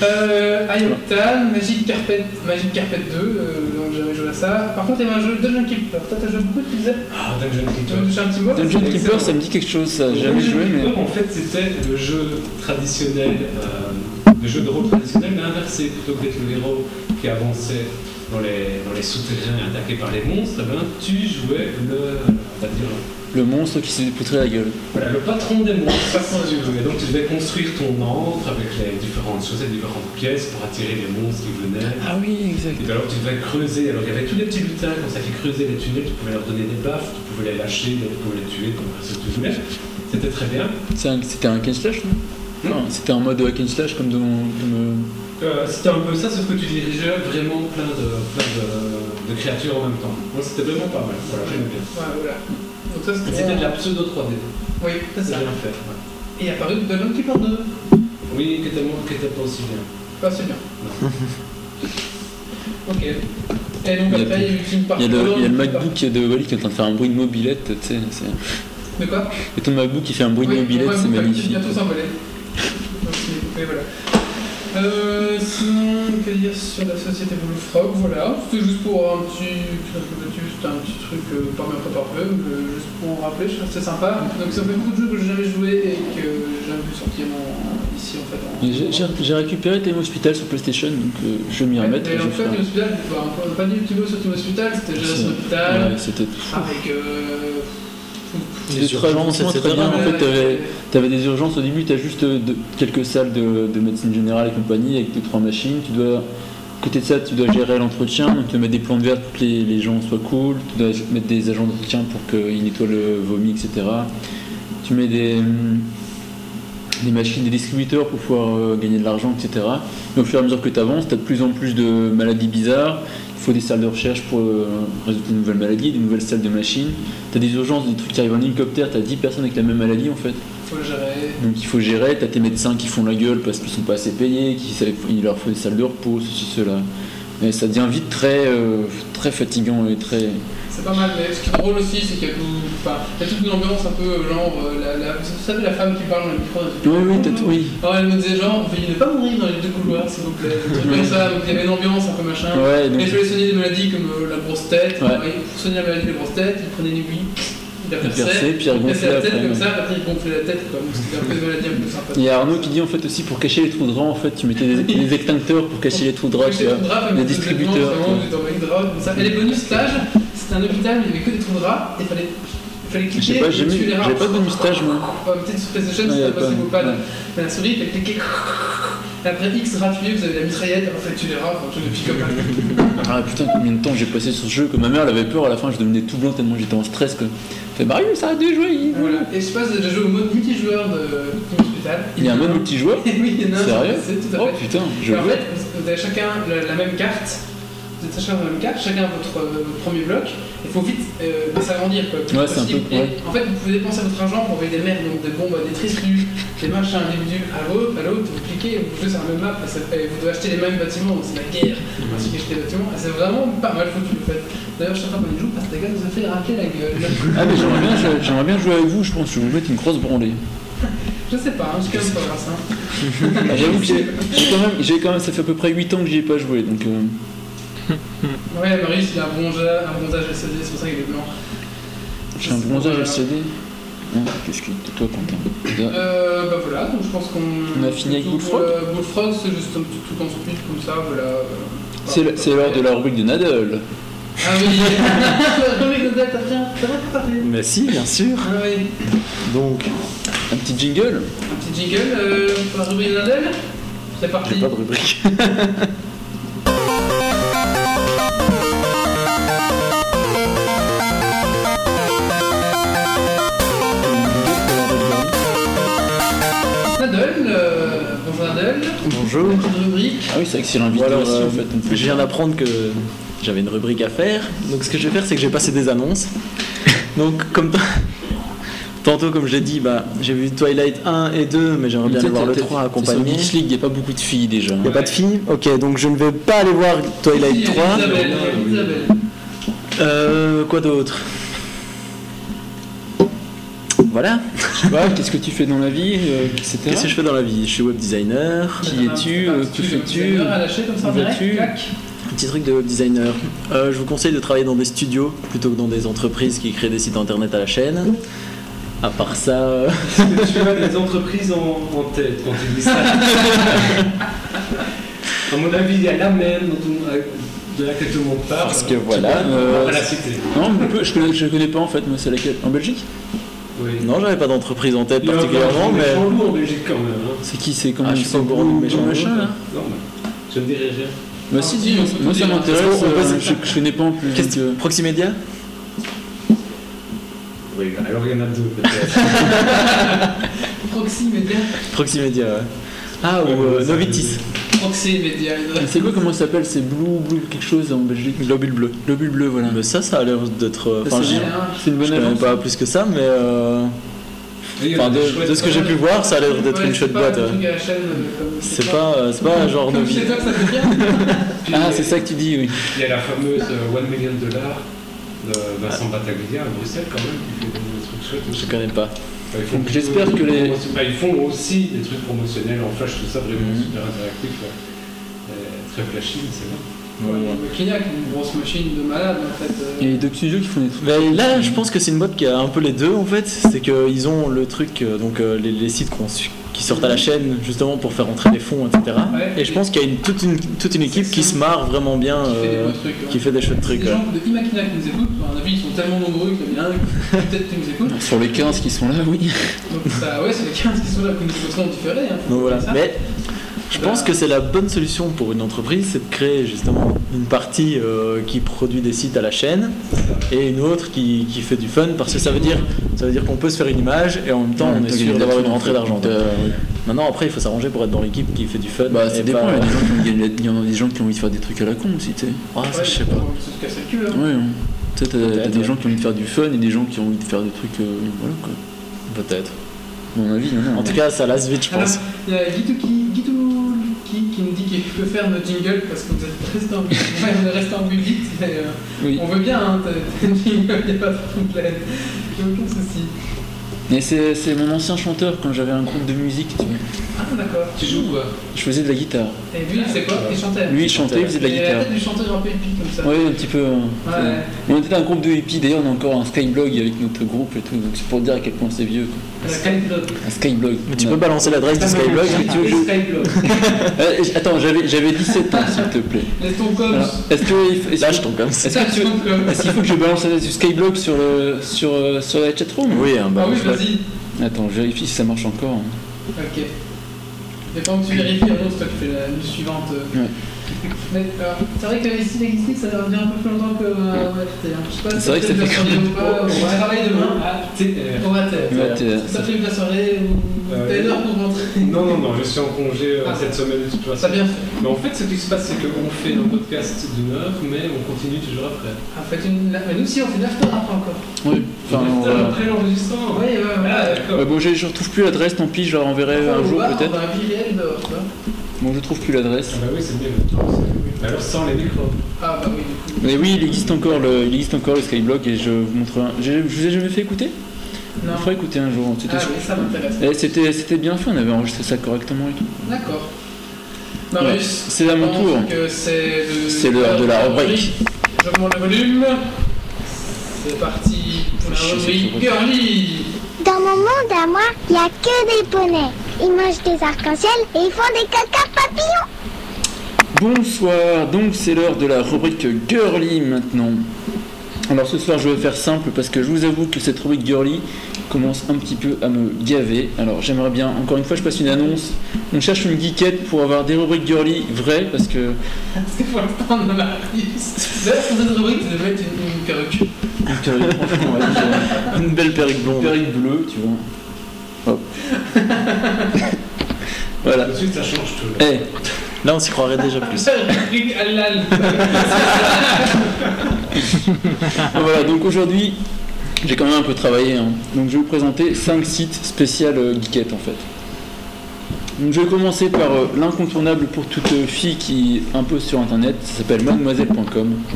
Euh, Ayokta, Magic Carpet, Magic Carpet 2, euh, donc j'avais joué à ça. Par contre, il y avait un jeu Dungeon Keeper. Toi, t'as joué beaucoup, tu disais Ah, Dungeon Tu Keeper. veux me toucher un petit mot Dungeon c'est Keeper, excellent. ça me dit quelque chose, ça, j'ai jamais Dungeon joué, mais. Keeper, en fait, c'était le jeu traditionnel, euh, le jeu de rôle traditionnel, mais inversé. Plutôt que d'être le héros qui avançait dans les, dans les souterrains et attaqué par les monstres, eh ben, tu jouais le, on va dire, Le monstre qui s'est poutré la gueule. voilà, le patron des monstres. Et donc, tu devais construire ton antre avec les différentes choses, les différentes pièces pour attirer les monstres qui venaient. Ah oui, exact. Et puis alors tu devais creuser, alors il y avait tous les petits lutins comme ça qui creusaient les tunnels, tu pouvais leur donner des baffes, tu pouvais les lâcher, tu pouvais les tuer, tu pouvais faire ce que tu voulais. C'était très bien. C'est un- C'était un hack and slash, non Non, c'était un mode hack and slash comme dans. comme, Euh, c'était un peu ça, sauf que tu dirigeais vraiment plein de, plein de, de créatures en même temps. Moi c'était vraiment pas mal, voilà, j'aimais bien. Ouais, voilà. Donc, ça, Et c'était. C'était de la pseudo 3D, Oui, c'est c'est ça. bien fait. ouais. Et il y a paru Dungeon Keeper 2. Oui, qui était, moins- qui était pas aussi bien. Ah, c'est bien. ok. Et donc, Il y a après, il y a eu Team euh, Il y, a le- il y a le Park. MacBook de Wally qui est en train de faire un bruit de mobilette, tu sais. c'est- De quoi Et ton MacBook qui fait un bruit de Oui, on mobilette, va c'est vous faire magnifique. Bientôt s'envoler. Donc, c'est coupé, voilà. Euh, sinon, que dire sur la société Blue Frog Voilà, c'était juste pour un petit, c'était un petit truc euh, parmi un peu par peu, euh, juste pour rappeler, je trouve que c'est sympa. Donc ça fait beaucoup de jeux que j'ai jamais joué et que j'ai jamais vu sortir en- ici en fait. En, Mais j'ai- J'ai j'ai récupéré Team Hospital sur PlayStation, donc euh, je vais m'y Ouais, remettre. et je en vais fait, faire- Team Hospital, bah, on n'a pas dit le petit mot sur Team Hospital, c'était C'est- Jason Hospital, ouais, C'était avec... Euh, des Les urgences, urgences, etc. très bien. En fait, t'avais- euh, T'avais des urgences au début, t'as juste euh, de- quelques salles de, de médecine générale et compagnie avec deux trois machines. Tu dois, à côté de ça, tu dois gérer l'entretien, donc tu dois mettre des plantes vertes pour que les, les gens soient cool. Tu dois mettre des agents d'entretien pour qu'ils nettoient le vomi, etc. Tu mets des, hum, des machines, des distributeurs pour pouvoir euh, gagner de l'argent, etc. Mais au fur et à mesure que tu avances, tu as de plus en plus de maladies bizarres. Il faut des salles de recherche pour euh, résoudre de nouvelles maladies, des nouvelles salles de machines. Tu as des urgences, des trucs qui arrivent en hélicoptère, tu as 10 personnes avec la même maladie en fait. faut le gérer. Donc il faut gérer, t'as tes médecins qui font la gueule parce qu'ils sont pas assez payés, qui il leur faut des salles de repos, ceci, cela. Et ça devient vite très, euh, très fatigant et très. C'est pas mal, mais ce qui est drôle aussi, c'est qu'il y a, tout, enfin, il y a toute une ambiance un peu euh, genre. euh, La, la, vous savez, la femme qui parle dans le micro. elle fait, Oui, oui, t'as tout- Bonjour. oui. Alors elle me disait genre, veuillez ne pas mourir dans les deux couloirs, s'il vous plaît. Des trucs comme ça, donc il y avait une ambiance un peu machin. Ouais, donc, Et je voulais soigner des maladies comme euh, la grosse tête. Ouais. pareil. Pour soigner la maladie de la grosse tête, il prenait des oui, il la il perçait. perçait, puis il Il regonflait perçait la tête après. euh, comme ça, après il gonflait la tête. Quoi. Donc c'était un peu des maladies un peu sympas. Il y a Arnaud qui dit en fait aussi pour cacher les trous de rats, en fait, tu mettais des, des extincteurs pour cacher les trous de Oui, rats, tu j'ai vois. des trous de rats, mais euh, les des distributeurs, vêtements, quoi. vraiment, des vêtements, des draps, comme ça. Et les bonus stages, c'était un hôpital, il n'y avait que des trous de rats, et il fallait, il fallait Je cliquer. sais pas, et j'ai tuer mis- les rats. j'avais pas de moustache moi. Ouais, Peut-être sur PlayStation, Ouais, y a c'était pas, passé vos ouais. pads. Mais la souris, il fallait cliquer. Et après X ratué, vous avez la mitraillette, en fait, tu les rats, enfin, tu les piques comme ça. Ah putain, combien de temps j'ai passé sur ce jeu que ma mère elle avait peur à la fin, je devenais tout blanc tellement j'étais en stress que. Fait Marius, arrête de jouer il- Voilà. Et je sais pas si vous avez déjà joué au mode multijoueur de Team Hospital. Il y a un mode multijoueur Oui, il y en a un. sur Sérieux PC, tout à Oh fait. putain, je Alors, en veux. fait, vous vous avez chacun la, la même carte. Vous êtes chacun la même carte, chacun votre, euh, votre premier bloc. Il faut vite euh, s'agrandir. quoi, le plus Ouais, c'est un possible. peu- Et ouais. En fait, vous pouvez dépenser votre argent pour envoyer des merdes, donc des bombes, à des tristus, des machins individus à l'autre, à l'autre. Vous cliquez, vous jouez sur la même map, et, ça fait- vous devez acheter les mêmes bâtiments, donc c'est la guerre. Ainsi qu'acheter des bâtiments. Et C'est vraiment pas mal foutu le fait. D'ailleurs, je suis en train de jouer parce que les gars nous a fait raquer la gueule. Ah mais j'aimerais bien, jouer- j'aimerais bien jouer avec vous, je pense que je vais vous mettre une grosse branlée. Je sais pas, hein, je suis quand même pas grâce. hein. Ah, J'avoue que j'ai j'ai quand, même- j'ai quand même, ça fait à peu près 8 ans que j'y ai pas joué, donc euh, Ouais, Marius, il a un bronzage, un bronzage LCD, c'est pour ça qu'il est blanc. j'ai un bronzage Ah, Voilà. LCD. Hein, Qu'est-ce que toi Quentin Euh, bah voilà, donc je pense qu'on. On a fini avec tout Bullfrog pour la- Bullfrog, c'est juste un petit truc en speed comme ça, voilà. euh, C'est voilà. le- c'est l'heure de la rubrique de Nadal. Ah oui Ah oui, Godel, t'as bien, t'as bien préparé. Mais si, bien sûr. Ah oui, Donc, Un petit jingle un petit jingle euh, pour la rubrique Nadel C'est parti j'ai pas de rubrique. Nadel, euh, bonjour Nadel, Bonjour. petite rubrique. Ah oui, c'est vrai que c'est l'invité Voilà, aussi euh, en fait. on peut- je viens d'apprendre que j'avais une rubrique à faire. Donc ce que je vais faire, c'est que j'ai passé des annonces. Donc comme t- Tantôt, comme j'ai dit, bah, j'ai vu Twilight 1 et 2, mais j'aimerais bien aller voir le 3 accompagné. Geeks Il League, il n'y a pas beaucoup de filles déjà. n'y a pas de filles Ok, donc je ne vais pas aller voir Twilight 3. Isabelle, Isabelle. Euh, quoi d'autre Voilà. Je sais pas, qu'est-ce que tu fais dans la vie, euh, etc. Qu'est-ce que je fais dans la vie Je suis web designer. Qui es-tu, euh, que fais-tu À lâcher comme ça en Où direct, vas-tu clac. Un petit truc de web designer. Euh, je vous conseille de travailler dans des studios plutôt que dans des entreprises qui créent des sites internet à la chaîne. À part ça, euh, Est-ce que tu as des entreprises en, en tête quand tu dis ça À mon avis, il y a la même dont on- euh, de laquelle tout le monde parle. parce que voilà. On va euh, pas la citer. Non, mais peu- je connais, je connais pas en fait, moi c'est laquelle En Belgique Oui. non, j'avais pas d'entreprise en tête Il y a un particulièrement, peu un mais méchant loup en Belgique quand même. hein. C'est qui C'est comment Ah, je ils suis pas sont au courant du gros, méchant machin, loup. là Non, mais je ne dirai rien. Bah si, si, Ah, moi ça si, m'intéresse, on peut euh, dire. je, je connais pas en plus. qu'est-ce donc, euh, que Proximedia Oui, alors il y en a deux peut-être. Proxy Media. Proximedia. ouais. Ah ou Ouais, euh, ouais, ça, Novitis. Proxy Media. C'est quoi comment ça s'appelle C'est Blue Blue quelque chose en Belgique Globule bleu. Globule bleu, voilà. Mais ça, ça a l'air d'être. euh, Ça, Enfin, c'est j'y- bien. C'est une je bonne connais annonce. pas plus que ça, mais euh, Et il y en a enfin, des de, chouettes. de ce que j'ai pu voir, ça a l'air d'être une chouette boîte. ouais. C'est pas, euh, c'est pas genre Comme Novi. chez toi que ça devient. Puis, Ah, c'est ça que tu dis, oui. Il y a la fameuse euh, 1 million dollars de Vincent Bataglia à Bruxelles quand même, qui fait des trucs chouettes aussi. Je connais pas. Bah, ils font Donc, plutôt j'espère des que trucs les- promotion- bah, ils font aussi des trucs promotionnels en flash, tout ça vraiment Mhm. super interactif. ouais. Euh, très flashy, mais c'est bon. Le Kenya, qui est une grosse machine de malade en fait. euh, Il y a d'autres studios qui font des trucs. Mais Bah, là, je pense que c'est une boîte qui a un peu les deux en fait. C'est qu'ils ont le truc, euh, donc euh, les, les sites qu'on su- qui sortent à la chaîne justement pour faire entrer les fonds, etc. Ouais. Et je pense qu'il y a une, toute, une, toute une équipe C'est qui ça. se marre vraiment bien, Qui fait des euh, beaux trucs. ouais. qui fait des chouettes trucs. Les ouais. gens de Imakina qui nous écoutent, à mon avis, ils sont tellement nombreux qu'il y en a un qui peut-être qui nous écoute. Sur les 15 qui sont là, oui. Donc, ça, ouais, c'est les 15 qui sont là, qui nous écouteront en différé. Hein. Donc voilà. Comme ça. Bah. Mais je pense que c'est la bonne solution pour une entreprise, c'est de créer justement une partie euh, qui produit des sites à la chaîne et une autre qui, qui fait du fun parce que ça veut dire ça veut dire qu'on peut se faire une image et en même temps on est sûr d'avoir une rentrée d'argent. Maintenant après il faut s'arranger pour être dans l'équipe qui fait du fun. Euh. Bah, ça et dépend, pas- il y a des gens qui ont- il y, a- il y en a des gens qui ont envie de faire des trucs à la con aussi, tu sais. Ah, ça, Ouais, je sais pas. ils se cassent le cul, hein. Ouais, ouais. Tu sais, t'as- t'as Peut-être, euh, des ouais. gens qui ont envie de faire du fun et des gens qui ont envie de faire des trucs. euh, voilà quoi. Peut-être. À mon avis, il y en a. En hein. tout cas ça lasse vite je Alors, pense. il y a Guitou qui, Guitou qui, Euh, qui nous dit qu'il peut faire nos jingles parce que vous êtes resté en ouais, on est resté en public, mais, euh, Oui. on veut bien, hein, t'as- tes jingles, il n'y a pas de problème. Il n'y a aucun souci. Mais c'est c'est mon ancien chanteur quand j'avais un groupe de musique, tu vois. Ah, d'accord. Tu joues quoi Je faisais de la guitare. Et lui, c'est quoi Il chantait. Lui, il chantait, il faisait de la Il a la guitare. tête du chanteur un peu hippie comme ça. Ouais, un petit peu. hein. Ouais. On était un groupe de hippies, d'ailleurs, on a encore un skyblog avec notre groupe et tout, donc c'est pour dire à quel point c'est vieux. quoi. La qualité de- Un skyblog. Mais tu Ouais. peux balancer l'adresse du Skyblog hein. si tu veux. Le Skyblog. Euh, j- attends, j'avais j'avais 17 ans, s'il te plaît. Laisse ton com. Alors, Est-ce que il faut- est-ce que- Lâche ton comme ça. est-ce que tu- Ah, ton com. est-ce qu'il faut que je balance l'adresse du skyblog sur, le, sur, euh, sur la chatroom Oui, hein, bah, Ah oui, je- vas-y. Attends, je vérifie si ça marche encore. hein. Ok. Et pendant que tu vérifies, Arnaud, c'est toi qui fais la la suivante. euh. Ouais. Mais, euh, c'est vrai que ici, les Geeks League, ça dure un peu plus longtemps que. euh, Water. Je sais pas si C'est vrai que ça peut-être la fait quand soirée même- ou pas. On va travailler demain Ah, ATR. au Water. Ouais, t'es- Ça fait la soirée ou. Euh, T'as une heure pour rentrer. Non, non, non, je suis en congé euh, Ah. cette semaine de toute façon. Ça vient fait. Mais en fait, ce qui se passe, c'est qu'on fait un podcast d'une heure, mais on continue toujours après. Ah, faites une. la- Mais nous aussi, on fait l'after après encore. Oui, enfin, on Juste va- après l'enregistrement. Ouais, ouais, ouais. Ah, d'accord. Ouais, bon, j'ai- je retrouve plus l'adresse, tant pis, je la renverrai Euh, Ah, un jour On peut-être. va à Villiers, dehors, tu vois. Bon, je trouve plus l'adresse. Ah bah oui, c'est mieux. Mais Alors sans les micros. Ah, bah oui, du coup. Mais oui, il existe encore le, il existe encore le Skyblog et je vous montrerai. un- j'ai- Je vous ai jamais fait écouter Je Non. vous ferai écouter un jour. hein, C'était Ah, oui, ça m'intéresse. Eh, C'était c'était bien fait, on avait enregistré ça correctement et tout. D'accord. Ouais, Marius, C'est à mon je tour. pense que C'est le- C'est l'heure de la rubrique. J'augmente le volume. C'est parti pour la Chier, cette rubrique rubrique. Girly. Dans mon monde à moi, il n'y a que des poneys. Ils mangent des arcs-en-ciel et ils font des caca papillons. Bonsoir, donc c'est l'heure de la rubrique girly maintenant. Alors ce soir je vais faire simple parce que je vous avoue que cette rubrique girly commence un petit peu à me gaver. Alors j'aimerais bien, encore une fois je passe une annonce, on cherche une geekette pour avoir des rubriques girly vraies parce que Parce que pour l'instant, on a Marius. D'ailleurs, pour cette rubrique, tu devais mettre une, une perruque. franchement, ouais, j'ai Une belle perruque une blonde. perruque bleue, tu vois. Hop. voilà. Bah. Tout de suite, ça change tout. Eh, Là on s'y croirait déjà plus. Rubrique halal. voilà, donc aujourd'hui J'ai quand même un peu travaillé. hein. Donc je vais vous présenter 5 sites spécial euh, geekette en fait. Donc je vais commencer par euh, l'incontournable pour toute euh, fille qui impose sur internet, ça s'appelle mademoiselle.com. Donc,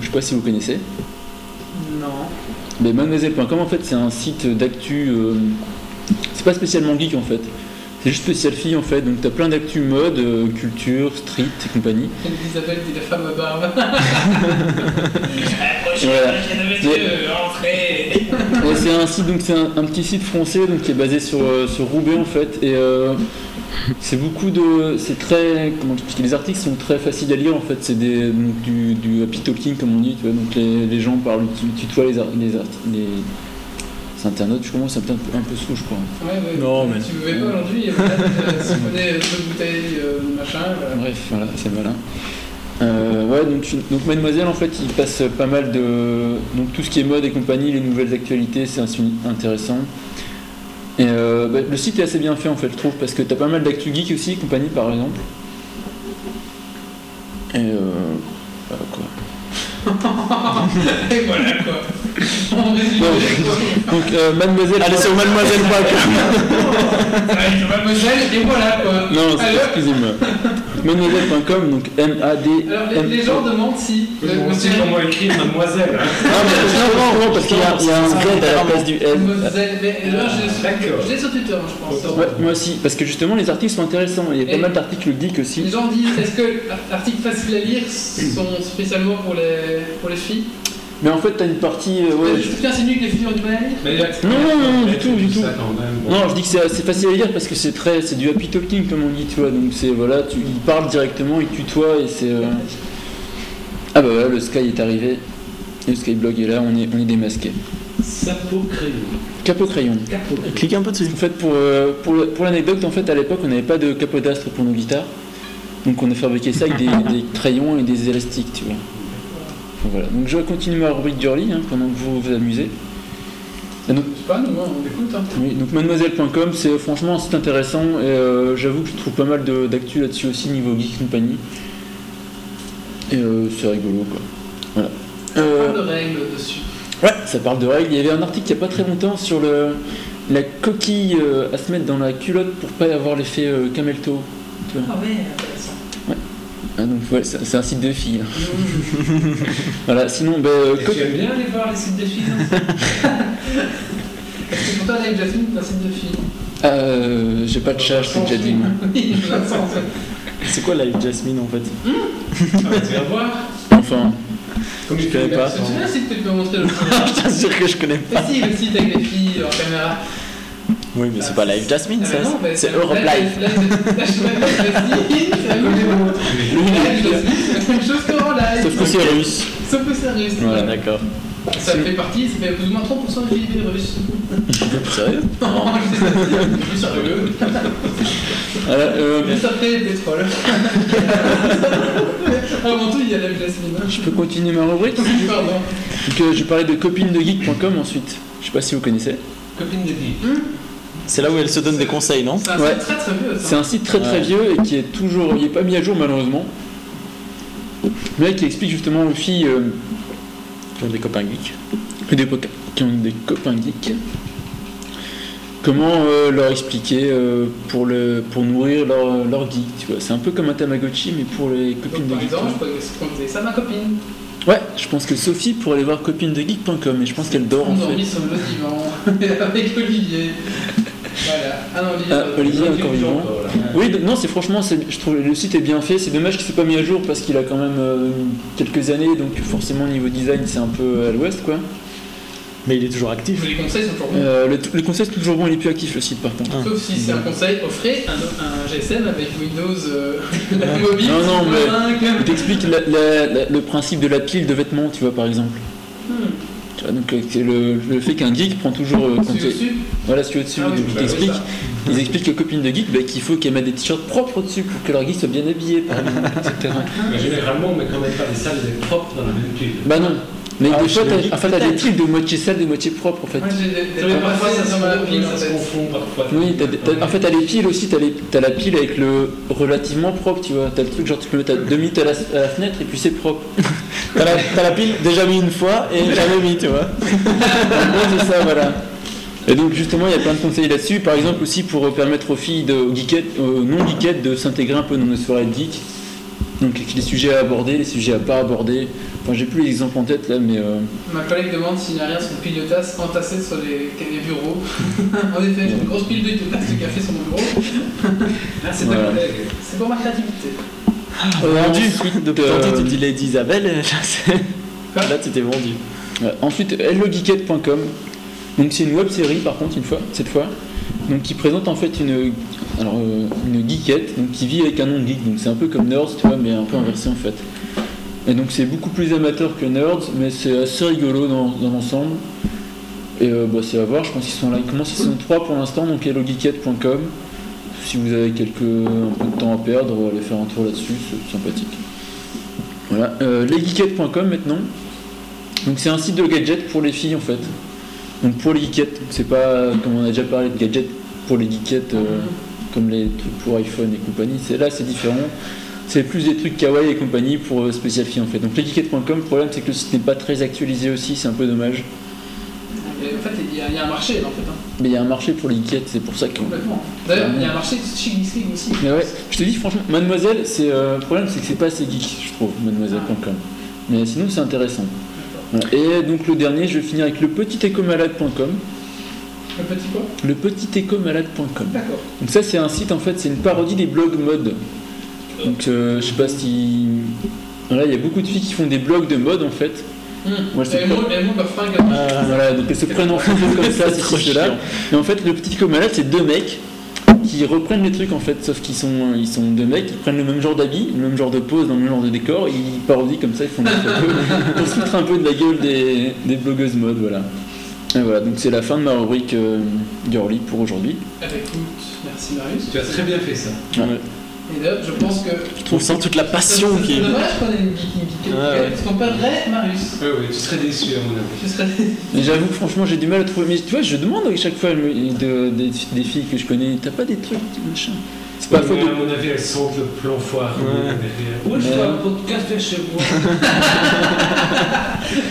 Je sais pas si vous connaissez. Non. Mais mademoiselle.com en fait c'est un site d'actu. euh, c'est pas spécialement geek en fait. C'est juste spécial fille en fait. Donc t'as plein d'actu mode, euh, culture, street et compagnie. Elisabeth dit la femme à barbe. Approchez, Voilà. mesdames et messieurs, entrez. Ouais, c'est un site, donc c'est un, un petit site français donc qui est basé sur, euh, sur Roubaix en fait et euh, c'est beaucoup de c'est très comment expliquer les articles sont très faciles à lire en fait c'est des donc, du, du happy talking comme on dit tu vois donc les, les gens parlent tu tutoient les ar- les, art- les c'est internautes je commence à être un peu, un peu saoul je crois Ouais, ouais, Non, mais- Tu me mets pas aujourd'hui, il y a peut-être euh, siphonné euh, deux bouteilles, euh, machin. voilà. Bref, voilà, c'est malin. Euh, ouais, donc, donc Mademoiselle, en fait, il passe pas mal de. Donc tout ce qui est mode et compagnie, les nouvelles actualités, c'est assez intéressant. Et euh, bah, le site est assez bien fait, en fait, je trouve, parce que t'as pas mal d'actu geek aussi, compagnie par exemple. Et euh, voilà, quoi. Et voilà quoi. En résumé, Non. quoi. Donc euh, Mademoiselle. Allez sur mademoiselle.com. Ouais, sur mademoiselle, et voilà quoi. Non, c'est- Alors, excusez-moi. Mademoiselle.com, donc M-A-D. alors, les, les gens demandent si. Mais bon, c'est comment écrire mademoiselle. hein. Non, Ah, mais non, non, parce qu'il y a, il y a un Z à la place du M. Mademoiselle, mais là je D'accord. je l'ai sur Twitter, hein, je pense. Ouais, moi aussi, parce que justement les articles sont intéressants, il y a Et- pas mal d'articles geeks Les aussi. gens disent est-ce que l'art- l'article facile à lire sont spécialement pour les, pour les filles Mais en fait t'as une partie... euh, ouais, Je tiens, c'est nul que les filles ont du mal à lire. Mais Non, non, non, du tout, du Ça quand même. je- bon. Non, je dis que c'est c'est facile à lire parce que c'est très, c'est du happy talking comme on dit, tu vois. Donc c'est voilà, tu, il parle directement, il tutoie et c'est. euh, Ah bah voilà, le Sky est arrivé et le Skyblog est là, on est, on est démasqué. Sapo crayon. Cap au crayon. Capo crayon. Clique un peu dessus. En fait, pour, euh, pour, le- pour l'anecdote, en fait, à l'époque, on n'avait pas de capodastre pour nos guitares. Donc, on a fabriqué ça avec des, des crayons et des élastiques, tu vois. Donc, Voilà. Donc, je vais continuer ma rubrique girly hein, pendant que vous vous amusez. Et donc, Je sais pas, nous, on écoute. Hein. oui, donc mademoiselle.com, c'est franchement un site intéressant. Et euh, j'avoue que je trouve pas mal de- d'actu là-dessus aussi, niveau geek compagnie. Et euh, c'est rigolo, quoi. Voilà. Euh, Pas de règles dessus. Ouais, ça parle de règles. Il y avait un article il n'y a pas très longtemps sur le, la coquille euh, à se mettre dans la culotte pour pas avoir l'effet euh, camelto. Ah ouais, intéressant. Ah, donc ouais, c'est c'est un site de filles. hein. Voilà, sinon, ben, euh, Et co- Tu aimes bien aller voir les sites de filles hein Est-ce que pour toi, Dave Jaffin est un site de filles Ah, euh, j'ai pas de chat, je t'ai déjà dit. moi. Oui, Vincent, c'est- C'est quoi Live Jasmine en fait Ah, Tu vas voir. Enfin, Comme Je connais pas. Je sais bien si tu peux montrer le site. Je t'assure que je connais. Mais si, le site avec les filles en caméra. Oui, mais c'est pas Live Jasmine Ah, mais ça. non, mais C'est là, Europe là, Live. Là, là, je vois pas le site, c'est la même chose. Live Jasmine, c'est la même chose qu'en live. sauf que c'est russe. Sauf que c'est russe. Voilà. D'accord. Ça fait partie, ça fait plus ou moins 30% des filles russes. Sérieux Non, je sais pas. Je suis sérieux. Voilà, euh, Juste après, les pétroles. Avant tout, il y a la Jasmine. je peux continuer ma rubrique Pardon. Donc, euh, je parlais de copinesdegeek.com ensuite. Je sais pas si vous connaissez. Copine de vie. Hmm C'est là où elle se donne des conseils, non C'est un Ouais. site très très vieux C'est ça. un site très très Ouais. vieux et qui est toujours, il est pas mis à jour malheureusement, mais qui explique justement aux filles euh, Qui ont des copains geeks. que euh, des poca- qui ont des copains geeks. Comment euh, leur expliquer euh, pour, le, pour nourrir leur, leur geek, tu vois. C'est un peu comme un Tamagotchi, mais pour les copines Donc, de par geek. exemple, je pourrais sponsoriser ça à ma copine. Ouais, je pense que Sophie pourrait aller voir copinesdegeek.com et je pense qu'elle dort en On fait. dormit sur le divan avec Olivier. Voilà, un Olivier. Ah, Olivier Copine encore de vie, vivant. encore, là. Oui, d- non, c'est franchement, c'est- je trouve le site est bien fait. C'est dommage qu'il soit pas mis à jour parce qu'il a quand même euh, quelques années, donc forcément niveau design c'est un peu à l'ouest quoi. Mais il est toujours Je vous actif. les conseils sont toujours bons. Euh, le, le concept est toujours bon, il est plus actif le site par contre. Sauf si c'est un conseil, offrez un, un GSM avec Windows euh, mobile. Ah. Non, non, mais- cinq. Il t'explique la- la- la- le principe de la pile de vêtements, tu vois par exemple. Hmm. Tu vois, donc euh, c'est le, le fait qu'un geek prend toujours. euh, quand Celui t'es- au-dessus voilà, celui au-dessus. Ah oui, donc bah ils oui, t'expliquent, ça. ils expliquent aux copines de geek bah, qu'il faut qu'elles mettent des t-shirts propres au-dessus pour que leur geek soit bien habillé, par exemple, etc. Mais Généralement, mais quand même pas des salles des propres dans la même tuile. Bah non. Mais Ah, des chez fois, le t'as geek, enfin, t'as des types de moitié sale, de moitié propre en fait. Moi j'ai des- Mais des parfois ça dans se ma pile. confond, en ça se fait. confond parfois. Oui, t'as des- t'as- en fait, t'as les piles aussi, t'as les- t'as la pile avec le relativement propre, tu vois. T'as le truc, genre, tu peux mettre à demi t'as la, à la fenêtre et puis c'est propre. T'as la, t'as la pile déjà mis une fois et jamais mis, tu vois. Ouais, c'est ça, voilà. Et donc justement, il y a plein de conseils là-dessus. Par exemple aussi pour permettre aux filles de, aux geekettes- aux non geekettes de s'intégrer un peu dans nos soirées de geek. Donc les sujets à aborder, les sujets à pas aborder. Enfin, j'ai plus l'exemple en tête là, mais euh, Ma collègue demande s'il n'y a rien sur pile de tasses entassées sur les, les bureaux. en effet, j'ai une grosse pile de tasses de café sur mon bureau. Ah, c'est Voilà. Ah, ta collègue. C'est pour ma créativité. vendu. ensuite, Donc euh, tantôt, tu dis Lady Isabelle, et là, c'est- là tu t'es vendu. Ouais, ensuite, E hellogeekette.com. Donc c'est une web série par contre une fois, cette fois. Donc qui présente en fait une alors euh, une geekette donc qui vit avec un nom de geek. Donc c'est un peu comme nerds, tu vois, mais un peu inversé en fait. Et donc c'est beaucoup plus amateur que nerds, mais c'est assez rigolo dans, dans l'ensemble. Et euh, bah, c'est à voir, je pense qu'ils sont là. Ils commencent à saison 3 pour l'instant, donc hellogeekette.com. Si vous avez quelques, un peu de temps à perdre, allez faire un tour là-dessus, c'est sympathique. Voilà, euh, lesgeekettes.com maintenant. Donc c'est un site de gadgets pour les filles en fait. Donc pour les geekettes, donc c'est pas comme on a déjà parlé de gadgets pour les geekettes euh, comme les trucs pour iPhone et compagnie. C'est là c'est différent. C'est plus des trucs kawaii et compagnie pour euh, spécial filles en fait. Donc lesgeekettes.com, le problème c'est que le site n'est pas très actualisé aussi, c'est un peu dommage. Et en fait, il y, a- il y a un marché en fait, hein, Mais il y a un marché pour les geekettes, c'est pour ça qu'on complètement. D'ailleurs, il y a un marché chez Geeks aussi. Eh Mais ouais, je te dis franchement, Mademoiselle, c'est euh, le problème c'est que c'est pas assez geek, je trouve, mademoiselle.com. Mais sinon c'est intéressant. Voilà. Et donc le dernier, je vais finir avec le petit écomalade.com. Le petit quoi Le petit écomalade.com. D'accord. Donc ça c'est un site en fait, c'est une parodie des blogs mode. Donc euh, je sais pas si... Voilà, il y a beaucoup de filles qui font des blogs de mode en fait. Moi, je sais Mm. et, pas. moi, et moi, ma fringue, elle- Ah, voilà, donc elles se prennent en photo comme ça, C'est c'est trop cela. chiant. Et en fait le petit écomalade c'est deux mecs qui reprennent les trucs en fait, sauf qu'ils sont, ils sont deux mecs, ils prennent le même genre d'habit, le même genre de pose, dans le même genre de décor, et ils parodient comme ça, ils font des photos pour se foutre un peu de la gueule des, des blogueuses mode, voilà. Et voilà, donc c'est la fin de ma rubrique euh, girly pour aujourd'hui. Eh ben, écoute, merci Marius. Tu as très bien fait ça. Et d'ailleurs, je pense que. On sent toute la passion qui est. C'est dommage qu'on ait une geek, une geek, Ouais, ouais. parce qu'on perdrait Marius. Oui, oui, tu serais déçu à mon avis. Je serais. Mais j'avoue que franchement j'ai du mal à trouver. Mais tu vois, je demande à chaque fois elle me- de- des, des filles que je connais, t'as pas des trucs, machin. C'est pas Ouais, faux. mais donc- À mon avis, elles sentent le plan foireux Ouais. derrière. Ouais, je Bah, Ouais. fais un podcast de chez moi.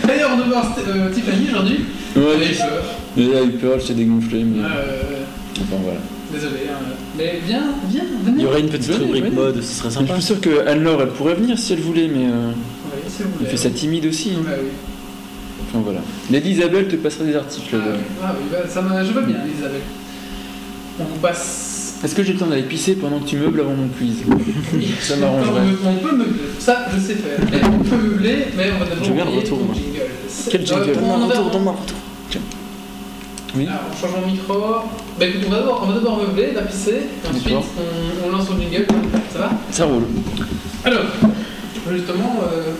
D'ailleurs, on devait voir euh, Tiffany aujourd'hui. Ouais, J'avais peur. mais là, il pleure, c'est dégonflé, mais. Euh, Enfin voilà. désolé. hein. Mais viens, viens, Il venez. y aurait une petite Venez, rubrique venez. mode, ce serait Mais je sympa. suis sûr que Anne-Laure elle pourrait venir si elle voulait, mais euh, Oui, si vous elle voulez. fait ça timide aussi. hein. Bah oui. Enfin voilà. Lady Isabelle te passera des articles. Ah, euh. ah oui, bah, ça me- je veux bien, Elisabeth. On passe. Est-ce que j'ai le temps d'aller pisser pendant que tu meubles avant mon quiz Ça m'arrangerait. Eh. On, peut meubler, ça je sais faire. Et on peut meubler, mais on va d'abord J'aime bien le oublier retour, ton moi. jingle. C'est- Quel jingle Euh, on en verra- retour. Alors, on change mon micro. Bah écoute, on va d'abord, on va d'abord meubler, la pisser, et ensuite D'accord. on, on lance le jingle. Ça va Ça roule. Alors, justement, euh,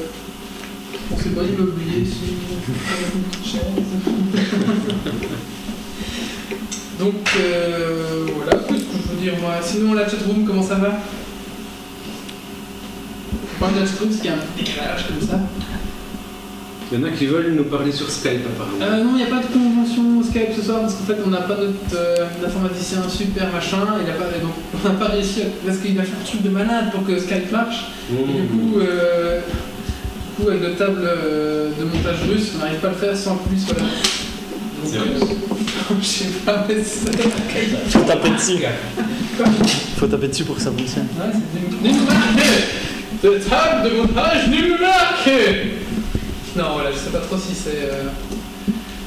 on s'est pas dit m'oublier si chaise. Donc euh, voilà, qu'est-ce que je veux dire moi Sinon la chatroom, comment ça va On parle de la chatroom parce qu'il y a un décalage comme ça. Il y en a qui veulent nous parler sur Skype, apparemment. Euh, non, il n'y a pas de convention Skype ce soir parce qu'en fait on n'a pas notre euh, informaticien super machin, il a pas, donc, on n'a pas réussi à- parce qu'il a fait un truc de malade pour que Skype marche. Et Du Mmh. coup, euh, du coup, avec notre table euh, de montage russe, on n'arrive pas à le faire sans plus. Voilà. Donc, C'est euh, je sais pas, mais c'est. Faut taper dessus. Quoi Faut taper dessus pour que ça fonctionne. Ouais, Ah, c'est nul marque De table de montage nul marque Non, voilà, je sais pas trop si c'est. euh,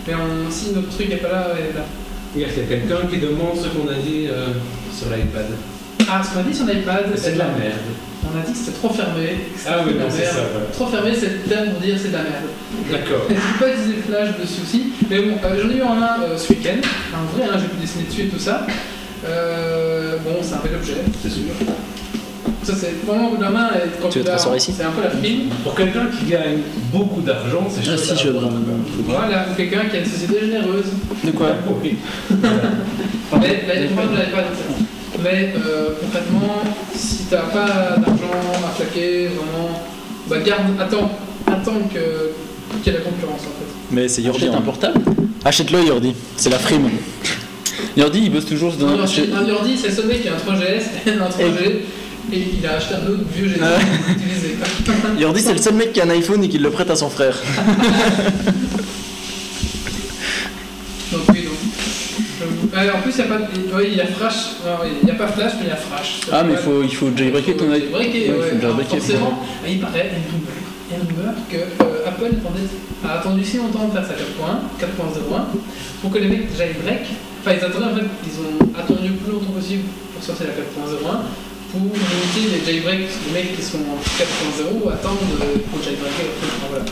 Mais on... si notre truc est pas là, elle est là. Regarde, il y a quelqu'un qui demande ce qu'on a dit euh, sur l'iPad. Ah, ce qu'on a dit sur l'iPad, C'est de la merde. On a dit que c'était trop fermé. que c'était Ah oui, de la non, c'est merde. ça, voilà. Trop fermé, c'est le terme pour dire c'est de la merde. D'accord. Je n'ai pas utilisé Flash de soucis, mais bon, euh, j'en ai eu en un euh, ce week-end, un vrai, hein, j'ai pu dessiner dessus et tout ça. Euh, bon, c'est un bel objet. C'est sûr. Ça, c'est vraiment au bout de la main, et quand Tu veux l'as- t'asseoir ici c'est un peu la frime. Pour quelqu'un qui gagne beaucoup d'argent, c'est Ah chouette si, à je vais avoir. Voilà, pour quelqu'un qui a une société généreuse. De quoi Oui. Mais là, il y a pas de l'iPad, en fait. Mais euh, concrètement, si t'as pas d'argent à claquer, vraiment, bah garde, attends, attends que- qu'il y ait la concurrence en fait. Mais c'est Yordi. Achète un hein. portable Achète-le Yordi, c'est la frime. Yordi il bosse toujours dans Un chez- ordi- un ordi, c'est le sommet qui a un 3GS, un 3G, Et il a acheté un autre vieux GT Ah pour l'utiliser. Yordi, c'est le seul mec qui a un iPhone et qui le prête à son frère. Donc oui, donc. j'avoue. Ah, et en plus, il n'y a pas. de- Oui, il y a Flash. Ah, oui, Il n'y a pas Flash, mais il y a Flash. Ah, mais il faut, il faut jailbreaker ton iPhone. iPhone. Ouais, Breaker, ouais. il faut jailbreaker. Forcément. Et il paraît, il y a une rumeur, il y a une rumeur que euh, Apple attendait- a attendu si longtemps de faire sa 4.1, 4.01 pour que les mecs jailbreak. Enfin, ils attendaient en fait, ils ont attendu le plus longtemps possible pour sortir la 4.01 pour limiter les jailbreaks. parce que Les mecs qui sont en 4.0 attendent euh, pour jailbreaker. Enfin, voilà.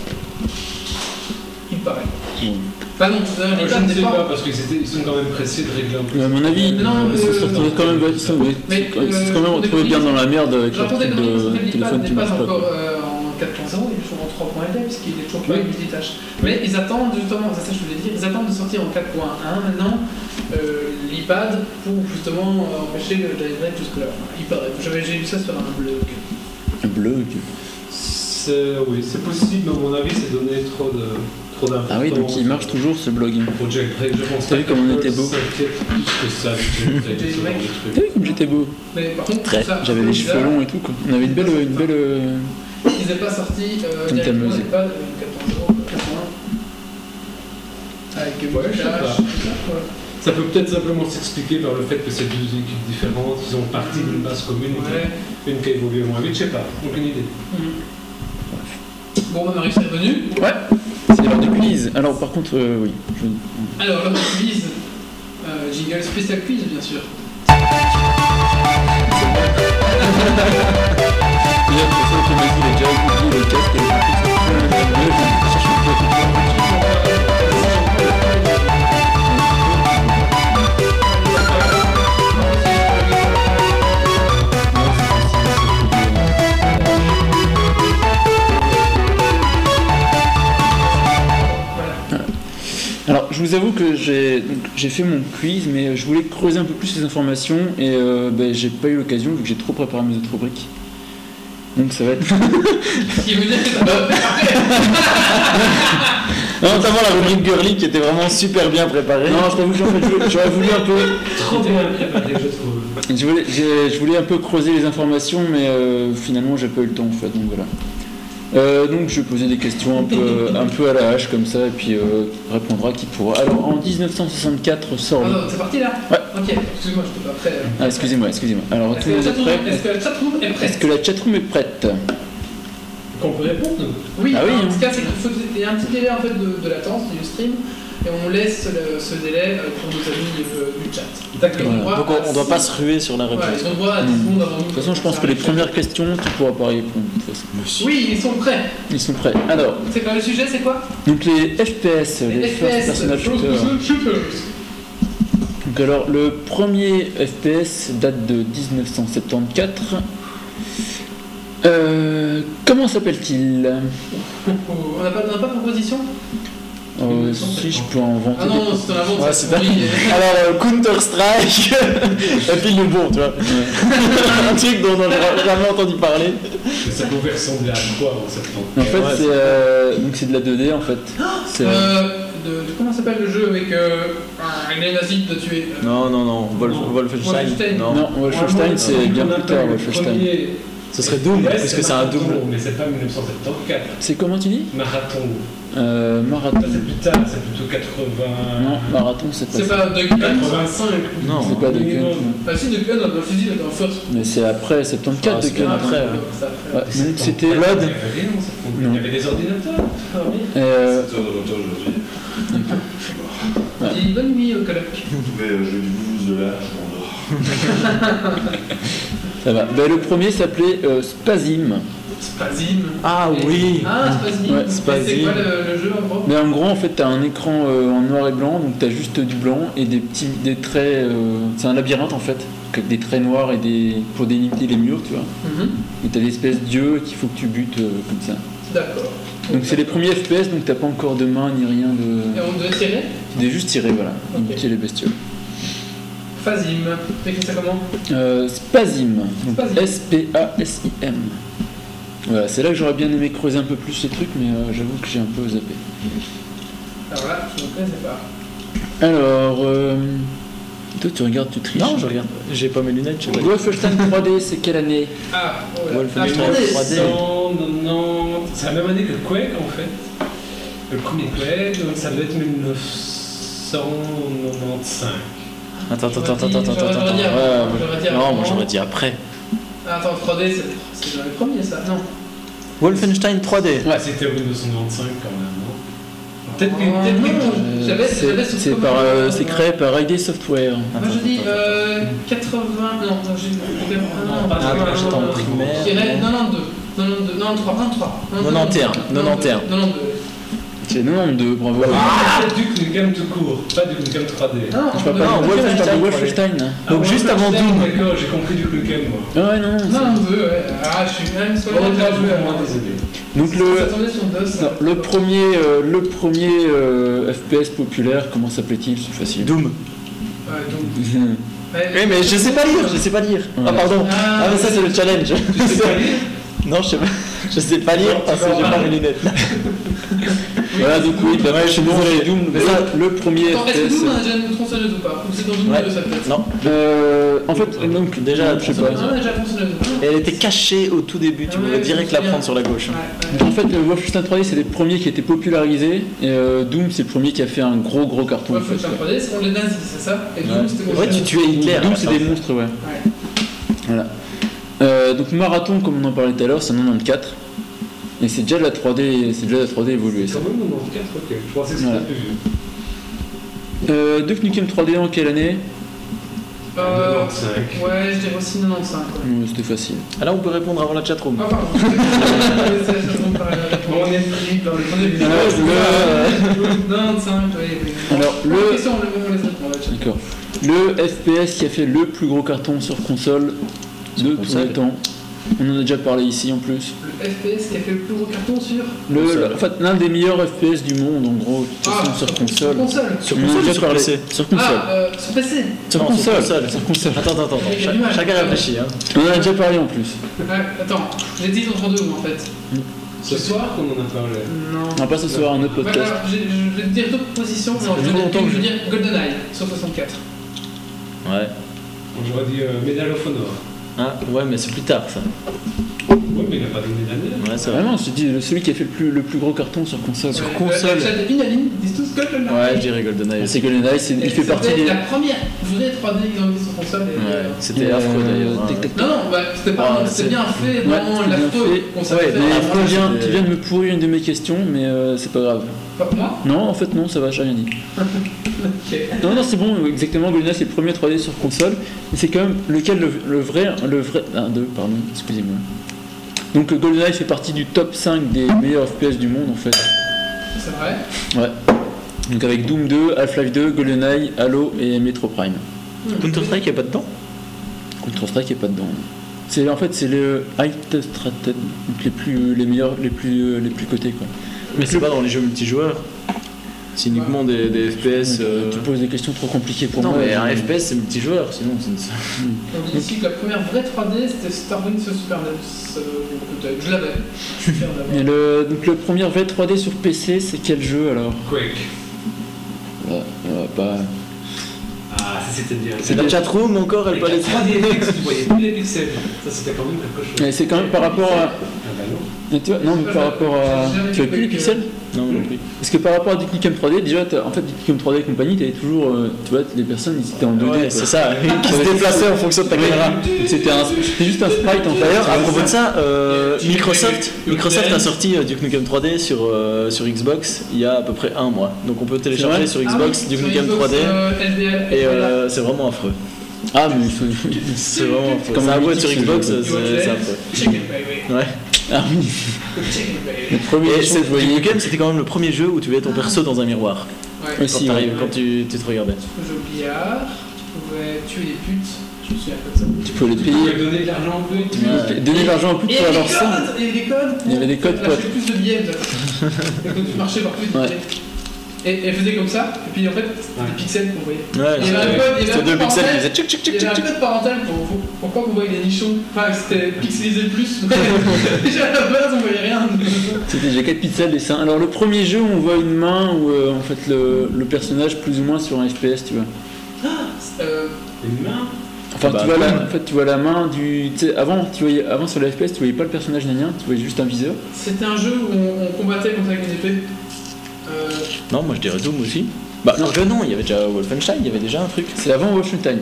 Il paraît. Bah non, euh, Ah, Je Apple ne n'est sais pas- pas, parce qu'ils sont quand même pressés de régler un peu. Mais à mon avis, Non, ils se sont euh, quand même, ils se sont- Mais, ils se sont quand même euh, retrouvés bien dans la merde avec Je leur racontais truc quand même de téléphone qui n'est marche pas pas. encore quoi. euh, en 4.0, il est toujours en 3.1 parce qu'il est toujours pas Oui. multitâche. Mais ils attendent justement, c'est ça que je voulais dire, ils attendent de sortir en 4.1 maintenant euh, l'iPad pour justement euh, empêcher le jailbreak jusque-là. Il paraît. J'avais- J'ai lu ça sur un blog. Bleu. ok. C'est- Oui, c'est possible, mais à mon avis, c'est donner trop de trop d'importance. Ah oui, donc il marche toujours ce blog. Pour jailbreak, je pense. T'as vu pas comme on qu'Apple était beau s'inquiète plus que ça du jailbreak, ce genre T'as de truc. vu comme j'étais beau Mais par contre, Très, ça, J'avais les cheveux longs et tout. Quoi. On avait une belle, une belle. euh, Ils n'avaient pas sorti euh, Une directement tameuse. l'iPad en 4.0, 4.1. Avec Ouais, je sais multitâche, pas. tout ça, quoi. Ça peut peut-être simplement s'expliquer par le fait que c'est deux équipes différentes, ils ont parti d'une base commune, Ouais. une qui a évolué moins vite, je sais pas, aucune idée. Bon, bah, Marie, c'est revenu. Ouais, c'est l'heure du quiz. Alors par contre, euh, oui. je- Alors, l'heure du quiz. Euh, jingle spécial quiz, bien sûr. D'ailleurs, c'est ça que m'a dit, il a déjà oublié le casque et le truc, c'est pas mal. Là, je cherche un peu. Alors, je vous avoue que j'ai donc, j'ai fait mon quiz, mais euh, je voulais creuser un peu plus les informations et euh, ben, j'ai pas eu l'occasion vu que j'ai trop préparé mes autres rubriques. Donc ça va être. Ce qui veut dire que t'as Euh, pas fait Notamment la rubrique Girly qui était vraiment super bien préparée. Non, je t'avoue que j'en fais- j'aurais- j'aurais voulu un peu. Trop bien préparé, je trouve. Je voulais, j'ai- je voulais un peu creuser les informations, mais euh, finalement j'ai pas eu le temps en fait, donc voilà. Euh, donc je vais poser des questions un peu, Euh, ah, un peu à la hache comme ça, et puis euh, répondra qui pourra. Alors en 1964 sort Ah le... non, c'est parti là Ouais. Ok, excuse-moi, je pas prêt. Ah excusez-moi, excusez-moi. Alors Est-ce tout le que la monde est prêt chatroom- est-ce que la chatroom est prête Est-ce que la chatroom est prête Qu'on peut répondre Oui, Ah oui, en hein. tout cas, c'est qu'il faut il y a un petit délai en fait de, de latence du stream et on laisse le- ce délai euh, pour nos amis euh, du chat. D'accord. Voilà. Donc on, on doit pas se ruer sur la Ouais, réponse. ils ont droit à 10 Hmm. secondes avant nous. De toute façon, je pense que les premières questions, tu pourras pas répondre. de toute façon. Oui, ils sont prêts. Ils sont prêts. Alors, C'est quoi le sujet C'est quoi donc les FPS, les, First Person Shooter. Donc alors, le premier FPS date de 1974. Euh, comment s'appelle-t-il On n'a pas, on n'a pas de proposition Euh, Si je peux en vendre. Ah non, non, c'est un avant, Ouais, c'est c'est pas- pourri. Alors euh, Counter Strike, la pile le bon, tu vois. Un truc dont on n'avait jamais entendu parler. Mais ça pouvait ressembler à quoi en septembre En fait, Ouais, c'est c'est- euh, donc c'est de la 2D en fait. C'est- Euh, de, de- comment s'appelle le jeu avec euh, un les nazis de tuer euh, Non, non, non, Wolf- Non. Wolfenstein. Wolfenstein. Non. non, Wolfenstein, c'est bien plus tard. Wolfenstein. Ce serait Doom, parce que c'est un double. Mais c'est pas 1974. C'est comment tu dis Marathon. euh, Ça, Marathon. c'est plus tard, c'est plutôt 80. Non, marathon, c'est pas C'est ça. pas Duck Hunt 85. Non. C'est pas de Gun. Bah si, Duck Hunt, on a fusil dans First. Mais c'est après 74 Ah, c'est de Gun. après, hein. C'est après. Ouais, donc c'était. Il y avait rien en septembre. Non. Il y avait des ordinateurs. Ah oui. Euh, 7 heures de retard aujourd'hui. Ouais. Dis bonne nuit au coloc. Mais euh, j'ai du blues de là, je m'endors. ça va. Ben, le premier s'appelait euh, Spasim. Spazim. Ah oui Ah, Spazim. Ouais, Et C'est Spazim. quoi le, le jeu en gros Mais en gros, en fait, t'as un écran euh, en noir et blanc, donc t'as juste du blanc et des petits des traits. euh, c'est un labyrinthe en fait, avec des traits noirs et des pour délimiter les murs, tu vois. Mhm. Et t'as des espèces d'yeux qu'il faut que tu butes euh, comme ça. D'accord. Donc c'est les premiers FPS, donc t'as pas encore de main ni rien Et de. on devait tirer Tu dois juste tirer, voilà, Ok. buter les bestioles. Fazim. T'écris ça comment Euh, Spasim, donc Spasim. S-P-A-S-I-M. Voilà, c'est là que j'aurais bien aimé creuser un peu plus ces trucs, mais euh, j'avoue que j'ai un peu zappé. Ah, Alors là, je ne connaissais pas. Alors, euh, Toi, tu regardes, tu triches. Non, je regarde. J'ai pas mes lunettes, je sais pas. Wolfenstein 3D, c'est quelle année Ah, oh là. Wolfenstein Ah, mais- 3D. 1990. C'est la même année que Quake en fait. Le premier Quake, donc ça devait être 1995. Attends, attends, J'aurais attends, dit- attends, attends, j'aurais attends. dit Ouais, avant, ouais. j'aurais dit Non, avant. moi j'aurais dit après. Attends, 3D, c'est- c'est dans les premiers ça Non. Wolfenstein 3D. Ouais, c'était au 1995 quand même, non Peut-être que. Ah, peut-être que- non. Euh, J'avais- c'est- j'avais sous C'est commande. par, euh, c'est créé par ID Software. Moi je Attends, dis attends, euh, 80. Non, non, j'ai. Non, pas Ah, vraiment. bah, j'étais en primaire. euh, Je dirais 92. 92. 93. 93. 91, 91. 92. C'est 92, bravo. Ah C'est Duke Nukem tout court, pas Duke Nukem 3D. Ah, je parle pas non, de Wolfenstein, je parle de Wolfenstein. Ah, Donc ouais, juste ouais, avant putain, Doom. D'accord, j'ai compris Duke Nukem moi. Ah ouais, non, non, c'est- 92, ouais. Ah, je suis même sur Oh, le là, je joué. suis vraiment désolé. Donc Ça le, tombait sur DOS. non, le premier, euh, le premier euh, FPS populaire, comment s'appelait-il C'est facile. Doom. Ouais, donc. Oui, mais je sais pas lire, je sais pas lire. Ah, Ouais. pardon. Ah, Ah, mais ça, c'est le challenge. Tu sais pas lire non, je sais pas. Je sais pas lire parce que j'ai pas mes lunettes. Voilà, donc oui, bah, ouais, chez nous, on est Doom. Mais le- ça- le premier Attends, est-ce que nous FPS. on a déjà une tronçonneuse ou pas Ou c'est dans une Ouais. vidéo ça peut-être Non, Euh, en fait, donc Déjà, je sais pas. Ah, on a déjà une tronçonneuse. Et elle était cachée au tout début, tu Ah ouais, pouvais je me direct la souviens. prendre sur la gauche. Ouais, ouais. En fait, le Wolfenstein 3D, c'est les premiers qui étaient popularisés. Et euh, Doom, c'est le premier qui a fait un gros gros carton. en fait, Wolfenstein quoi. 3D, c'est pour les nazis, c'est ça Et du coup, c'était comme Ouais, ça. tu tuais Hitler. à la Doom, c'est fin. des monstres, ouais. Ouais. Voilà. Euh, donc Marathon, comme on en parlait tout à l'heure, c'est 94. Et c'est déjà de la 3D, c'est déjà de la 3D évoluée. C'est Ça. quand même 94, ok. Je pensais que c'était Voilà. plus vieux. Euh, Duke Nukem 3D en quelle année Euh, 95. Ouais, je dirais aussi 95. quoi. Ouais, C'était facile. Ah là, on peut répondre avant la chatroom. Ah, pardon. Ça, je comprends pas la Bon, réponse. on est pris dans le On est plus- Alors, le... 95, ouais, ouais. Alors, La le... question, on le- on les répond là-dessus. D'accord. Le FPS qui a fait le plus gros carton sur console de tous console. les temps. On en a déjà parlé ici en plus. Le FPS qui a fait le plus gros carton sur. Le, Console. le- en fait, l'un des meilleurs FPS du monde, en gros, de toute façon, sur console. Console. Sur On en a console déjà ou sur parlé. PC Sur console. Ah, euh, sur PC. Sur Non, console. console. Sur console. Attends, attends, attends. Il y a du Cha- mal. Chacun réfléchit. Hein. On en a déjà parlé en plus. Ouais, attends, j'hésite entre deux en fait. Ce soir qu'on en a parlé. Non. On va pas ce soir un autre Ouais, podcast. alors, j'ai- je vais te dire deux propositions, mais fait je trop vais longtemps dire- que je vais je- dire GoldenEye sur 64. Ouais. J'aurais dit euh, Medal of Honor. Hein ouais, mais c'est plus tard ça. Oui, mais il n'a pas donné d'année. Ouais, c'est vrai. Vraiment, je te dis, le- celui qui a fait le plus, le plus gros carton sur console. Ouais, console. Le chat de Inaline, ils disent tous GoldenEye. Ouais, je dirais GoldenEye. C'est GoldenEye, c'est- Et il fait c'était partie des. la première vraie 3D qu'ils ont mis sur console. et, Ouais, euh, c'était Euh, affreux d'ailleurs. hein. tic, tac, tac. Non, non, bah, c'était pas Ouais, c'est- c'était bien fait, Ah, Ouais, vraiment c'était la bien faute fait. qu'on Ah, savait Ouais, faire. mais- Mais tu viens, c'était- tu viens de me pourrir une de mes questions, mais euh, c'est pas grave. Pas pour moi Non, en fait, non, ça va, j'ai rien dit. Ok. Non, non, c'est bon, exactement, GoldenEye, c'est le premier 3D sur console. Et c'est quand même lequel le, le vrai. Le vrai un, deux, pardon, excusez-moi. Donc, euh, GoldenEye fait partie du top 5 des meilleurs FPS du monde, en fait. C'est vrai. Ouais. Donc, avec Doom 2, Half-Life 2, GoldenEye, Halo et Metro Prime. Counter-Strike, il n'y a pas dedans Counter-Strike est pas dedans. C'est en fait c'est le high test rated, donc les plus les meilleurs les plus euh, les plus cotés quoi. Mais c'est pas dans les jeux multijoueurs. C'est uniquement des, des FPS. Donc, euh, euh, Tu poses des questions trop compliquées pour Non, moi. mais un je- FPS c'est multijoueur, sinon c'est une- On dit ici que la première vraie 3D c'était Star Wars sur Super NES. euh, peut-être. Je l'avais. Je suis fier de l'avoir. Et le donc le premier vrai 3D sur PC c'est quel jeu alors Quake. Ouais, ouais, bah, Ah, ça c'était bien. C'est La chatroom encore, elle Avec la parlait de 3DFX, tu voyais plus les pixels. Ça c'était quand même quelque chose. Mais c'est quand même par rapport à Ah bah non. mais tu vois, non mais par rapport à tu as plus les pixels Non, non plus. parce que par rapport à Duke Nukem 3D déjà t'as- en fait Duke Nukem 3D et compagnie t'avais toujours euh, tu vois les personnes ils étaient en 2D Ouais, quoi. c'est ça, qui se déplaçait en fonction de ta caméra. C'était un- c'était juste un sprite en fait. D'ailleurs, à propos de ça, euh, Tu- Microsoft, tu- Microsoft tu- a sorti euh, Duke Nukem 3D sur, euh, sur Xbox il y a à peu près un mois. Donc on peut télécharger vrai sur Ah Xbox oui, Duke sur Nukem Xbox, 3D. euh, LDL, Et euh, c'est vraiment affreux. Ah mais il faut- C'est vraiment affreux. Comme Comme on un dit, sur ce Xbox, jeu. c'est c'est affreux. Chicken baby. Ouais. Ah oui. Chicken baby. Et Premier jeu c'est- que Ah, je voyais Duke Nukem, c'était quand même le premier jeu où tu Ah. voyais ton perso dans un miroir Ouais. quand, Aussi, t'arrives- ouais. quand tu, tu te regardais. Jeu au billard, tu pouvais tuer les putes. Je me souviens pas de ça. Tu peux les Tu payer. pouvais donner de l'argent aux putes. Ouais. Donner de l'argent au pute Et il pour y avait avoir des ça. codes, il y avait des codes. Il y avait des codes, Lâcher plus de billets. là. Et quand tu marchais partout, tu Ouais. disais- Et et elle faisait comme ça, et puis en fait, c'était des Ouais. pixels qu'on voyait. Ah, Ouais, Il y avait un code, il y c'était avait deux un pixels qui faisaient parenthèse. tchic tchic Il tchic y tchic avait un tchic. code parental pour, pour, pourquoi qu'on voyait les nichons. Enfin, c'était pixelisé plus. Déjà à la base, on voyait rien. C'était déjà 4 pizzas dessin. Alors le premier jeu, on voit une main où euh, en fait le, le personnage plus ou moins sur un FPS, tu vois. Euh, Les mains Enfin, Bah, tu vois ouais. la, en fait, tu vois la main du. tu sais, Avant, tu voyais, avant sur la FPS, tu voyais pas le personnage ni rien, tu voyais juste un viseur. C'était un jeu où on, on combattait contre avec des épées. Euh, Non, moi je dirais Doom aussi. Bah non, Non. je non, il y avait déjà Wolfenstein, il y avait déjà un truc. C'est avant Wolfenstein.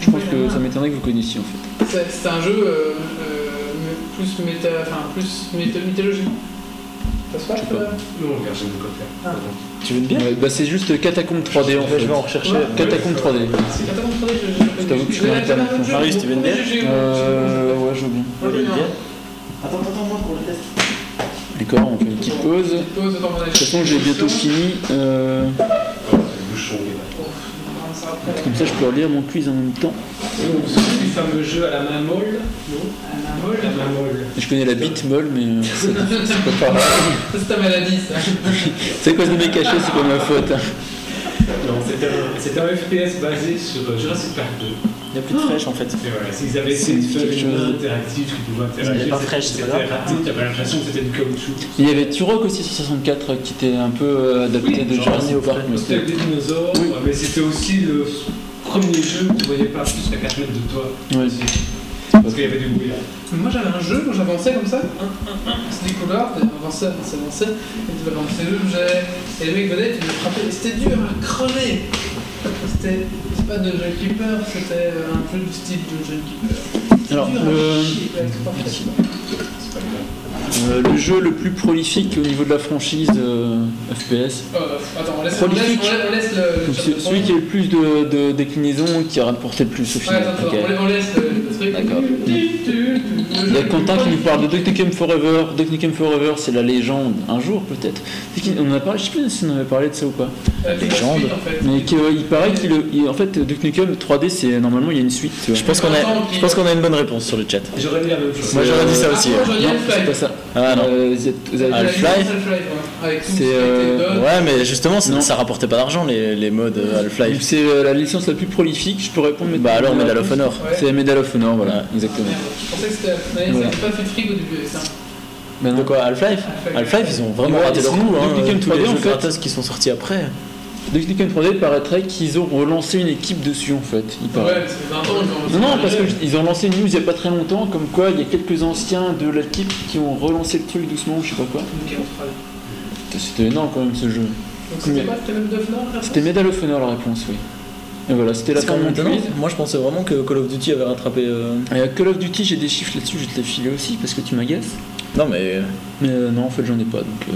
Je pense que ça m'étonnerait que vous connaissiez en fait. c'est c'est un jeu euh, euh, plus méta, enfin plus méta- mythologique. Ça se passe Je sais pas. euh, Non, regarde, j'ai une coca. Ah. Tu veux une bière Ouais, bah, c'est juste Catacombe 3D Je en vais- fait. je vais en rechercher. Ouais. Catacombe 3D. Attends, attendez, je- je- Je t'avoue que je suis Vous un avez la talent. même jeu, Marius, vous tu veux une pouvez bière juger, vous- Euh. Ouais, je veux bien. vous- une bière Attends, attends, moi pour le test. D'accord, on fait une petite pause. De Pause, attends, on a- toute façon, j'ai bientôt fini. euh, Ouais, le bouchon, il est là. Ouf, on va ça après. Comme ça, je peux relire mon quiz en même temps. Et on vous souvenez du fameux jeu à la main molle Non Ah, la molle. La main molle. Je connais la bite molle, mais euh, c'est c'est pas pareil. Ça, C'est ta maladie, ça. C'est quoi ce mec caché, c'est pas ma faute. hein. Non, c'était un, c'était un FPS basé sur euh, Jurassic Park 2. Il n'y a plus de fraîche en fait. Et voilà, s'ils avaient essayé de C'est faire quelque une main chose. interactive qui pouvait Elle est interagir, pas fraîche, c'est pas c'était grave. raté, t'avais l'impression que c'était du caoutchouc. Il y avait Turok aussi sur 64 euh, qui était un peu euh, adapté Oui, de genre Jurassic Park. mais C'était avec c'était- des dinosaures, Oui. mais c'était aussi le premier jeu où tu voyais pas plus à 4 mètres de toi. Ouais. Parce qu'il y avait du bruit. Moi j'avais un jeu où j'avançais comme ça, un, un, un, c'est des couleurs, et j'avançais, j'avançais, j'avançais, et tu balançais l'objet, et les mecs venaient, tu me frappais, c'était dur à crever C'était c'est pas de John Keeper, c'était euh, un peu du style de John Keeper. C'était Alors, dur à le- chier, ouais, c'est pas Merci. facile. C'est pas grave. Euh, le jeu le plus prolifique au niveau de la franchise euh, FPS. Euh, attends, on laisse, on laisse, Prolifique. on laisse, on laisse le. le Donc c'est chat celui qui a le plus de, de déclinaisons, qui a rapporté le plus au Ouais, final. attends, attends, Ok. on, la- on laisse le, le truc. D'accord. Tu- tu- tu- Il y a Quentin qui nous parle de Technicum Forever. Technicum Forever, c'est la légende. Un jour peut-être. C'est qu'il- On en a parlé, je sais plus si on avait parlé de ça ou pas. Euh, c'est la Légende. suite, en fait. Mais qu'il paraît qu'il, il- Euh, en fait, Technicum 3D, c'est euh, normalement il y a une suite. tu vois. Je pense qu'on a, je pense qu'on a une bonne réponse sur le chat. J'aurais dit la même chose. Moi j'aurais dit ça Euh, Ah, aussi. moi, hein. j'aurais dit Non, Half-Life. c'est pas ça. Ah non. Euh, vous êtes- vous avez- Ah, Half-Life. Half-Life, ouais, hein. avec tout ce qui C'est, a été euh, done. Ouais, mais justement, ça, Non. ça rapportait pas d'argent les, les modes euh, Donc Half-Life. C'est euh, la licence la plus prolifique, je peux répondre. mais- Bah alors, Medal of Honor. Ouais. C'est Medal of Honor, voilà, Ah, exactement. merde. Je pensais que c'était Half-Life, Voilà. ça n'a pas fait frigo au début avec ça. Ben non. De quoi Half-Life Half-Life, ils ont vraiment Ouais, raté leur sinon, coup. Hein, Duke Nukem tous les 3D, en jeux fait. gratos qui sont sortis après. Duke Nukem 3D paraîtrait qu'ils ont relancé une équipe dessus en fait. Il Ouais, paraît. parce que 20 ans, ils ont- Non, non, parce qu'ils ont lancé une news il y a pas très longtemps, comme quoi il y a quelques anciens de l'équipe qui ont relancé le truc doucement, je sais pas quoi. Ok, on fera. Donc C'était énorme quand même ce jeu. c'était Mais- pas c'était même Duff, non C'était Medal of Honor la réponse, oui. Et voilà, c'était la C'est fin quand de mon même étonnant. quiz. Moi je pensais vraiment que Call of Duty avait rattrapé. euh, Euh, Call of Duty, j'ai des chiffres là-dessus, je vais te les filer aussi parce que tu m'agaces. Non, mais. Mais euh, non, en fait, j'en ai pas. Donc, euh,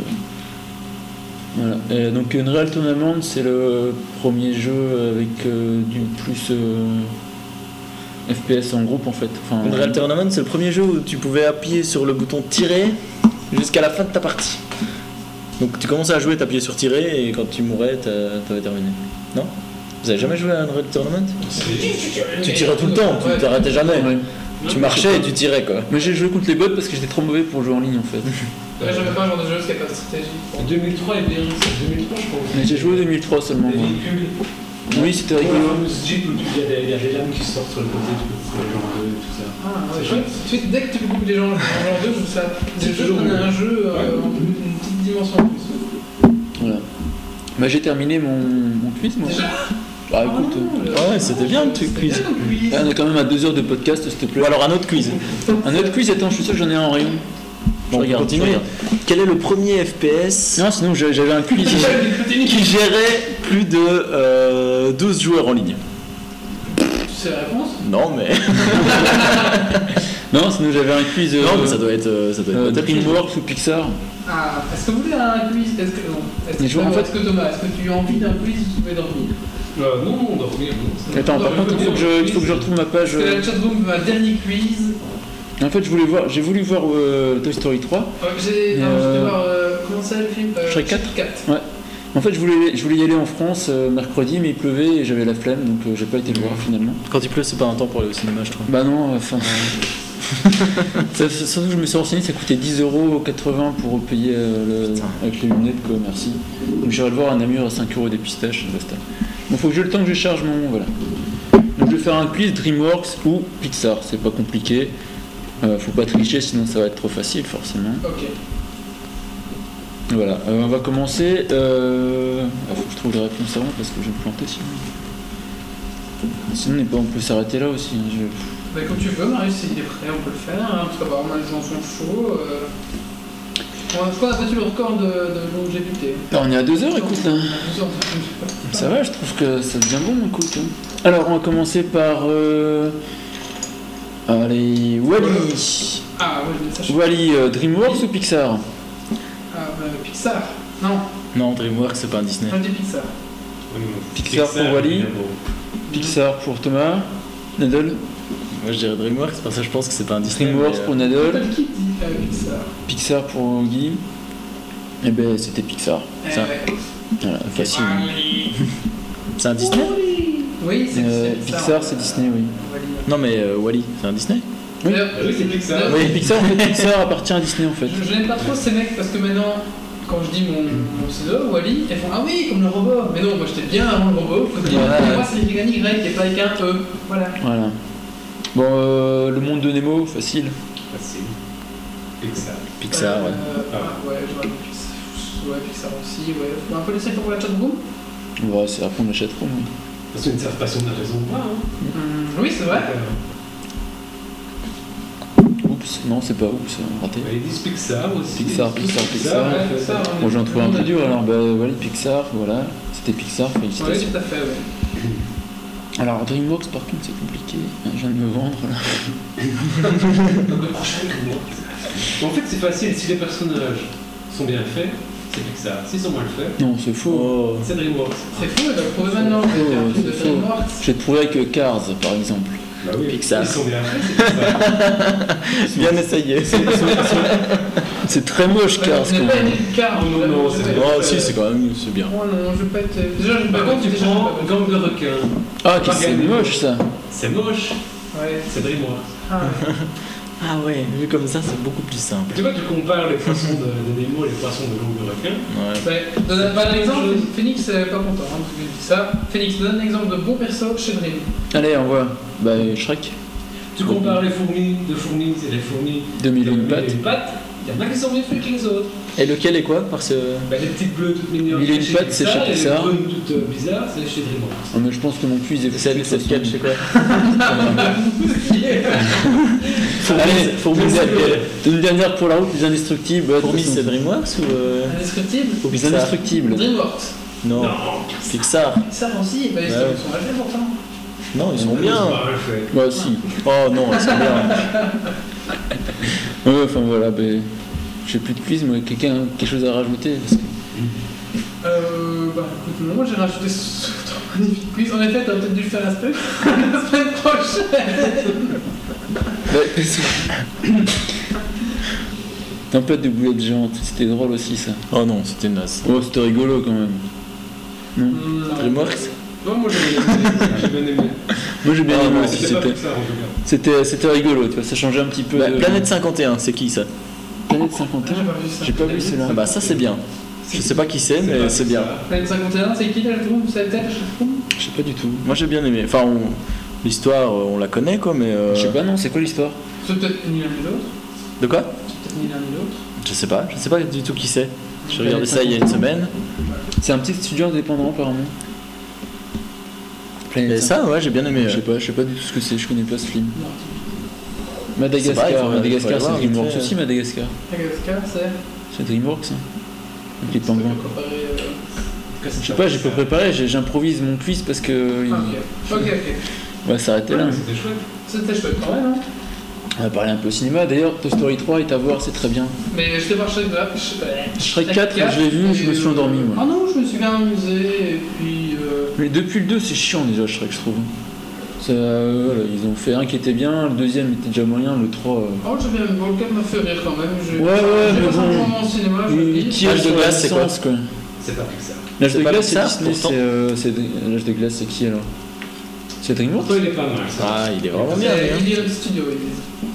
Voilà. Et donc, Unreal Tournament, c'est le premier jeu avec euh, du plus euh, FPS en groupe, en fait. Enfin, Unreal Tournament, c'est le premier jeu où tu pouvais appuyer sur le bouton tirer jusqu'à la fin de ta partie. Donc tu commençais à jouer, t'appuyais sur tirer et quand tu mourais, t'a- t'avais terminé. Non Vous avez jamais joué à Unreal Tournament Tu tirais tout le temps, tu Ouais. t'arrêtais jamais. Ouais. Tu marchais et tu tirais quoi. Mais j'ai joué contre les bots parce que j'étais trop mauvais pour jouer en ligne, en fait. Ouais, j'aimais pas le genre de jeu parce qu'il n'y a pas de stratégie. En 2003, il y avait un- eh c'est 2003, je pense. Mais j'ai joué au 2003 seulement. Des moi. véhicules. Oui, c'était Pour la rigolo. fameuse Jeep où il y a des- il y a des lames qui sortent sur le côté du pour les gens de tout ça. Ah, ouais, C'est je vois. Tout de suite, dès que tu coupes les gens en genre 2, je trouve ça. C'est C'est jeux toujours qu'on a un mieux. jeu euh, Ouais. en plus, une petite dimension en plus. Voilà. Bah, j'ai terminé mon, mon quiz, moi. Déjà Bah, écoute. euh, Ouais, c'était bien, le truc quiz. là, on est quand même à deux heures de podcast, s'il te plaît. Ou alors un autre quiz. Un autre quiz, attends, je suis sûr que j'en ai un en rayon. Je Bon, on peut regarde, je continuer. regarde. Quel est le premier FPS Non, sinon, j'ai- j'avais un quiz. qui gérait plus de euh, 12 joueurs en ligne C'est la réponse Non, mais. non, sinon, j'avais un quiz. euh, Non, mais ça doit être. euh, Ça doit être Euh, Battlefield. DreamWorks ou Pixar Ah, est-ce que vous voulez un quiz Est-ce que. Non. Est-ce que, Mais je vois, en Thomas, fait- est-ce que Thomas, est-ce que tu as envie d'un quiz ou tu veux dormir Euh, non, non, dormir, non. ça- Attends, par contre, il faut que je, il faut que je retrouve ma page. Parce que euh. la chatroom veut un dernier quiz. En fait, je voulais voir, j'ai voulu voir euh, Toy Story 3. Euh, J'ai. Non, je Euh, vais voir. euh, Comment ça le film Euh, Shrek 4. 4. En fait, je voulais, je voulais y aller en France euh, mercredi, mais il pleuvait et j'avais la flemme, donc euh, j'ai pas été le voir finalement. Quand il pleut, c'est pas un temps pour aller au cinéma, je trouve. Bah non, enfin. ça- ça- surtout que je me suis renseigné, ça coûtait 10,80€ pour payer euh, le- Putain. avec les lunettes, quoi, merci. Donc j'irai le voir à Namur à 5€ des pistaches, basta. Bon, faut que j'ai le temps que je charge mon. Voilà. Donc je vais faire un quiz Dreamworks ou Pixar, c'est pas compliqué. Euh, faut pas tricher, sinon ça va être trop facile, forcément. Ok. Voilà, euh, on va Euh, commencer. Euh... ah, faut que je trouve les réponses avant parce que je vais me planter sinon. Sinon, on peut s'arrêter là aussi. hein, Je... Bah, comme tu veux, Marius, s'il est prêt, on peut le faire, hein, parce qu'apparemment les gens sont chauds. Euh... Bon, en tout cas, on a battu le record de, de longévité. Bah, on est à deux heures, écoute là. Deux heures, je sais pas. Ça va, je trouve que ça devient bon, écoute. hein. Alors, on va commencer par. euh, Allez, Wally. Ah, ouais, mais ça, je Wally, euh, DreamWorks ou Pixar Ah, bah, Pixar Non, Non, DreamWorks, c'est pas un Disney. je dis Pixar. Pixar pour Wally. évidemment. Pixar pour Thomas. Nadal. Moi, je dirais DreamWorks, parce que je pense que c'est pas un Disney. DreamWorks mais, pour euh, Nadal. Qui dit euh, Pixar Pixar pour Guy. Eh ben, c'était Pixar. Eh, Ça, ouais. voilà, facile. Wall-E. C'est un Disney Oh, Oui, c'est Euh, Disney. Pixar, c'est Disney, oui. Wall-E. Non, mais euh, Wally, c'est un Disney Oui. D'ailleurs, Oui, c'est Pixar. d'ailleurs, Oui, Pixar, en fait, Pixar appartient à Disney en fait. Euh, Je, je n'aime pas trop ces mecs parce que maintenant, quand je dis mon, mon pseudo, Wally, ils font Ah oui, comme le robot. Mais non, moi j'étais bien avant le robot. Faut dire, Ouais. pour moi c'est avec un Y et pas avec un E. Voilà. Voilà. Bon, euh, le monde de Nemo, facile. Facile. Pixar. Pixar, ouais. Euh, ah, ouais, je vois Pixar. Ouais, Pixar aussi, ouais. Faut un peu laisser pour la chatroom Bon, c'est après on achète trop. hein. mais- Parce qu'ils ne savent pas si on a raison ou pas. hein. Mm. Euh, Hum, Oui, c'est vrai. Oups, non, c'est pas oups, raté. Ils disent Pixar aussi. Pixar, Ils disent Pixar, Pixar. ouais, hein. Pixar, ouais. Bon, j'en trouve un peu dur alors. Bah, voilà, Pixar, voilà. C'était Pixar, Ouais, félicitations. tout à fait, ouais. Alors, DreamWorks, par contre, c'est compliqué. Je viens de me vendre là. Donc, le prochain, comment En fait, c'est facile. Si les personnages sont bien faits, c'est Pixar. S'ils sont mal faits, euh, Non, c'est faux. Oh. c'est DreamWorks. C'est fou, elle va prouver maintenant. Elle va faire un truc de c'est Fred faux. Morse. Je vais te prouver avec Cars, par exemple. Bah oui. Pixar. Ils sont bien faits, c'est Pixar. Bien essayé. C'est très moche, Cars, Je n'ai quand pas même. aimé le car. Non, non, non, je c'est vais pas- Oh, si, c'est quand même c'est bien. Oh non, je vais pas être. Déjà, je Par contre, tu déjà, prends je vais pas- Gang de requins. Ah, qu'est-ce que c'est moche ça. C'est moche. Ouais. C'est DreamWorks. Ah, Ah ouais, vu comme ça, c'est beaucoup plus simple. Tu vois, tu compares les poissons de, de Nemo et les poissons de Gang de requin. Ouais. Ouais. Donne un- Par exemple, Phoenix euh, pas content hein, parce que j'ai dit ça. Phoenix, donne un exemple de bon perso chez Dream. Allez, on voit. Bah, Shrek, Tu compares les fourmis de fourmis et les fourmis 2000 et une de pattes. mille et une pattes. Il y en a qui sont mieux faits que les autres. Et lequel est quoi Parce que. Bah, les petites bleues toutes mignonnes. Mille et une chez pattes, c'est chez et Pixar. Les brunes toutes euh, bizarres, c'est chez DreamWorks. Ah, mais je pense que mon cul, il est C'est foutu, de c'est toute façon. lequel, je sais quoi Allez, fourmis, Fourmis, c'est c'est lequel Une dernière pour la route, les indestructibles. ouais, de Fourmis, toute c'est façon. DreamWorks ou. euh, Indescriptible. Ou Les Pixar indestructibles. Dreamworks. Non, Pixar. Ça aussi, bah, ils Ouais. sont- ils sont âgés pourtant. Non, ils sont C'est bien. pas mal fait. Ouais, si. Oh non, ils sont bien. Ouais, enfin voilà, ben. J'ai plus de quiz, mais quelqu'un a quelque chose à rajouter parce que- Euh, bah écoute, non, moi j'ai rajouté ce ton magnifique quiz. En effet, t'as peut-être dû le faire la semaine, la semaine prochaine. Ouais. Tempête de boulettes géantes, c'était drôle aussi ça. Oh non, c'était naze. Oh, c'était rigolo quand même. Non. DreamWorks Non, moi j'ai bien aimé. J'ai bien aimé. Moi j'ai bien Ah, aimé non, aussi, C'était pas c'était- Pixar en tout c'était c'était rigolo, tu vois, ça changeait un petit peu. Bah, de- Planète 51, c'est qui ça Planète Ah, 51 J'ai pas vu ça. J'ai pas vu cela. Ah bah ça c'est bien. Je sais pas qui c'est, cas. mais Eh, pas c'est Pixar. bien. Planète 51, c'est qui là, je trouve C'est tel, je trouve Je sais pas du tout. Moi j'ai bien aimé. Enfin, on- l'histoire, euh, on la connaît quoi, mais. euh, Je sais pas, non, c'est quoi l'histoire C'est peut-être ni l'un ni l'autre. De quoi C'est peut-être ni l'un ni l'autre. Je sais pas, je sais pas du tout qui c'est. Je regardais ça il y a une semaine. C'est un petit studio indépendant apparemment. Planète Et ça, ouais, j'ai bien aimé. Je sais ouais. pas, je sais pas du tout ce que c'est, je connais pas ce film. Non. Madagascar, C'est pareil, faut- faut Madagascar, aller c'est voir, DreamWorks vite fait. aussi, Madagascar. Madagascar, c'est. C'est DreamWorks, hein. Avec les pingouins. Comparé, euh, Je sais pas, j'ai pas préparé, j'ai- j'improvise mon quiz parce que. il- Ah, ok, ok, ok. On va s'arrêter là. Ouais, C'était chouette. C'était chouette quand même. hein. On va parler un peu au cinéma. D'ailleurs, Toy Story 3 est à voir, c'est très bien. Mais je t'ai marché de là. Je... Shrek 4, je l'ai vu, je me suis endormi. Ah Moi. non, je me suis bien amusé. Et puis. euh, Mais depuis le 2, c'est chiant déjà, Shrek, je trouve. Ça, euh, voilà, ils ont fait un qui était bien, le deuxième était déjà moyen, le 3. euh, Oh, j'ai bien aimé. Bon, le cas m'a fait rire quand même. Je... Ouais, ouais, J'ai mais passé un bon. bon moment au cinéma, Ah, je le il dis. ah, tire L'âge de sur la glace, c'est quoi licence, quoi C'est pas Pixar. L'âge C'est de pas glace, c'est Pixar, Disney, pourtant. c'est. euh, c'est- L'âge de glace, c'est qui alors C'est Pourtant, DreamWorks il est pas mal. ça. Ah, il est vraiment C'est bien. lui, hein. Illyrium Studio, ils disent.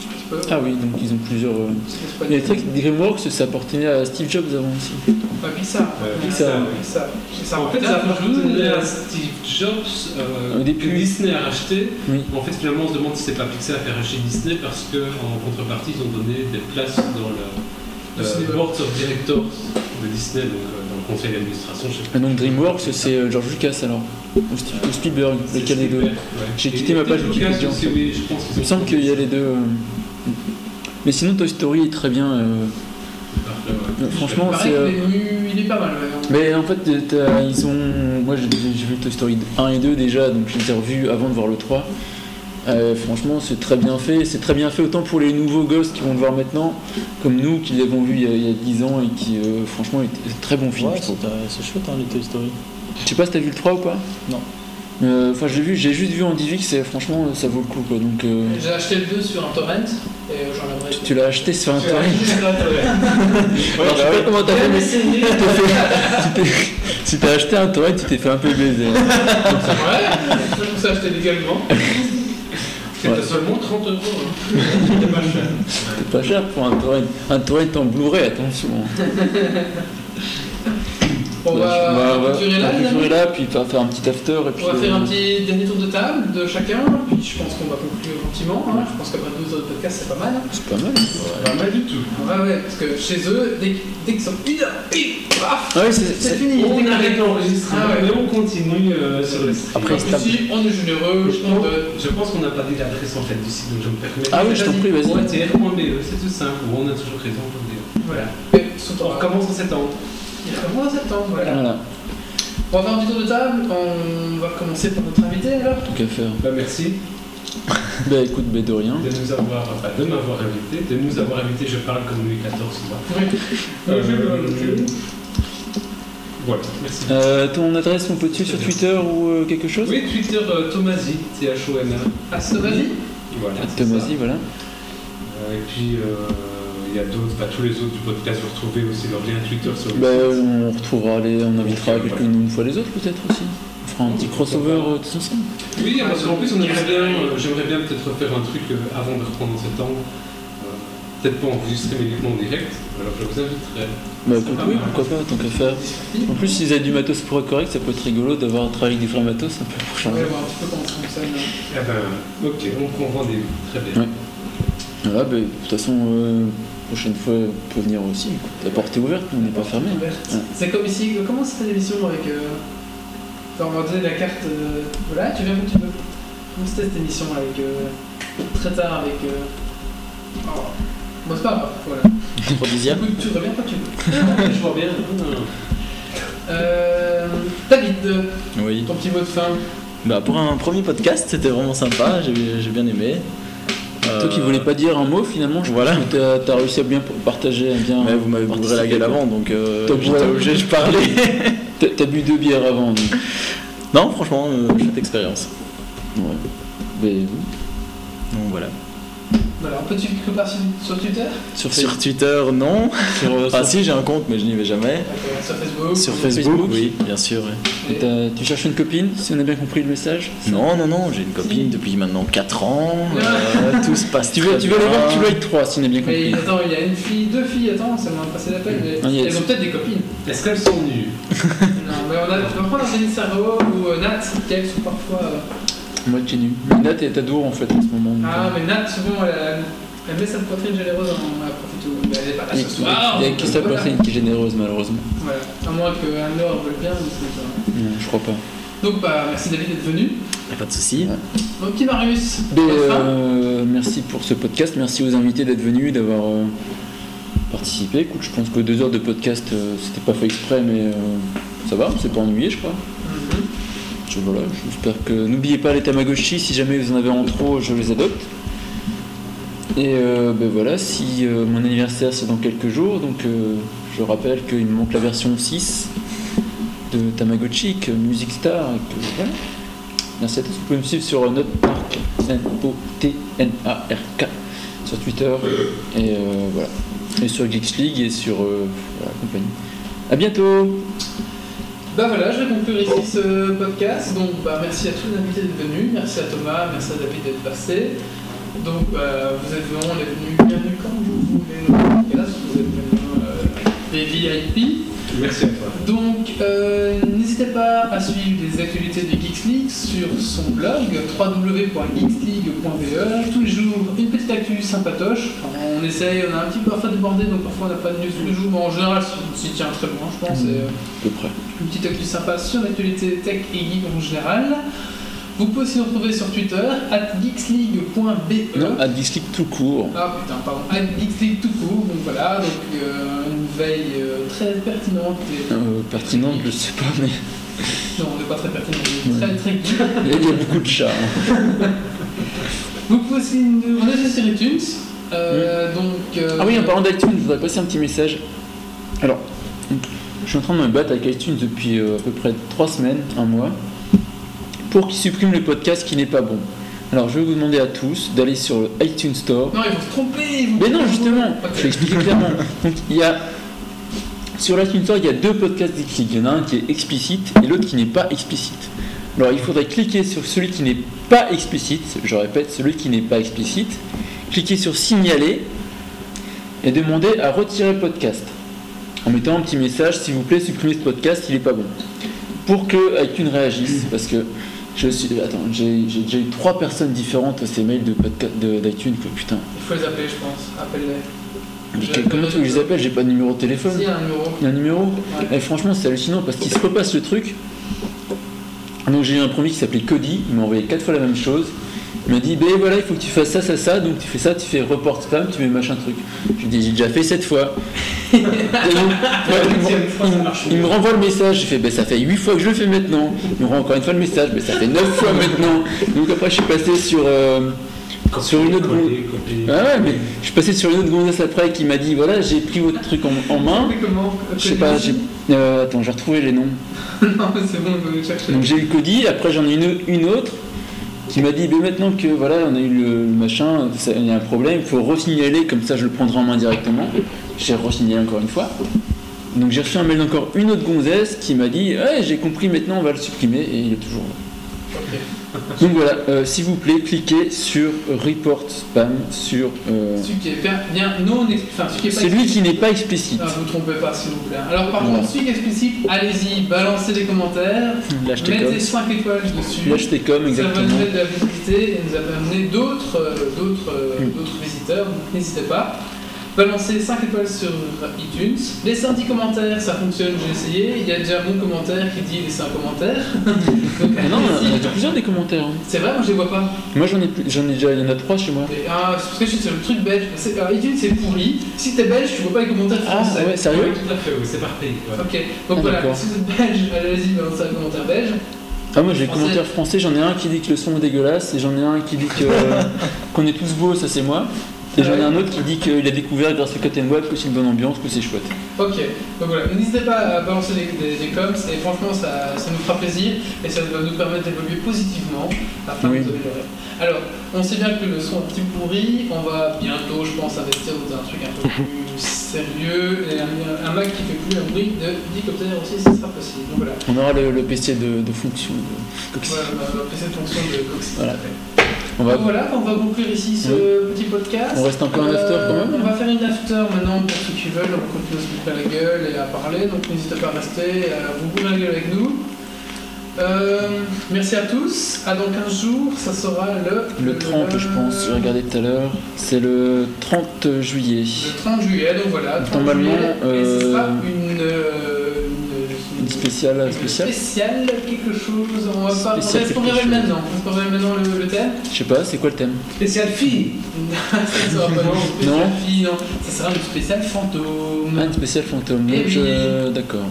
Je sais pas. Ah oui, donc ils ont plusieurs. euh, C'est pas Mais c'est vrai que DreamWorks, ça appartenait à Steve Jobs avant aussi. Pas Pixar. Euh, Pixar. Pixar. Pixar. En fait, ça Pixar, appartenait Pixar. à Steve Jobs, Au euh, début. que Disney a racheté. Oui. En fait, finalement, on se demande si c'est pas Pixar qui a racheté Disney parce que en contrepartie, ils ont donné des places dans le Le euh, cinéma. Board of Directors de Disney, donc euh, dans le conseil d'administration, je sais pas. Et donc DreamWorks, c'est euh, George Lucas alors. Ou Steve- ou Spielberg, C'est lequel des Spielberg, deux ouais. J'ai Et quitté ma page Lucas Wikipédia, en aussi, fait. oui, je pense que Il me semble qu'il y a les deux. euh. Mais sinon, Toy Story est très bien. euh. Parfait, euh, ouais. Non, franchement, Pareil, c'est. euh, il, est venu- il est pas mal. ouais. Mais en fait, t'as- ils ont. Moi, j'ai j'ai vu Toy Story 1 et 2 déjà, donc je les ai revus avant de voir le 3. Euh, franchement, c'est très bien fait. C'est très bien fait autant pour les nouveaux gosses qui vont le voir maintenant, comme nous qui l'avons vu il y, a, il y a 10 ans et qui, euh, franchement, est un très bon film. je, trouve. c'est chouette, hein, les Toy Story. Je sais pas si t'as vu le 3 ou pas Non. Euh, Enfin, j'ai vu, j'ai juste vu en DivX et euh, franchement, ça vaut le coup quoi. Donc, euh, J'ai acheté le 2 sur un torrent et euh, j'en avais. tu l'as acheté sur J'ai internet. acheté sur un torrent. Alors, je sais pas comment t'as fait, mais essayé. t'as fait- tu t'es- si t'as acheté un torrent, tu t'es fait un peu baiser. Ouais, je trouve ça acheté légalement. C'était Ouais. seulement 30 euros. hein. C'était pas cher. C'est pas cher pour un torrent. Un torrent en Blu-ray, attention. hein. On Bah, va bah, clôturer là, on va les clôturer amis. là, puis faire faire un petit after. Et puis, On va faire euh, un petit dernier tour de table de chacun, puis je pense qu'on va conclure gentiment. hein. Je pense qu'après 12 heures de podcast, c'est pas mal. C'est pas mal. Bah, Pas mal du tout. Ouais, ouais, parce que chez eux, dès, dès qu'ils sont une heure, pif, paf, Ah oui, c'est- c'est c'est- fini. On Dès arrête qu'on- Ah l'enregistrement, ouais. mais on continue euh, sur le stream. Après, c'est- Ici, on est Mm, généreux, je pense que- Je pense qu'on n'a pas dit l'adresse en fait du site, donc je me permets. Ah oui, je t'en prie, vas-y. OATR.be, E, c'est tout simple, on a toujours raison. OATR. Voilà. On recommence en septembre. Il recommence en septembre, voilà. Voilà, On va faire un petit tour de table, on va commencer par notre invité alors. tant qu'à faire. Bah, merci Bah écoute, bah, de rien. de nous avoir, enfin, de m'avoir invité, de nous avoir invité, je parle comme Louis XIV, moi. Euh, Voilà, merci. Euh, ton adresse, on peut te suivre sur Twitter ou euh, quelque chose Oui, Twitter euh, Tomasi, T-H-O-M-A. À ce vas-y. Voilà, c'est Tomasi, ça. voilà. Euh, et puis, euh, il y a d'autres, bah, tous les autres du podcast, vous retrouvez aussi leur lien Twitter sur le Bah, site. on retrouvera les. On invitera Ok, quelques- voilà. une fois les autres peut-être aussi. On fera un petit crossover euh, tous ensemble. Oui, parce qu'en plus, on aimerait bien, euh, j'aimerais bien peut-être refaire un truc euh, avant de reprendre en septembre. Euh, peut-être pas enregistrer, mais uniquement en direct. Alors, je vous inviterai. Bah C'est écoute, pas oui, mal. pourquoi pas, tant qu'à faire. En plus, s'ils avaient du matos pour être correct, ça peut être rigolo d'avoir un travail avec du vrai matos, ça peut On va changer. voir un petit peu comment ça fonctionne. hein. Eh ben, ok, on prend rendez-vous. Très bien. Ouais. Voilà, bah, de toute façon, euh, prochaine fois, on peut venir aussi. écoute. La porte est ouverte, on n'est pas fermé. hein. Ouverte. C'est comme ici, euh, comment c'était l'émission avec. Euh... Enfin, on va donner la carte. euh, Voilà, tu viens quand tu veux. Comment c'était cette émission avec. euh, Très tard avec. Euh... Oh. Bon, c'est pas grave, voilà. Trop désir. Écoute, Tu reviens quand tu veux. je vois bien. Euh... David, Oui. ton petit mot de fin. Bah, pour un premier podcast, c'était vraiment sympa, j'ai j'ai bien aimé. Euh, Toi qui voulais pas dire un mot finalement, je Voilà. pense que t'as- t'as réussi à bien partager, à bien. Mais vous m'avez bourré la participer, gueule quoi. avant, donc euh, T'as j'étais bourré- obligé de parler. T'as t'as bu deux bières avant. donc. non, franchement, euh, chouette expérience. Ouais. Mais- Donc voilà. Voilà, on peut te suivre quelque part sur, sur Twitter sur, Sur Twitter, non. sur, euh, Enfin, sur- si, j'ai un compte, mais je n'y vais jamais. D'accord, Sur Facebook Sur Facebook, Facebook, oui, bien sûr. oui. Et- t'as- tu cherches une copine, si on a bien compris le message. Non, non, non, j'ai une copine depuis maintenant 4 ans. euh, tout se passe Ah. Tu veux, très tu veux aller bien. voir Tuloid 3, si on a bien Mais compris. attends, il y a une fille, deux filles, attends, ça m'a passé l'appel. mais- Ah, il y a- Elles ont peut-être des copines. Est-ce qu'elles sont nues Non, mais on a, on va prendre Anthony Sarro ou euh, Nat, qui elles sont parfois. euh, Moi, tu es nu. Mais Nat est à Dour en fait en ce moment. donc, Ah, euh, mais Nat, souvent, elle, a- elle met sa poitrine généreuse en la profite ou. Mais elle est pas là Il y ce a- soir. il y a que sa Voilà. poitrine qui est généreuse, malheureusement. Voilà, à moins qu'un or veuille bien, mais c'est pas Non, je crois pas. ça. Donc, bah, merci David d'être venu. Y a Pas de souci. Mon petit Marius, Ben, bonne fin. euh, merci pour ce podcast, merci aux invités d'être venus, d'avoir euh, participé. Écoute, je pense que deux heures de podcast, euh, c'était pas fait exprès, mais euh, ça va, on s'est pas ennuyé, je crois. Mhm. Je- voilà, j'espère que. N'oubliez pas les Tamagotchi, si jamais vous en avez en trop, je les adopte. Et euh, ben voilà, si euh, mon anniversaire c'est dans quelques jours, donc euh, je rappelle qu'il me manque la version 6 de Tamagotchi, que Music Star, et que voilà. Merci à tous, vous pouvez me suivre sur euh, Notemark, N-O-T-N-A-R-K, sur Twitter, et euh, voilà. Et sur Geeks League et sur euh, voilà, compagnie. A bientôt Bah voilà, je vais conclure ici ce podcast. Donc bah, merci à tous les invités d'être venus, merci à Thomas, merci à David d'être passé. Donc bah, vous êtes venus, on est venus bienvenue quand vous voulez. Et là, vous êtes venus, euh, David, VIP. Merci à toi. Donc, euh, n'hésitez pas à suivre les actualités de Geeks League sur son blog www.geeksleague.be. E. Tous les jours, une petite actu sympatoche. Enfin, on essaye, on a un petit peu parfois débordé, donc parfois on n'a pas de news tous les jours, mais en général, on s'y tient très bien, je pense. et, euh, à peu près. une petite actu sympa sur l'actualité tech et geek en général. Vous pouvez aussi nous retrouver sur Twitter, at geeksleague.be. Non, à Dislick tout court. Ah putain, pardon, at geeksleague tout court. Donc voilà, donc euh, une veille euh, très pertinente. Et... Euh, pertinente, je sais pas, mais Non, on n'est pas très pertinente, mais très très geek. il y a beaucoup de chats. hein. Vous pouvez aussi nous. On est aussi sur iTunes. euh, donc, euh, Ah oui, en parlant d'iTunes, je voudrais passer un petit message. Alors, je suis en train de me battre avec iTunes depuis euh, à peu près 3 semaines, un mois, pour qu'ils suppriment le podcast qui n'est pas bon. Alors, je vais vous demander à tous d'aller sur le iTunes Store. euh, Non, ils vont se tromper. ils vont- Mais non, justement, je vais expliquer clairement. Donc, il y a. Sur l'iTunes Store, il y a deux podcasts Dixit. Il y en a un qui est explicite et l'autre qui n'est pas explicite. Alors, il faudrait cliquer sur celui qui n'est pas explicite. Je répète, celui qui n'est pas explicite. Cliquez sur signaler et demander à retirer le podcast. En mettant un petit message, s'il vous plaît, supprimez ce podcast, il n'est pas bon. Pour que iTunes réagisse, parce que je suis. Attends, j'ai j'ai déjà eu trois personnes différentes à ces mails de podca- de- d'iTunes, quoi, putain. Il faut les appeler, je pense. Appelle-les. Mais Je- quel- comment tu veux que je les appelle J'ai pas de numéro de téléphone. S'il y a un euro. Il y a un numéro Et franchement, c'est hallucinant parce qu'ils se repassent le truc. Donc j'ai eu un premier qui s'appelait Cody, il m'a envoyé quatre fois la même chose. Il m'a dit, ben voilà, il faut que tu fasses ça, ça, ça. Donc tu fais ça, tu fais report spam, tu mets machin truc. Je lui dis, j'ai déjà fait sept fois. Et donc, il, me- il me renvoie le message, je fais, ben ça fait huit fois que je le fais maintenant. Il me renvoie encore une fois le message, ben ça fait neuf fois maintenant. Donc après, je suis passé sur. euh, Sur une autre Copier, copier. Ah ouais, mais je suis passé sur une autre gonzesse après qui m'a dit, voilà, j'ai pris votre truc en, en main. Mais comment hein Je sais pas, j'ai. euh, attends, j'ai retrouvé les noms. Non, mais c'est bon, on va les chercher. Donc j'ai eu Cody, après j'en ai une, une autre qui m'a dit ben maintenant que voilà on a eu le, le machin, ça- il y a un problème, il faut resignaler, comme ça je le prendrai en main directement. J'ai resignalé encore une fois. Donc j'ai reçu un mail d'encore une autre gonzesse qui m'a dit ouais j'ai compris maintenant on va le supprimer et il est toujours là. Ok. Donc voilà, euh, s'il vous plaît, cliquez sur report spam sur euh, Celui qui est bien, bien non explicite. Enfin, celui qui est pas celui qui n'est pas explicite. Ah, vous trompez pas s'il vous plaît. Alors par Ouais. contre, celui qui est explicite, allez-y, balancez des commentaires, L'achetez mettez comme. 5 étoiles dessus. L'achetez comme Ça va nous exactement. mettre de la visibilité et nous a amené d'autres euh, d'autres, euh, Mm. d'autres visiteurs, donc n'hésitez pas. Balancez 5 étoiles sur iTunes. Laissez un petit commentaire, ça fonctionne, j'ai essayé. Il y a déjà un bon commentaire qui dit laissez un commentaire. donc, Ah non, on a allez-y. déjà plusieurs des commentaires. hein. C'est vrai, moi je les vois pas. Moi j'en ai plus- j'en ai déjà il y en a trois chez moi. Mais, ah, c'est parce que je suis sur le truc belge. C'est- Alors, iTunes c'est pourri. Si t'es belge, tu vois pas les commentaires Ah français. ouais, Oui, sérieux tout à fait, oui, c'est par pays. quoi. Ok, donc Ah, voilà, d'accord. si vous êtes belge, allez-y, balancez un commentaire belge. Ah moi j'ai les Français. commentaires français, j'en ai un qui dit que le son est dégueulasse, et j'en ai un qui dit que euh, qu'on est tous beaux, ça c'est moi. Et j'en ai un autre qui dit qu'il a découvert grâce au Captain Web que c'est une bonne ambiance, que c'est chouette. Ok, donc voilà, n'hésitez pas à balancer des, des, des coms, et franchement, ça, ça nous fera plaisir, et ça va nous permettre d'évoluer positivement afin Oui. de nous améliorer. Alors, on sait bien que le son est un petit peu pourri, on va bientôt, je pense, investir dans un truc un peu plus sérieux, et un, un Mac qui fait plus un bruit de hélicoptère aussi, ça sera possible. Donc voilà, On aura le, le PC de, de fonction. de- de- voilà on va passer fonction de Coxy. Voilà. On va Donc Ah, voilà, on va conclure ici ce petit podcast. on reste encore un after Euh, quand même. On va faire une after maintenant pour ceux qui veulent. On continue à se couper la gueule et à parler. Donc n'hésitez pas à rester, à vous couper la gueule avec nous. Euh, merci à tous. À donc un jour, ça sera le... Le 30 je pense, j'ai regardé tout à l'heure. C'est le 30 juillet. Le 30 juillet, donc voilà. 30 Normalement, juillet, et ce sera euh, une... euh, une- Une spéciale une spéciale spéciale, quelque chose. On va pas... Spéciale Est-ce qu'on quelque révèle chose. maintenant Est-ce qu'on révèle maintenant le- le thème Je sais pas, c'est quoi le thème Spécial fille ça sera pas une spéciale Non. fille, non. Ça sera une spéciale fantôme. Ah une spéciale fantôme, Eh donc oui. euh, d'accord.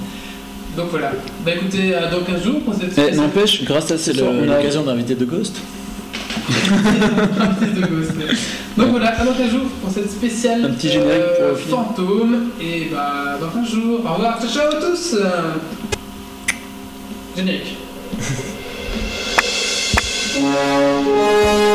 Donc voilà. Bah écoutez, à dans 15 jours pour cette Eh, spéciale N'empêche, grâce à C'est cette le- on a l'occasion d'inviter de Ghost. partie de Ghost. Donc voilà, à dans 15 jours pour cette spéciale Un petit générique pour euh, finir. fantôme. Et bah dans 15 jours. Au revoir, ciao ciao à tous euh, Générique. Thank you.